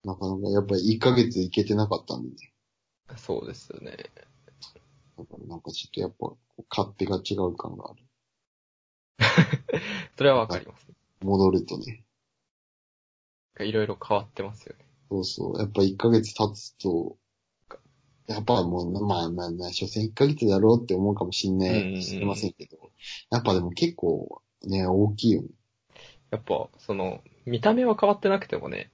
[SPEAKER 2] なかなかやっぱり1ヶ月行けてなかったんでね。
[SPEAKER 1] あ、そうですよね。
[SPEAKER 2] だからなんかちょっとやっぱ、こう勝手が違う感がある。
[SPEAKER 1] それはわかります。
[SPEAKER 2] 戻るとね。
[SPEAKER 1] いろいろ変わってますよね。
[SPEAKER 2] そうそう。やっぱ1ヶ月経つと、やっぱもう、まあまあまあ、所詮1ヶ月だろうって思うかもしんな
[SPEAKER 1] うんうんう
[SPEAKER 2] い、
[SPEAKER 1] ん
[SPEAKER 2] 知ってませんけど。やっぱでも結構ね、大きいよね。
[SPEAKER 1] やっぱ、その、見た目は変わってなくてもね、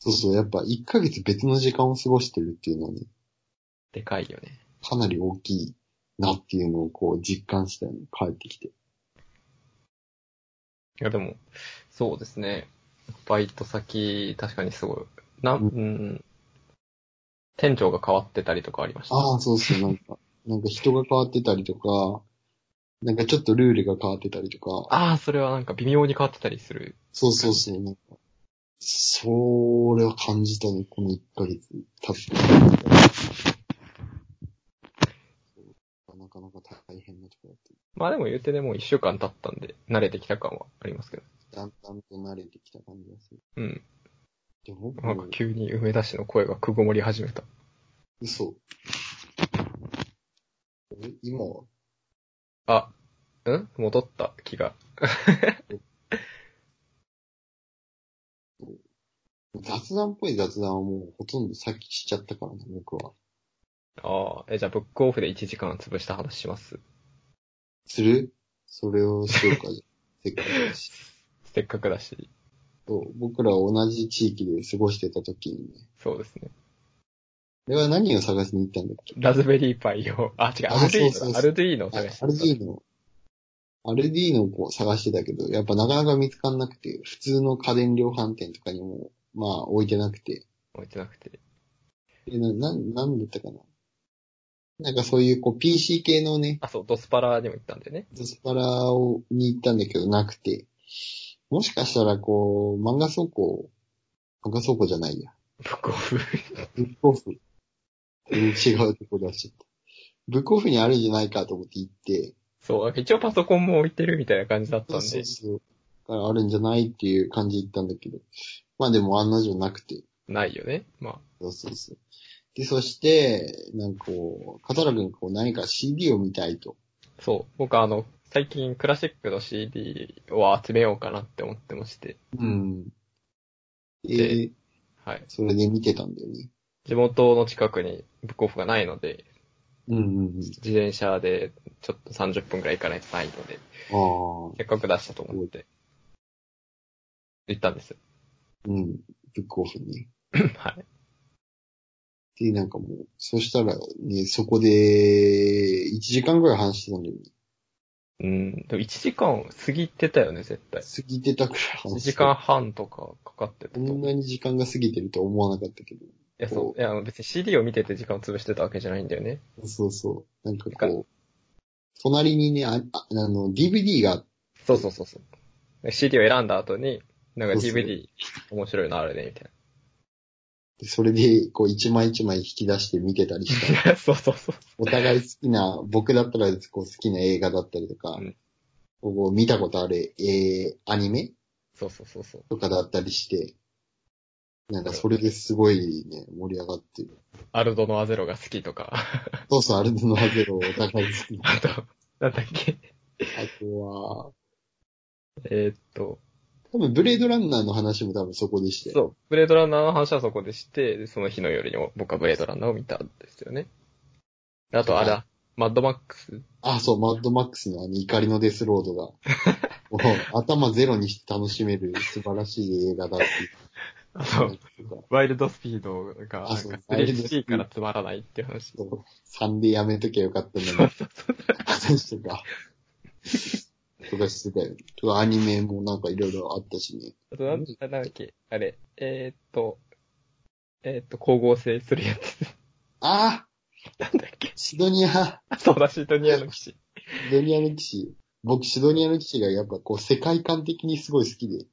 [SPEAKER 2] そうそう、やっぱ1ヶ月別の時間を過ごしてるっていうのはね、
[SPEAKER 1] でかいよね。
[SPEAKER 2] かなり大きいなっていうのをこう実感したよね、帰ってきて。
[SPEAKER 1] いや、でも、そうですね。バイト先、確かにすごい。な、う
[SPEAKER 2] うん
[SPEAKER 1] ん。店長が変わってたりとかありました。
[SPEAKER 2] ああ、そうそう、なんか、なんか人が変わってたりとか、なんかちょっとルールが変わってたりとか、
[SPEAKER 1] ああ、それはなんか微妙に変わってたりする。
[SPEAKER 2] そうそうそう、なんか、それは感じたね、この1ヶ月経って。なかなか大変なところだっ
[SPEAKER 1] まあでも言うてね、もう一週間経ったんで、慣れてきた感はありますけど。
[SPEAKER 2] た。だんだんと慣れてきた感じがする。
[SPEAKER 1] うん。
[SPEAKER 2] でも、
[SPEAKER 1] なんか急に梅田市の声がくごもり始めた。
[SPEAKER 2] 嘘。え今は
[SPEAKER 1] あ、ん戻った気が。
[SPEAKER 2] 雑談っぽい雑談はもうほとんどさっきしちゃったからね、僕は。
[SPEAKER 1] ああ、え、じゃあブックオフで1時間潰した話します。
[SPEAKER 2] するそれをしようか、じゃあせっかくだし。
[SPEAKER 1] せっかくだし。
[SPEAKER 2] そう僕らは同じ地域で過ごしてた時にね。
[SPEAKER 1] そうですね。
[SPEAKER 2] あれは何を探しに行ったんだっけ
[SPEAKER 1] ラズベリーパイを、あ、違う、
[SPEAKER 2] あ
[SPEAKER 1] アルディ
[SPEAKER 2] そう
[SPEAKER 1] ー
[SPEAKER 2] そう
[SPEAKER 1] ノ
[SPEAKER 2] そう
[SPEAKER 1] だ、アルディーノを探して
[SPEAKER 2] アルディーノ。アルディーノをこう探してたけど、やっぱなかなか見つかんなくて、普通の家電量販店とかにも、まあ置いてなくて。
[SPEAKER 1] 置いてなくて。
[SPEAKER 2] でな、なん、なんだったかな。なんかそういうこう PC 系のね、
[SPEAKER 1] あ、そう、ドスパラにも行ったんでね。
[SPEAKER 2] ドスパラをに行ったんだけどなくて、もしかしたらこう、漫画倉庫、漫画倉庫じゃないや。
[SPEAKER 1] ブックオフ。
[SPEAKER 2] ブックオフ。うん違うとこ出しちゃった。ブックオフにあるんじゃないかと思って行って、
[SPEAKER 1] そう、なんか一応パソコンも置いてるみたいな感じだったん
[SPEAKER 2] そう
[SPEAKER 1] で。
[SPEAKER 2] そうそう。だからあるんじゃないっていう感じで行ったんだけど。まあでも案の定なくて。
[SPEAKER 1] ないよね。ま
[SPEAKER 2] そうそうそう。で、そして、なんかこう、片原くんこう何か CD を見たいと。
[SPEAKER 1] あ、そう。僕あの、最近クラシックの CD を集めようかなって思ってまして。
[SPEAKER 2] うん。
[SPEAKER 1] で
[SPEAKER 2] で、
[SPEAKER 1] はい。
[SPEAKER 2] それで見てたんだよね。
[SPEAKER 1] 地元の近くにブックオフがないので、
[SPEAKER 2] うんうんうん。
[SPEAKER 1] 自転車でちょっと30分くらい行かないとないので、
[SPEAKER 2] ああ、
[SPEAKER 1] せっかく出したと思って、行ったん ですよ。
[SPEAKER 2] うん。ブックオフね。
[SPEAKER 1] はい。
[SPEAKER 2] で、なんかもう、そしたらね、そこで、1時間ぐらい話してたのに、
[SPEAKER 1] うん、でも1時間過ぎてたよね、絶対。
[SPEAKER 2] 過ぎてたくらい
[SPEAKER 1] 1
[SPEAKER 2] 話して
[SPEAKER 1] 時
[SPEAKER 2] た。
[SPEAKER 1] 間半とかかかってたと
[SPEAKER 2] こん
[SPEAKER 1] 思う。
[SPEAKER 2] なに時間が過ぎてるとは思わなかったけど。
[SPEAKER 1] いや、そう。いや、あの別に CD を見てて時間を潰してたわけじゃないんだよね。
[SPEAKER 2] そうそう。なんか
[SPEAKER 1] なん
[SPEAKER 2] こう、隣にね、あああの、DVD が、
[SPEAKER 1] そうそうそうそう。CD を選んだ後に、なんか
[SPEAKER 2] そうそう
[SPEAKER 1] DVD 面白いのあるね、みたい
[SPEAKER 2] それで、こう、一枚一枚引き出して見てたり したら、
[SPEAKER 1] な。そうそうそう。
[SPEAKER 2] お互い好きな、僕だったらこう好きな映画だったりとか
[SPEAKER 1] うん、
[SPEAKER 2] こう見たことある、えー、アニメ
[SPEAKER 1] そうそうそうそう。
[SPEAKER 2] とかだったりして、なんかそれですごいね、盛り上がってる。
[SPEAKER 1] アルドのアゼロが好きとか。
[SPEAKER 2] そうそう、アルドノアゼロお互い好き。
[SPEAKER 1] あと、なんだっけ。
[SPEAKER 2] あとは、
[SPEAKER 1] えーっと、
[SPEAKER 2] 多分ブレードランナーの話も多分そこでして。
[SPEAKER 1] そう。ブレードランナーの話はそこでして、でその日の夜に僕はブレードランナーを見たんですよね。あと、あれだ、マッドマックス。
[SPEAKER 2] あ、そう、マッドマックスのあの怒りのデスロードが、もう頭ゼロにして楽しめる素晴らしい映画だって
[SPEAKER 1] あ
[SPEAKER 2] 言っ
[SPEAKER 1] と、
[SPEAKER 2] てた
[SPEAKER 1] ワイルドスピードが、なんか
[SPEAKER 2] あそうワイルドスピー
[SPEAKER 1] 3C
[SPEAKER 2] ド
[SPEAKER 1] からつまらないっていう話。
[SPEAKER 2] そう3でやめときゃよかったのに、話とか、とかしてたよ。とかアニメもなんかいろいろあったしね。
[SPEAKER 1] あと、なんなんだっけ、あれ、えーっと、えーっと、光合成するやつ。
[SPEAKER 2] あ
[SPEAKER 1] なんだっけ
[SPEAKER 2] あ。シドニア
[SPEAKER 1] そうだ、シドニアの騎士。
[SPEAKER 2] シドニアの騎士。僕、シドニアの騎士がやっぱこう、世界観的にすごい好きで。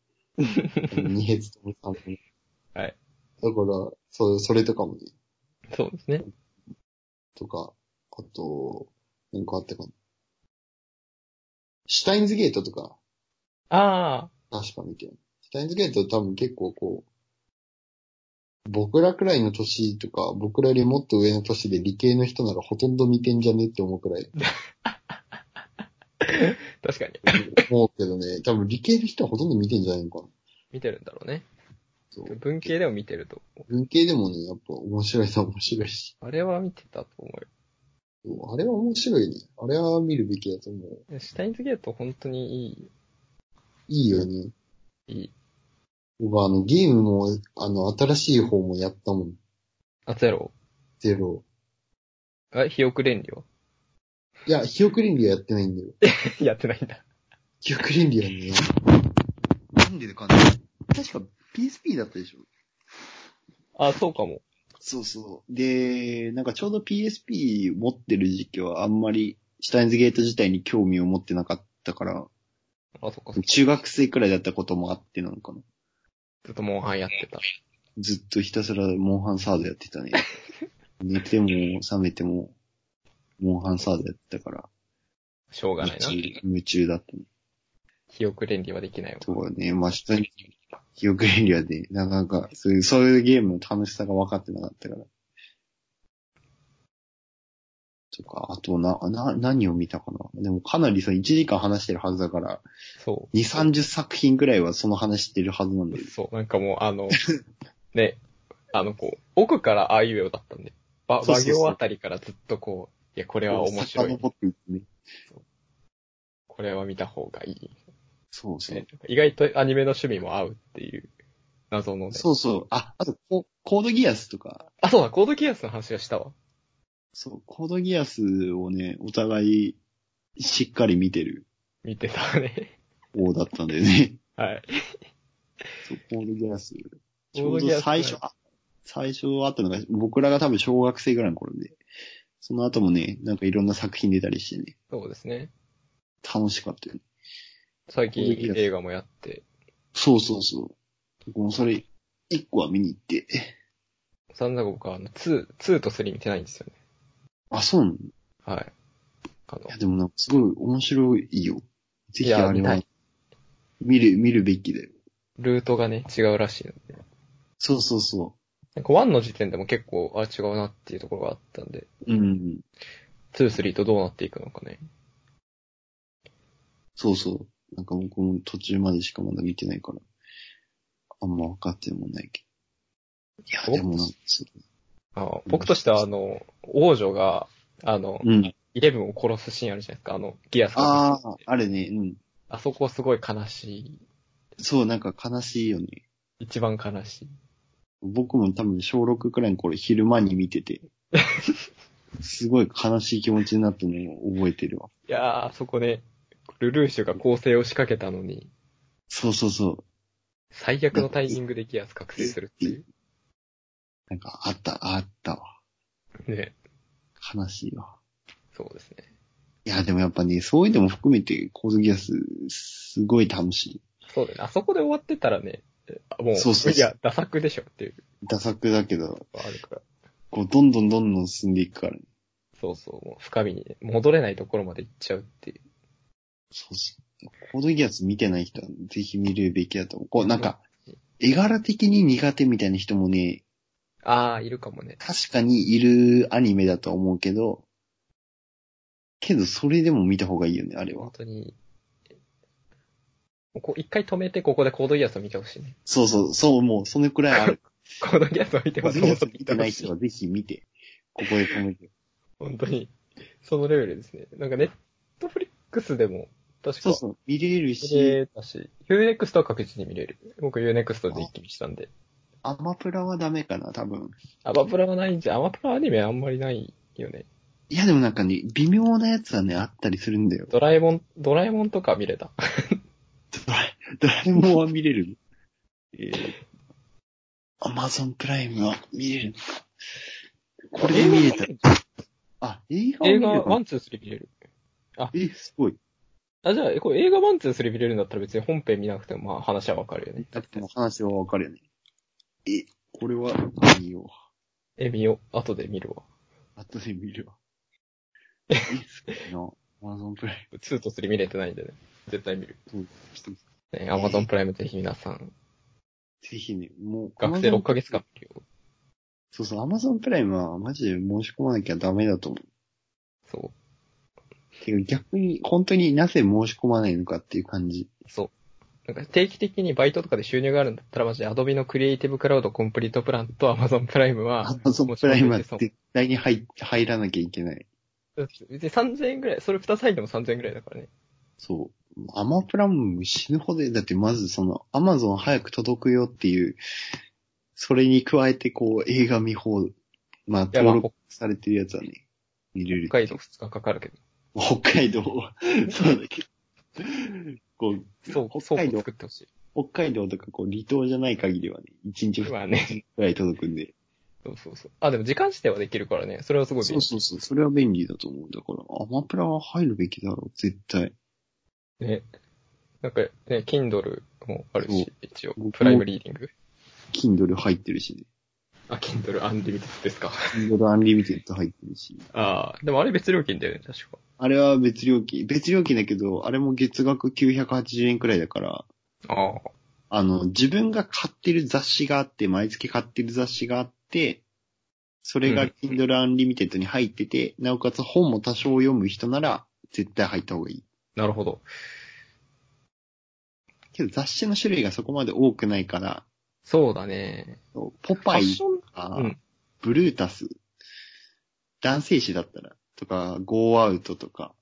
[SPEAKER 2] 二ヘツともさんも。
[SPEAKER 1] はい。
[SPEAKER 2] だから、そう、それとかもね、
[SPEAKER 1] そうですね。
[SPEAKER 2] とか、あと、なんかあったかな。シュタインズゲートとか、
[SPEAKER 1] あ
[SPEAKER 2] 確か見て。シュタインズゲート多分結構こう、僕らくらいの年とか、僕らよりもっと上の年で理系の人ならほとんど見てんじゃねって思うくらい。
[SPEAKER 1] あ、確かに。
[SPEAKER 2] 思うけどね、多分理系の人はほとんど見てんじゃないのかな。
[SPEAKER 1] 見てるんだろうね。
[SPEAKER 2] そう。
[SPEAKER 1] 文系でも見てると思
[SPEAKER 2] 文系でもね、やっぱ面白いのは面白いし。
[SPEAKER 1] う。あれは見てたと思う
[SPEAKER 2] そうあれは面白いね。あれは見るべきだと思う。
[SPEAKER 1] よ。シュタインズゲート本当にい
[SPEAKER 2] いいよね。
[SPEAKER 1] い、いい。
[SPEAKER 2] 僕はあの、ゲームも、あの、新しい方もやったもん。
[SPEAKER 1] あ、ゼロ。
[SPEAKER 2] ゼロ。
[SPEAKER 1] あ、ひよく連理は
[SPEAKER 2] いや、記憶倫理はやってないんだよ。
[SPEAKER 1] やってないんだ。
[SPEAKER 2] 記憶倫理はね。なんでかな確か PSP だったでしょ
[SPEAKER 1] あ、そうかも。
[SPEAKER 2] そうそう。で、なんかちょうど PSP 持ってる時期はあんまり、シュタインズゲート自体に興味を持ってなかったから、
[SPEAKER 1] あ、そっかそっか。
[SPEAKER 2] 中学生くらいだったこともあってなのかな。
[SPEAKER 1] ずっとモンハンやってた。
[SPEAKER 2] ずっとひたすらモンハンサードやって たね。寝ても覚めても、モンハンサードやってたから、
[SPEAKER 1] しょうがない
[SPEAKER 2] 夢
[SPEAKER 1] な
[SPEAKER 2] 中。夢中だったね。
[SPEAKER 1] ひよく連理はできないわ。
[SPEAKER 2] とかね、まあ、下に、記憶遠慮で、なかなか、そういう、そういうゲームの楽しさが分かってなかったから。とか、あと、な、な、何を見たかなでもかなりその1時間話してるはずだから、
[SPEAKER 1] そ
[SPEAKER 2] 2、30作品くらいはその話してるはずなんだ
[SPEAKER 1] う。
[SPEAKER 2] よ。
[SPEAKER 1] そう、なんかもう、あの、 ね、あの、こう、奥からあいうえおだったんで、ば、
[SPEAKER 2] そう
[SPEAKER 1] 和
[SPEAKER 2] そうそう
[SPEAKER 1] 行あたりからずっとこう、いや、これは面白い。
[SPEAKER 2] 遡っていくね。
[SPEAKER 1] これは見た方がいい。
[SPEAKER 2] そうそう。
[SPEAKER 1] ね意外とアニメの趣味も合うっていう、謎のね。
[SPEAKER 2] そうそう。あ、あとコ、コードギアスとか、
[SPEAKER 1] あ、そうだ、コードギアスの話をしたわ。
[SPEAKER 2] そう、コードギアスをね、お互い、しっかり見てる
[SPEAKER 1] 見てたね。
[SPEAKER 2] 方だったんだよね。
[SPEAKER 1] はい。
[SPEAKER 2] そう、コードギアス。ち
[SPEAKER 1] コー
[SPEAKER 2] ょ
[SPEAKER 1] ド
[SPEAKER 2] う
[SPEAKER 1] ギア
[SPEAKER 2] ど
[SPEAKER 1] ス
[SPEAKER 2] 最初、あ最初あったのが、僕らが多分小学生ぐらいの頃で、その後もね、なんかいろんな作品出たりしてね、
[SPEAKER 1] そうですね。
[SPEAKER 2] 楽しかったよね。
[SPEAKER 1] 最近
[SPEAKER 2] コードギアス
[SPEAKER 1] 映画もやって、
[SPEAKER 2] そうそうそう。僕もそれ、一個は見に行って、
[SPEAKER 1] サンダゴ僕はあの、2、2と3見てないんですよね。
[SPEAKER 2] あ、そうなのい
[SPEAKER 1] はい。あの
[SPEAKER 2] や、、でもなんかすごい面白いよ。ぜ
[SPEAKER 1] い
[SPEAKER 2] ひ
[SPEAKER 1] や
[SPEAKER 2] あれ
[SPEAKER 1] 見た、
[SPEAKER 2] はい見る、見るべきだよ。
[SPEAKER 1] ルートがね、違うらしいので。
[SPEAKER 2] そうそうそ
[SPEAKER 1] なんか1の時点でも結構、あ、違うなっていうところがあったんで、
[SPEAKER 2] う。うん。
[SPEAKER 1] 2、3とどうなっていくのかね。
[SPEAKER 2] そうそう。なんか僕も途中までしかまだ見てないから、あんま分かってもないけど。いや、でもなんかそう
[SPEAKER 1] あ僕としては、あの、王女が、あの、
[SPEAKER 2] うん。
[SPEAKER 1] イレブンを殺すシーンあるじゃないですか、あの、ギアス
[SPEAKER 2] あ
[SPEAKER 1] 殺す、
[SPEAKER 2] ああれね、うん。
[SPEAKER 1] あそこすごい悲しい。
[SPEAKER 2] そう、なんか悲しいよね。
[SPEAKER 1] 一番悲しい。
[SPEAKER 2] 僕も多分小6くらいの頃昼間に見て て、すごい悲しい気持ちになったのを覚えてるわ。
[SPEAKER 1] いやー、あそこね、ルルーシュが構成を仕掛けたのに、
[SPEAKER 2] そうそうそう。
[SPEAKER 1] 最悪のタイミングでギアス覚醒するってい
[SPEAKER 2] なんかあった、あったわ。
[SPEAKER 1] う。ね。
[SPEAKER 2] 悲しいわ。
[SPEAKER 1] そうですね。
[SPEAKER 2] いや、でもやっぱね、そういうのも含めて、コードギアス、すごい楽しい。
[SPEAKER 1] そうだね。あそこで終わってたらね、あもう、
[SPEAKER 2] そうそうそ
[SPEAKER 1] い
[SPEAKER 2] う
[SPEAKER 1] や、ダサくでしょっていう
[SPEAKER 2] ダサくだけど、
[SPEAKER 1] のがあるから。
[SPEAKER 2] こう、どんどんどんどん進んでいくからね。
[SPEAKER 1] そうそう、もう深みにね戻れないところまで行っちゃうっていう。
[SPEAKER 2] そうそう。コードギアス見てない人は、ぜひ見るべきだと思う。こう、なんか、絵柄的に苦手みたいな人もね、
[SPEAKER 1] あー、いるかもね。
[SPEAKER 2] 確かにいるアニメだと思うけど、けど、それでも見た方がいいよね、あれは
[SPEAKER 1] 本。当に。こう一回止めて、ここでコードギアスを見てほしいね。
[SPEAKER 2] そうそう、そう、もう、そのくらい ある。
[SPEAKER 1] コードギアスを見て
[SPEAKER 2] コ
[SPEAKER 1] ほ
[SPEAKER 2] ー
[SPEAKER 1] し
[SPEAKER 2] ド
[SPEAKER 1] い。
[SPEAKER 2] ギアス見てない人は、ぜひ見て。ここで止めて。
[SPEAKER 1] 本当に、そのレベルですね。なんかネットフリックスでも、確か、
[SPEAKER 2] そうそう、見れる
[SPEAKER 1] 見
[SPEAKER 2] し、
[SPEAKER 1] れたし、UNEXT は確実に見れる。僕 UNEXT で一気にしたんで。
[SPEAKER 2] アマプラはダメかな、多分。
[SPEAKER 1] アマプラはないんじゃ、アマプラアニメあんまりないよね。
[SPEAKER 2] いや、でもなんかね、微妙なやつはね、あったりするんだよ。
[SPEAKER 1] ドラえもん、ドラえもんとか見れた。
[SPEAKER 2] ドラえ、 ドラえもんは見れる。えー、アマゾンプライムは見れるのか。これで見れた。あ、映画は見
[SPEAKER 1] 映
[SPEAKER 2] れ
[SPEAKER 1] 画、
[SPEAKER 2] た
[SPEAKER 1] ワ
[SPEAKER 2] の
[SPEAKER 1] ン、ツー、スリー見れる。
[SPEAKER 2] え、すごい。
[SPEAKER 1] あ、じゃあ、えこれ映画ワン、ツー、スリー見れるんだったら別に本編見なくても、まあ話はわかるよね。
[SPEAKER 2] だってもう話はわかるよね。え、これは何よ。
[SPEAKER 1] え、見よう。後で見るわ。
[SPEAKER 2] 後で見 るわ。え、すごいな。アマゾンプライ
[SPEAKER 1] ツーとスリー見れてないんでね。絶対見る。
[SPEAKER 2] ム。ちょっ
[SPEAKER 1] ね、アマゾンプライムぜひ皆さん、
[SPEAKER 2] とぜひね、もう。
[SPEAKER 1] 学生6
[SPEAKER 2] Amazon
[SPEAKER 1] ヶ月間見るよ。
[SPEAKER 2] そうそう、アマゾンプライムはマジで申し込まなきゃダメだと思う。
[SPEAKER 1] そう。
[SPEAKER 2] てか逆に、本当になぜ申し込まないのかっていう感じ。
[SPEAKER 1] そう。なんか定期的にバイトとかで収入があるんだったら、マジで Adobe のクリエイティブクラウドコンプリートプランと Amazon プライムは、
[SPEAKER 2] アマゾンプライムは絶対に入入らなきゃいけない。
[SPEAKER 1] 別に3000円ぐらい、それ2つ入っても3000円ぐらいだからね。
[SPEAKER 2] そう。アマプラも死ぬほど、だってまずその、アマゾン早く届くよっていう、それに加えてこう、映画見放、まあ、
[SPEAKER 1] やまあ
[SPEAKER 2] 登録されてるやつはね、見れる。
[SPEAKER 1] 北海道2日かかるけど。
[SPEAKER 2] 北 海道。そうだけど。こう、
[SPEAKER 1] そう、
[SPEAKER 2] 北
[SPEAKER 1] 倉
[SPEAKER 2] 海
[SPEAKER 1] 庫
[SPEAKER 2] 道
[SPEAKER 1] 作ってほしい。
[SPEAKER 2] 北海道とかこう、離島じゃない限りはね、1日
[SPEAKER 1] まあ
[SPEAKER 2] 2
[SPEAKER 1] ね
[SPEAKER 2] 日くらい届くんで。
[SPEAKER 1] そうそうそう。あ、でも時間指定はできるからね。それはすごい
[SPEAKER 2] そ
[SPEAKER 1] 便
[SPEAKER 2] う
[SPEAKER 1] 利。
[SPEAKER 2] そうそう。それは便利だと思う。だから、アマプラは入るべきだろう、絶対。
[SPEAKER 1] ね。なんか、ね、Kindle もある
[SPEAKER 2] そう
[SPEAKER 1] し、一応。プライムリーディング。
[SPEAKER 2] Kindle 入ってるしね。
[SPEAKER 1] あ、Kindle Unlimited ですか。
[SPEAKER 2] Kindle Unlimited 入ってるし。
[SPEAKER 1] ああ、でもあれ別料金だよね、確か。
[SPEAKER 2] あれは別料金。別料金だけど、あれも月額980円くらいだから、
[SPEAKER 1] ああ。
[SPEAKER 2] あの、自分が買ってる雑誌があって、毎月買ってる雑誌があって、それ
[SPEAKER 1] う
[SPEAKER 2] が
[SPEAKER 1] ん
[SPEAKER 2] Kindle Unlimited に入ってて、なおかつ本も多少読む人なら、絶対入った方がいい。
[SPEAKER 1] なるほど。
[SPEAKER 2] けど雑誌の種類がそこまで多くないから、
[SPEAKER 1] そうだね。
[SPEAKER 2] ポ
[SPEAKER 1] ファ
[SPEAKER 2] パ
[SPEAKER 1] ッ
[SPEAKER 2] イ
[SPEAKER 1] ション、
[SPEAKER 2] とか、
[SPEAKER 1] うん。
[SPEAKER 2] ブルータス、男性誌だったら、とか、ゴーアウトとか、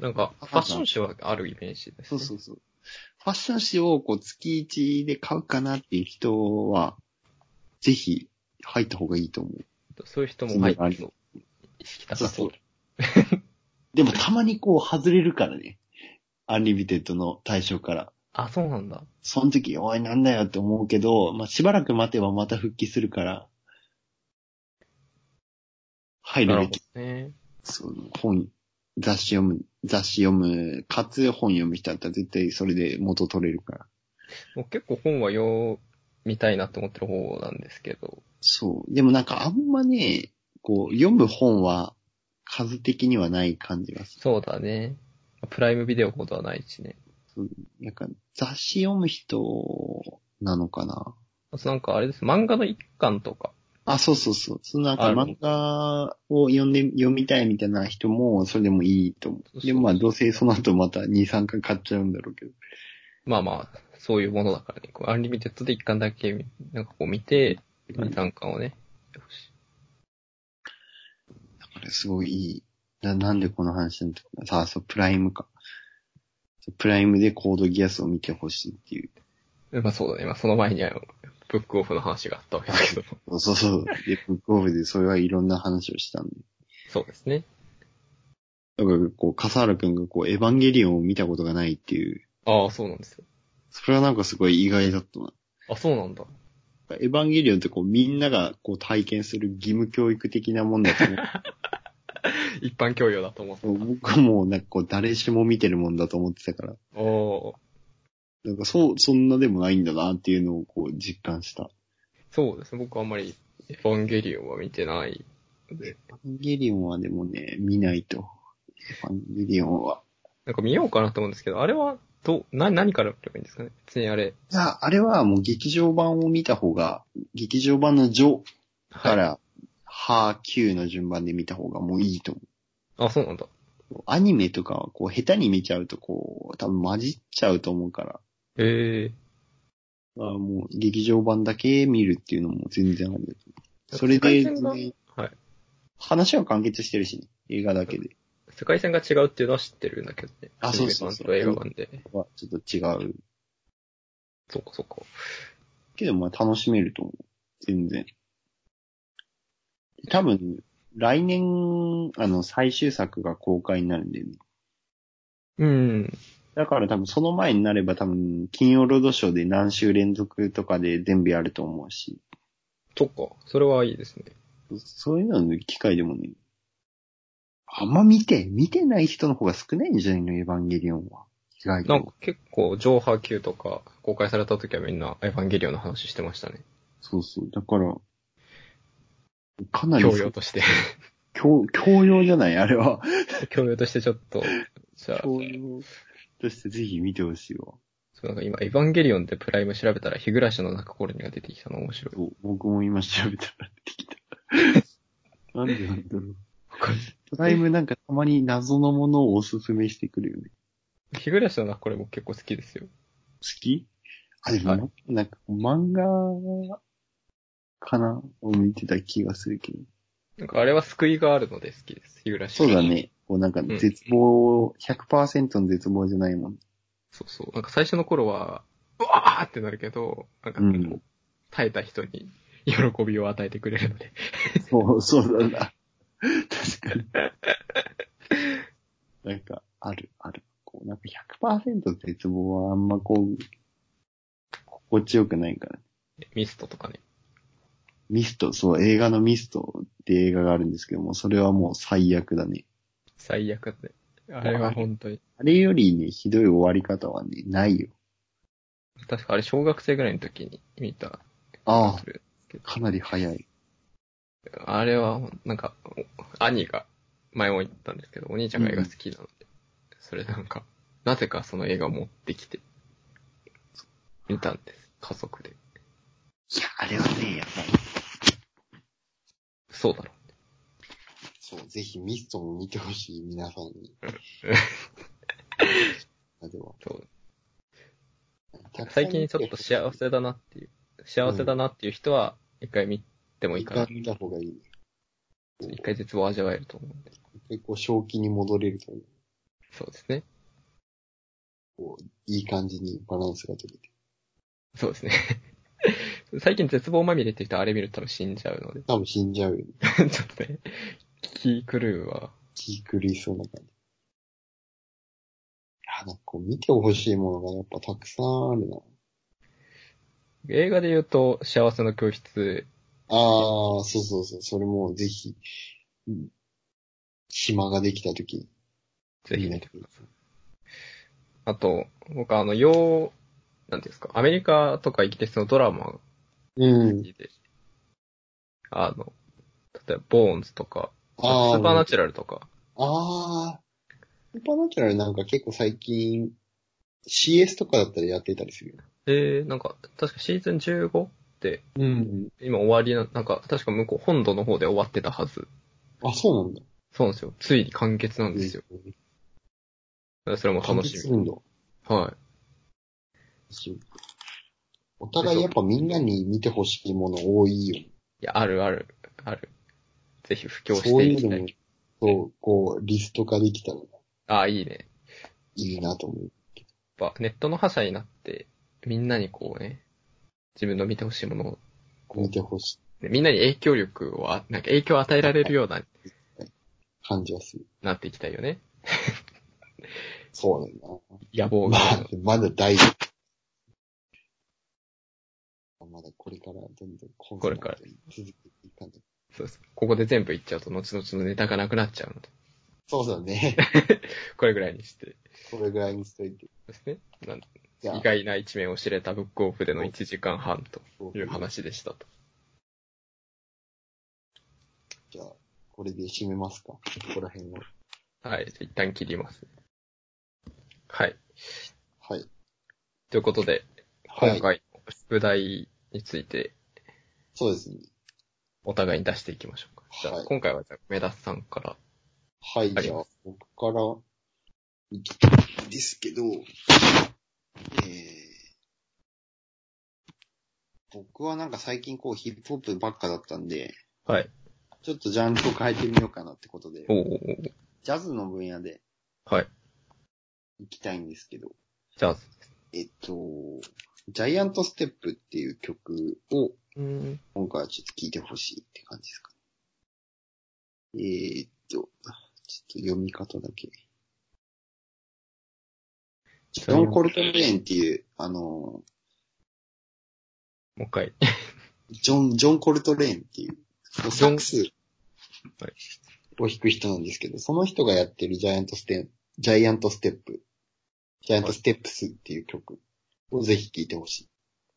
[SPEAKER 1] なんか、ファッション誌はあるイメージです、ね。
[SPEAKER 2] そうそうそう。ファッション誌をこう月1で買うかなっていう人は、ぜひ入った方がいいと思う。
[SPEAKER 1] そういう人も入って
[SPEAKER 2] そ
[SPEAKER 1] そう。意識高そう。
[SPEAKER 2] でもたまにこう外れるからね。アンリミテッドの対象から。
[SPEAKER 1] あ、そうなんだ。
[SPEAKER 2] その時、おいなんだよって思うけど、まあ、しばらく待てばまた復帰するから、入
[SPEAKER 1] な
[SPEAKER 2] る
[SPEAKER 1] る
[SPEAKER 2] べ
[SPEAKER 1] ほ
[SPEAKER 2] き。
[SPEAKER 1] どね。
[SPEAKER 2] その本、雑誌読む、雑誌読む、かつ本読む人だったら絶対それで元取れるから。
[SPEAKER 1] もう結構本は読みたいなって思ってる方なんですけど。
[SPEAKER 2] そう。でもなんかあんまね、こう、読む本は数的にはない感じがす
[SPEAKER 1] そうだね。プライムビデオほどはないしね。
[SPEAKER 2] る。なんか雑誌読む人なのかな。
[SPEAKER 1] あとなんかあれです。漫画の一巻とか。
[SPEAKER 2] あ、そうそうそう。そのなん
[SPEAKER 1] あ
[SPEAKER 2] か
[SPEAKER 1] る
[SPEAKER 2] 漫画を読んで、読みたいみたいな人も、それでもいいと思
[SPEAKER 1] そう
[SPEAKER 2] う。
[SPEAKER 1] そう
[SPEAKER 2] でもまあ、どうせその後また2、3回買っちゃうんだろうけど。
[SPEAKER 1] まあまあ、そういうものだからね。こうアンリミテッドで一巻だけ、なんかこう見て、二三巻をね。
[SPEAKER 2] あれすごいいい。ななんでこの話なんだろうさあ、そう、プライムか。そうプライムでコードギアスを見てほしいっていう。
[SPEAKER 1] まあそうだね。まあその前にあの、ブックオフの話があったわけだけ ど。
[SPEAKER 2] そうそうそう。で、ブックオフでそれはいろんな話をしたんで。
[SPEAKER 1] そうですね。
[SPEAKER 2] だから、こう、笠原くんがこう、エヴァンゲリオンを見たことがないっていう。
[SPEAKER 1] ああ、そうなんですよ。
[SPEAKER 2] それはなんかすごい意外だったな。
[SPEAKER 1] あ、そうなんだ。
[SPEAKER 2] エヴァンゲリオンってこう、みんながこう、体験する義務教育的なもんだと思
[SPEAKER 1] 一般教養だと思って
[SPEAKER 2] う 僕はもうなんかこう、誰しも見てるもんだと思ってたから。
[SPEAKER 1] た。おー
[SPEAKER 2] なんかそう、そんなでもないんだなっていうのをこう、実感した。
[SPEAKER 1] そうですね。僕あんまりエヴァンゲリオンは見てないので。
[SPEAKER 2] エヴァンゲリオンはでもね、見ないと。エヴァンゲリオンは。
[SPEAKER 1] なんか見ようかなと思うんですけど、あれは、どう、な、何から見ればいいんですかね別にあれ。
[SPEAKER 2] いや、あれはもう劇場版を見た方が、劇場版の序
[SPEAKER 1] は
[SPEAKER 2] か
[SPEAKER 1] い。
[SPEAKER 2] ら、は、9の順番で見た方がもういいと思
[SPEAKER 1] あ、そうなんだ。
[SPEAKER 2] う。アニメとかはこう、下手に見ちゃうとこう、多分混じっちゃうと思うから、
[SPEAKER 1] ええ
[SPEAKER 2] あもう劇場版だけ見るっていうのも全然ありだと思う。それ
[SPEAKER 1] 世界
[SPEAKER 2] で、
[SPEAKER 1] 線が
[SPEAKER 2] ね
[SPEAKER 1] はい
[SPEAKER 2] 話は完結してるし、ね、映画だけで。
[SPEAKER 1] 世界線が違うっていうのは知ってるんだけどね。
[SPEAKER 2] あそうそうそう
[SPEAKER 1] アニメ版と映画版で。
[SPEAKER 2] はちょっと違う
[SPEAKER 1] そうか、そうか。
[SPEAKER 2] けど、まあ楽しめると思う。全然。多分、来年、あの、最終作が公開になるんだよね。
[SPEAKER 1] うん。
[SPEAKER 2] だから多分その前になれば多分、金曜ロードショーで何週連続とかで全部やると思うし、
[SPEAKER 1] そっか。それはいいですね。
[SPEAKER 2] そういうのの機会でもね、あんま見て、見てない人の方が少ないんじゃないの、エヴァンゲリオンは。意外
[SPEAKER 1] なんか
[SPEAKER 2] と。
[SPEAKER 1] 結構、上波級とか公開された時はみんなエヴァンゲリオンの話してましたね。
[SPEAKER 2] そうそう。だから、かなり
[SPEAKER 1] 教養として。
[SPEAKER 2] 教、教養じゃない、あれは。
[SPEAKER 1] 教養としてちょっと、じゃあ、
[SPEAKER 2] 教養としてぜひ見てほしいわ。
[SPEAKER 1] そうなんか今、エヴァンゲリオンでプライム調べたら、日暮らしの泣く頃にが出てきたの面白い。
[SPEAKER 2] そう僕も今調べたら出てきた。なんでなんだろう。
[SPEAKER 1] わかんない
[SPEAKER 2] プライムなんかたまに謎のものをおすすめしてくるよね。
[SPEAKER 1] 日暮らしの泣く頃も結構好きですよ。
[SPEAKER 2] 好きあ、でも、
[SPEAKER 1] はい
[SPEAKER 2] なんか漫画かなを見てた気がするけど。
[SPEAKER 1] なんかあれは救いがあるので好きです。日暮らし。
[SPEAKER 2] そうだ。ね。 こうなんか
[SPEAKER 1] ん
[SPEAKER 2] 絶望、100%の絶望じゃない もん。
[SPEAKER 1] そうそう。なんか最初の頃は、うわーってなるけど、なんかこう、
[SPEAKER 2] うん
[SPEAKER 1] 耐えた人に 喜びを与えてくれるので。
[SPEAKER 2] そう、そうだな。確か に。なんか、ある、ある。こう、なんか100%絶望はあんまこう、心地よくないから。
[SPEAKER 1] ミストとかね。
[SPEAKER 2] ミスト、そう、映画のミストって映画があるんですけども、それはもう最悪だね。
[SPEAKER 1] 最悪で。あれは本当に。
[SPEAKER 2] あれよりね、ひどい終わり方はね、ないよ。
[SPEAKER 1] 確かあれ小学生ぐらいの時に見た。
[SPEAKER 2] ああ、かなり早い。
[SPEAKER 1] あれは、なんか、お兄が、前も言ったんですけど、お兄ちゃんが映画好きなので、それなんか、なぜかその映画を持ってきて、見たんです。家族で。
[SPEAKER 2] いや、あれはね、やばい。
[SPEAKER 1] そうだろ。
[SPEAKER 2] そう、ぜひミストも見てほしい、皆さん に。あでも
[SPEAKER 1] そう。
[SPEAKER 2] たくさん
[SPEAKER 1] 最近ちょっと幸せだなっていう、幸せだなっていう人は、一回見てもいい
[SPEAKER 2] 一
[SPEAKER 1] かな
[SPEAKER 2] 回。見た方がいいね。
[SPEAKER 1] 一回絶望を味わえると思うんで。
[SPEAKER 2] 一回こう、正気に戻れるという、
[SPEAKER 1] そうですね。
[SPEAKER 2] いい感じにバランスが取れて。
[SPEAKER 1] そうですね。 最近絶望まみれって人あれ見ると多分死んじゃうので、
[SPEAKER 2] 多分死んじゃうよね。
[SPEAKER 1] ちょっとね、気狂うわ。
[SPEAKER 2] 気狂いそうな感じ。いや、なんかこう、見てほしいものがやっぱたくさんあるな。
[SPEAKER 1] 映画で言うと、幸せの教室
[SPEAKER 2] ああ、そうそうそう、それもぜひ、うん暇ができた時
[SPEAKER 1] ぜひ見てください。あと、僕はあの、洋、なんていうんですか、アメリカとかイギリスのドラマが
[SPEAKER 2] うん
[SPEAKER 1] 好。きで、あの、例えば、ボーンズとか、ス
[SPEAKER 2] あ
[SPEAKER 1] ーパーナ
[SPEAKER 2] あ、
[SPEAKER 1] チュラルとか、
[SPEAKER 2] ああ、スーパーナチュラルなんか結構最近、CS とかだったらやってたりするよね。
[SPEAKER 1] えー、なんか、確かシーズン 15? って、
[SPEAKER 2] うん。
[SPEAKER 1] 今終わりな、なんか、確か向こう、本土の方で終わってたはず。
[SPEAKER 2] あ、そうなんだ。
[SPEAKER 1] そうなんですよ。ついに完結なんですよ。
[SPEAKER 2] うん。
[SPEAKER 1] それも
[SPEAKER 2] 完
[SPEAKER 1] 楽
[SPEAKER 2] 結
[SPEAKER 1] し
[SPEAKER 2] す
[SPEAKER 1] み。
[SPEAKER 2] るんだ。
[SPEAKER 1] は
[SPEAKER 2] お互いやっぱみんなに見てほしいもの多いよ。
[SPEAKER 1] い。いや、あるある、ある。ぜひ布教
[SPEAKER 2] そ
[SPEAKER 1] し
[SPEAKER 2] う
[SPEAKER 1] て
[SPEAKER 2] い
[SPEAKER 1] いうきた
[SPEAKER 2] の
[SPEAKER 1] い
[SPEAKER 2] も。と、こう、リスト化できたら
[SPEAKER 1] ああ、いいね。
[SPEAKER 2] いいなと思う。
[SPEAKER 1] やっぱネットの覇者になって、みんなにこうね、自分の見てほしいものを、こ、
[SPEAKER 2] 見てほしいう
[SPEAKER 1] みんなに影響力をあ、なんか影響を与えられるような、
[SPEAKER 2] 感じがする。
[SPEAKER 1] なっていきたいよね。
[SPEAKER 2] そうなんだな。
[SPEAKER 1] 野望
[SPEAKER 2] ま
[SPEAKER 1] が。
[SPEAKER 2] あ、まだ大丈夫。まだこれからどんどんこ
[SPEAKER 1] これから
[SPEAKER 2] 続けていかんと。
[SPEAKER 1] そうそう。ここで全部言っちゃうと、後々のネタがなくなっちゃうので、
[SPEAKER 2] そうだ ね。
[SPEAKER 1] これぐらいにして。
[SPEAKER 2] これぐらいにしといて。
[SPEAKER 1] そうですね。なん
[SPEAKER 2] じゃあ
[SPEAKER 1] 意、外な一面を知れたブックオフでの1時間半という話でしたと。
[SPEAKER 2] じゃあ、これで締めますか。ここら辺を。
[SPEAKER 1] はい。じゃあ一旦切ります。はい。
[SPEAKER 2] はい。
[SPEAKER 1] ということで、今回、宿題について
[SPEAKER 2] そうですね。
[SPEAKER 1] お互いに出していきましょうか。じゃあ、
[SPEAKER 2] はい
[SPEAKER 1] 今回はじゃあ、梅田さんから。
[SPEAKER 2] はい、
[SPEAKER 1] あり
[SPEAKER 2] じゃあ
[SPEAKER 1] ま、
[SPEAKER 2] 僕から行きたいんですけど、えー、僕はなんか最近こうヒップホップばっかだったんで、
[SPEAKER 1] はい。
[SPEAKER 2] ちょっとジャンルを変えてみようかなってことで
[SPEAKER 1] お、ーおー
[SPEAKER 2] ジャズの分野で
[SPEAKER 1] はい。
[SPEAKER 2] 行きたいんですけど、
[SPEAKER 1] じゃあ、
[SPEAKER 2] えっと、ジャイアントステップっていう曲を
[SPEAKER 1] うん。
[SPEAKER 2] 今回はちょっと聴いてほしいって感じですかね。えー、っと、ちょっと読み方だけ。ジョン・コルトレーンっていう、あの、
[SPEAKER 1] もう一回。
[SPEAKER 2] ジョン、ジョン・コルトレーンっていう、サックス
[SPEAKER 1] はい
[SPEAKER 2] を弾く人なんですけど、その人がやってるジャイアントステジャイアントステップ、ジャイアントステップスっていう曲をぜひ聴いてほし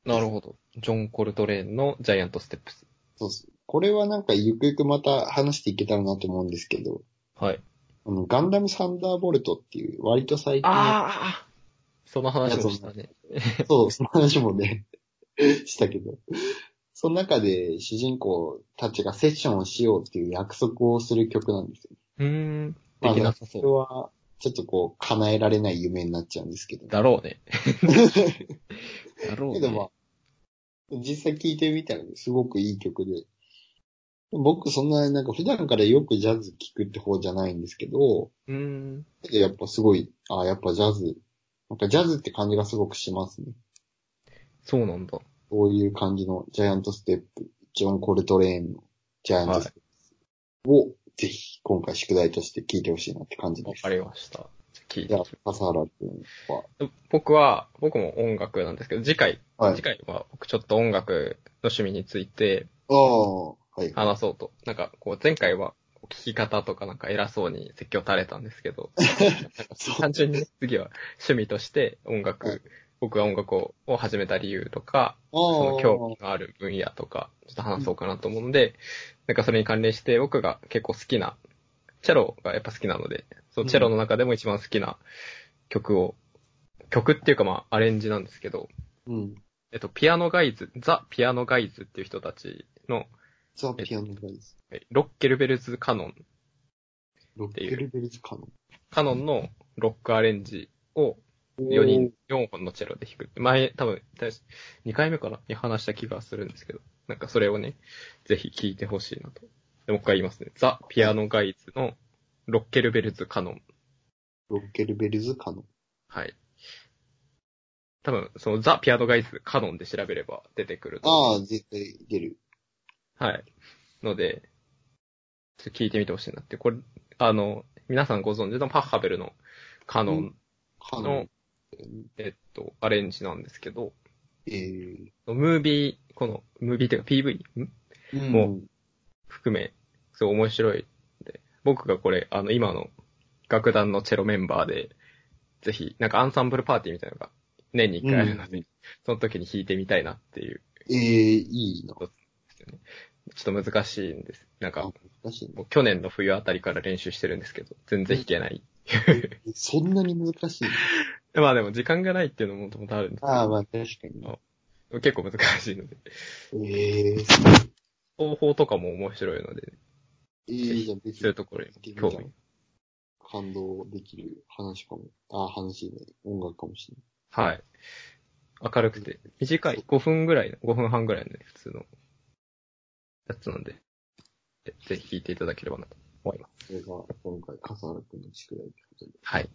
[SPEAKER 2] い。
[SPEAKER 1] なるほど。ジョン・コルトレーンのジャイアント・ステップス。
[SPEAKER 2] そうそう。これはなんかゆくゆくまた話していけたらなと思うんですけど、
[SPEAKER 1] はい。
[SPEAKER 2] あの、ガンダムサンダーボルトっていう、割と最近、
[SPEAKER 1] ああその話をしたね。
[SPEAKER 2] そう、その話もね、 したけど、その中で主人公たちがセッションをしようっていう約束をする曲なんですよ。
[SPEAKER 1] うーん。で
[SPEAKER 2] まあ
[SPEAKER 1] きなさそ
[SPEAKER 2] そうれ。は、ちょっとこう、叶えられない夢になっちゃうんですけど。
[SPEAKER 1] だろう ね。だろう
[SPEAKER 2] け
[SPEAKER 1] ね。
[SPEAKER 2] どまあ、実際聴いてみたらね、すごくいい曲で。僕そんな、なんか普段からよくジャズ聴くって方じゃないんですけど、
[SPEAKER 1] うーん。
[SPEAKER 2] けどやっぱすごい、あやっぱジャズ、なんかジャズって感じがすごくしますね。
[SPEAKER 1] そうなんだ。
[SPEAKER 2] こういう感じのジャイアントステップ、ジョン・コルトレーンのジャイアントステップを、ぜひ今回宿題として聞いてほしいなって感じ
[SPEAKER 1] わ
[SPEAKER 2] です。
[SPEAKER 1] かりました。じゃあ聞い
[SPEAKER 2] じ
[SPEAKER 1] て
[SPEAKER 2] ゃあ、笠原君は、
[SPEAKER 1] 僕は、僕も音楽なんですけど、次回、
[SPEAKER 2] はい
[SPEAKER 1] 次回は僕ちょっと音楽の趣味について
[SPEAKER 2] ああ、はい。
[SPEAKER 1] 話そうと。なんか、こう、前回は、聞き方とかなんか偉そうに説教垂れたんですけど、
[SPEAKER 2] そう
[SPEAKER 1] 単純にね次は趣味として音楽、
[SPEAKER 2] はい
[SPEAKER 1] 僕が音楽をを始めた理由とか、その興味のある分野とか、ちょっと話そうかなと思うので、なんかそれに関連して僕が結構好きな、チェロがやっぱ好きなので、そのチェロの中でも一番好きな曲を、曲っていうかまあアレンジなんですけど、
[SPEAKER 2] うん。
[SPEAKER 1] えっと、ピアノガイズ、ザ・ピアノガイズっていう人たちの、
[SPEAKER 2] ザ・ピアノガイズ。
[SPEAKER 1] えロッケルベルズ・カノン、
[SPEAKER 2] ロッ
[SPEAKER 1] て
[SPEAKER 2] ケ
[SPEAKER 1] いう
[SPEAKER 2] ルベルズカノン。
[SPEAKER 1] カノンのロックアレンジを4人、4本のチェロで弾く。前、多分、2回目かなに話した気がするんですけど、なんかそれをね、ぜひ聴いてほしいなと。でもう一回言いますね。ザ・ピアノガイズのロッケルベルズ・カノン。
[SPEAKER 2] ロッケルベルズカノン。
[SPEAKER 1] はい。多分、そのザ・ピアノガイズ・カノンで調べれば出てくると思う
[SPEAKER 2] ああ、絶対出る。
[SPEAKER 1] はい。ので、ちょっと聞いてみてほしいなって。これ、あの、皆さんご存知のパッハベルのカノン
[SPEAKER 2] カノ
[SPEAKER 1] の
[SPEAKER 2] ン。、
[SPEAKER 1] えっと、アレンジなんですけど、
[SPEAKER 2] ええ
[SPEAKER 1] ムービー、この、ムービーっていうか PV ん
[SPEAKER 2] ー。
[SPEAKER 1] も含め、すごい面白いんで。僕がこれ、あの、今の楽団のチェロメンバーで、ぜひ、なんかアンサンブルパーティーみたいなのが年に一回あるので、その時に弾いてみたいなっていう、
[SPEAKER 2] ええいいな。
[SPEAKER 1] ちょっと難しいんです。なんか
[SPEAKER 2] あ、難しい
[SPEAKER 1] もう去年の冬あたりから練習してるんですけど、全然弾けない。
[SPEAKER 2] な。そんなに難しい。
[SPEAKER 1] まあでも時間がないっていうのももともとあるんですけど
[SPEAKER 2] ああ、まあ確か
[SPEAKER 1] 結構難しいので。
[SPEAKER 2] に。ええ
[SPEAKER 1] 方法とかも面白いので、
[SPEAKER 2] ええじゃあぜひ
[SPEAKER 1] そういうところに興味。
[SPEAKER 2] 感動できる話かも。ああ、話じゃない。音楽かもしれない。
[SPEAKER 1] はい。明るくて。短い。5分ぐらいの、5分半ぐらいのね、普通のやつなんで、ぜぜひ聴いていただければなと。思います。
[SPEAKER 2] それが今回、笠原くんの宿題ってことで。
[SPEAKER 1] はい。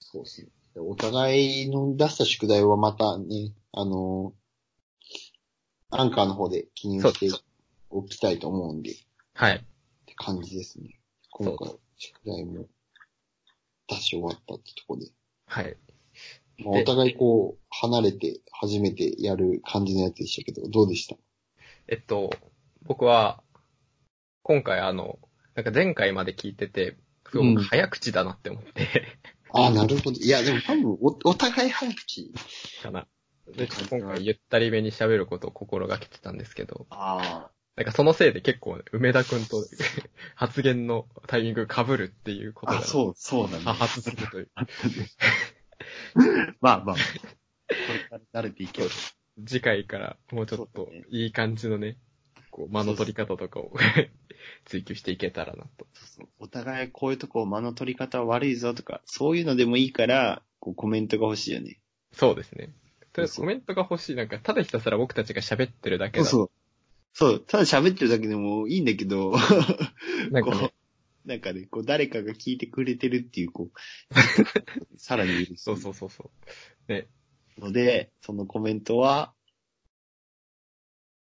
[SPEAKER 2] そうですね。でお互いの出した宿題はまたね、あのーアンカーの方で記入しておきたいと思うんで、っ
[SPEAKER 1] はい。
[SPEAKER 2] て感じですね。
[SPEAKER 1] うそう
[SPEAKER 2] 今回、宿題も出し終わったってとこで。
[SPEAKER 1] はい。
[SPEAKER 2] まあ、お互いこう、離れて初めてやる感じのやつでしたけど、どうでした
[SPEAKER 1] えっと、僕は、今回あの、なんか前回まで聞いてて、すご
[SPEAKER 2] うん
[SPEAKER 1] く早口だなって思って、
[SPEAKER 2] ああ、なるほど。いや、でも多分、お、お互い早口。
[SPEAKER 1] かな。で、ちょっと今回ゆったりめに喋ることを心がけてたんですけど、
[SPEAKER 2] ああ。
[SPEAKER 1] なんかそのせいで結構、梅田くんと 発言のタイミング被るっていうことが
[SPEAKER 2] あ、そう、そうなん
[SPEAKER 1] 多
[SPEAKER 2] だ。
[SPEAKER 1] 発するという。
[SPEAKER 2] まあまあ。これから慣れていける。
[SPEAKER 1] 次回からもうちょっ
[SPEAKER 2] そう
[SPEAKER 1] と
[SPEAKER 2] だね
[SPEAKER 1] いい感じのね、こう間の取り方とかを 追求していけたらなと。
[SPEAKER 2] お互いこういうとこ間の取り方悪いぞとか、そういうのでもいいから、こうコメントが欲しいよね。
[SPEAKER 1] そうですね。とりあえず
[SPEAKER 2] そうそう
[SPEAKER 1] コメントが欲しい。なんか、ただひたすら僕たちが喋ってるだけだ。
[SPEAKER 2] う。そう、ただ喋ってるだけでもいいんだけど、
[SPEAKER 1] なんか、
[SPEAKER 2] こ
[SPEAKER 1] ね、
[SPEAKER 2] う、なんかね、こう誰かが聞いてくれてるっていう、こう、さらにいる
[SPEAKER 1] そうそうそうそう。
[SPEAKER 2] ので、そのコメントは、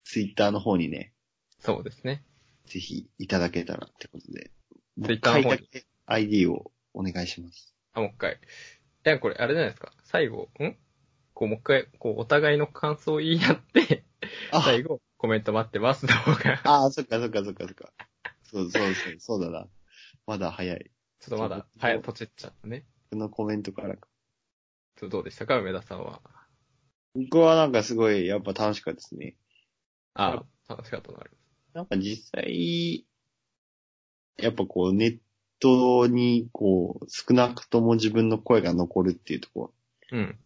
[SPEAKER 2] ツイッターの方にね、
[SPEAKER 1] そうですね。
[SPEAKER 2] ぜひいただけたらってことで、もう
[SPEAKER 1] Twitter
[SPEAKER 2] 一回
[SPEAKER 1] の方
[SPEAKER 2] だ
[SPEAKER 1] に
[SPEAKER 2] け ID をお願いします。
[SPEAKER 1] あ、もう一回。いや、これ、あれじゃないですか。最後、んこう、もう一回、こう、お互いの感想を言い合って、
[SPEAKER 2] あ
[SPEAKER 1] 最後、コメント待ってますの方が、
[SPEAKER 2] ああ、そっかそっかそっかそっか。そうそうそう、そうだな。まだ早い。
[SPEAKER 1] ちょっとまだ、早い、とちっちゃったね。
[SPEAKER 2] 僕のコメントからか。
[SPEAKER 1] ちょっとどうでしたか、梅田さんは。
[SPEAKER 2] 僕はなんかすごい、やっぱ楽しかったですね。
[SPEAKER 1] あ、楽しかったのある。
[SPEAKER 2] なんか実際、やっぱこうネットにこう少なくとも自分の声が残るっていうところ
[SPEAKER 1] う
[SPEAKER 2] は、
[SPEAKER 1] ん。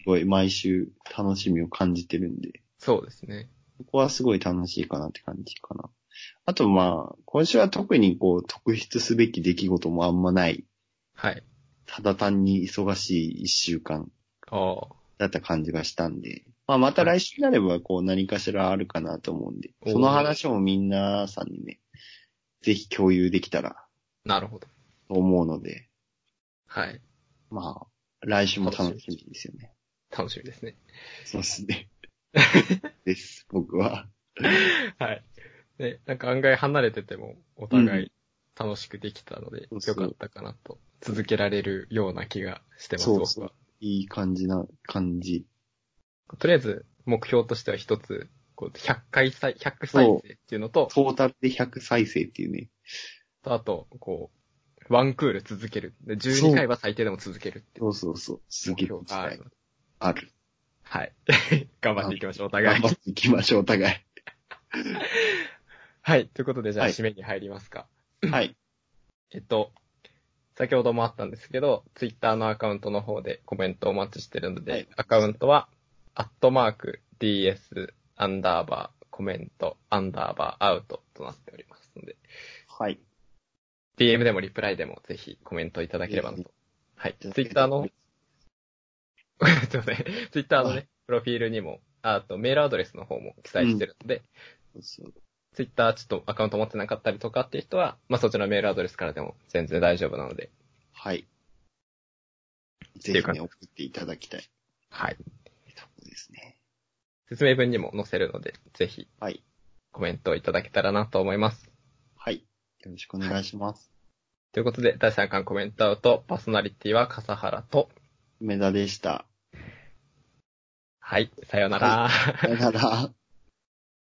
[SPEAKER 2] すごい毎週楽しみを感じてるんで、
[SPEAKER 1] そうですね。
[SPEAKER 2] そこはすごい楽しいかなって感じかな。あとまあ、今週は特にこう特筆すべき出来事もあんまない、
[SPEAKER 1] はい。
[SPEAKER 2] ただ単に忙しい一週間
[SPEAKER 1] ああ。
[SPEAKER 2] だった感じがしたんで、まあまた来週になればこう何かしらあるかなと思うんで、
[SPEAKER 1] おー
[SPEAKER 2] その話もみんなさんにね、ぜひ共有できたら
[SPEAKER 1] なるほど。
[SPEAKER 2] と思うので、
[SPEAKER 1] はい。
[SPEAKER 2] まあ、来週も楽しみですよね。
[SPEAKER 1] 楽しみですね。
[SPEAKER 2] そうです ね。です、僕は。
[SPEAKER 1] はい。で、なんか案外離れてても、お互い楽しくできたので、
[SPEAKER 2] そうそ
[SPEAKER 1] よ
[SPEAKER 2] う
[SPEAKER 1] かったかなと。続けられるような気がしてます、
[SPEAKER 2] そうそう
[SPEAKER 1] 僕
[SPEAKER 2] いい感じな感じ。
[SPEAKER 1] は。とりあえず、目標としては一つ、こう100回再、100再生っていうのと、
[SPEAKER 2] トータルで100再生っていうね。
[SPEAKER 1] あと、こう、ワンクール続ける。で
[SPEAKER 2] そう
[SPEAKER 1] 12回は最低でも続けるっていう
[SPEAKER 2] そうそうそう。す
[SPEAKER 1] 目
[SPEAKER 2] げえ
[SPEAKER 1] 標があるので。
[SPEAKER 2] ある。
[SPEAKER 1] はい。 頑張っていきましょう、お互
[SPEAKER 2] 頑
[SPEAKER 1] い
[SPEAKER 2] 張。っていきましょう、お互
[SPEAKER 1] はい。ということで、じゃあ、
[SPEAKER 2] はい
[SPEAKER 1] 締めに入りますか。
[SPEAKER 2] い。はい。
[SPEAKER 1] えっと、先ほどもあったんですけど、ツイッターのアカウントの方でコメントをお待ちしてるので、
[SPEAKER 2] はい
[SPEAKER 1] アカウントは、アットマーク、ds、アンダーバー、コメント、アンダーバー、アウトとなっておりますので、
[SPEAKER 2] はい。
[SPEAKER 1] DM でもリプライでもぜひコメントいただければなと。はい。ツイッターの、 すいません。ツイッターの
[SPEAKER 2] は
[SPEAKER 1] ね、プロフィールにも、あとメールアドレスの方も記載してるので、
[SPEAKER 2] そうそう。
[SPEAKER 1] ツイッターちょっとアカウント持ってなかったりとかっていう人は、まあそちらのメールアドレスからでも全然大丈夫なので、
[SPEAKER 2] はい。
[SPEAKER 1] て
[SPEAKER 2] ぜ
[SPEAKER 1] いう
[SPEAKER 2] ひ
[SPEAKER 1] か
[SPEAKER 2] ね、送っていただきたい
[SPEAKER 1] はい。
[SPEAKER 2] ところですね。
[SPEAKER 1] 説明文にも載せるので、ぜひ
[SPEAKER 2] はい。
[SPEAKER 1] コメントをいただけたらなと思います。
[SPEAKER 2] はい。よろしくお願いします。
[SPEAKER 1] ということで、第3巻コメントアウト、パーソナリティは笠原と、
[SPEAKER 2] 梅田でした。
[SPEAKER 1] はい、さようなら。
[SPEAKER 2] さよなら。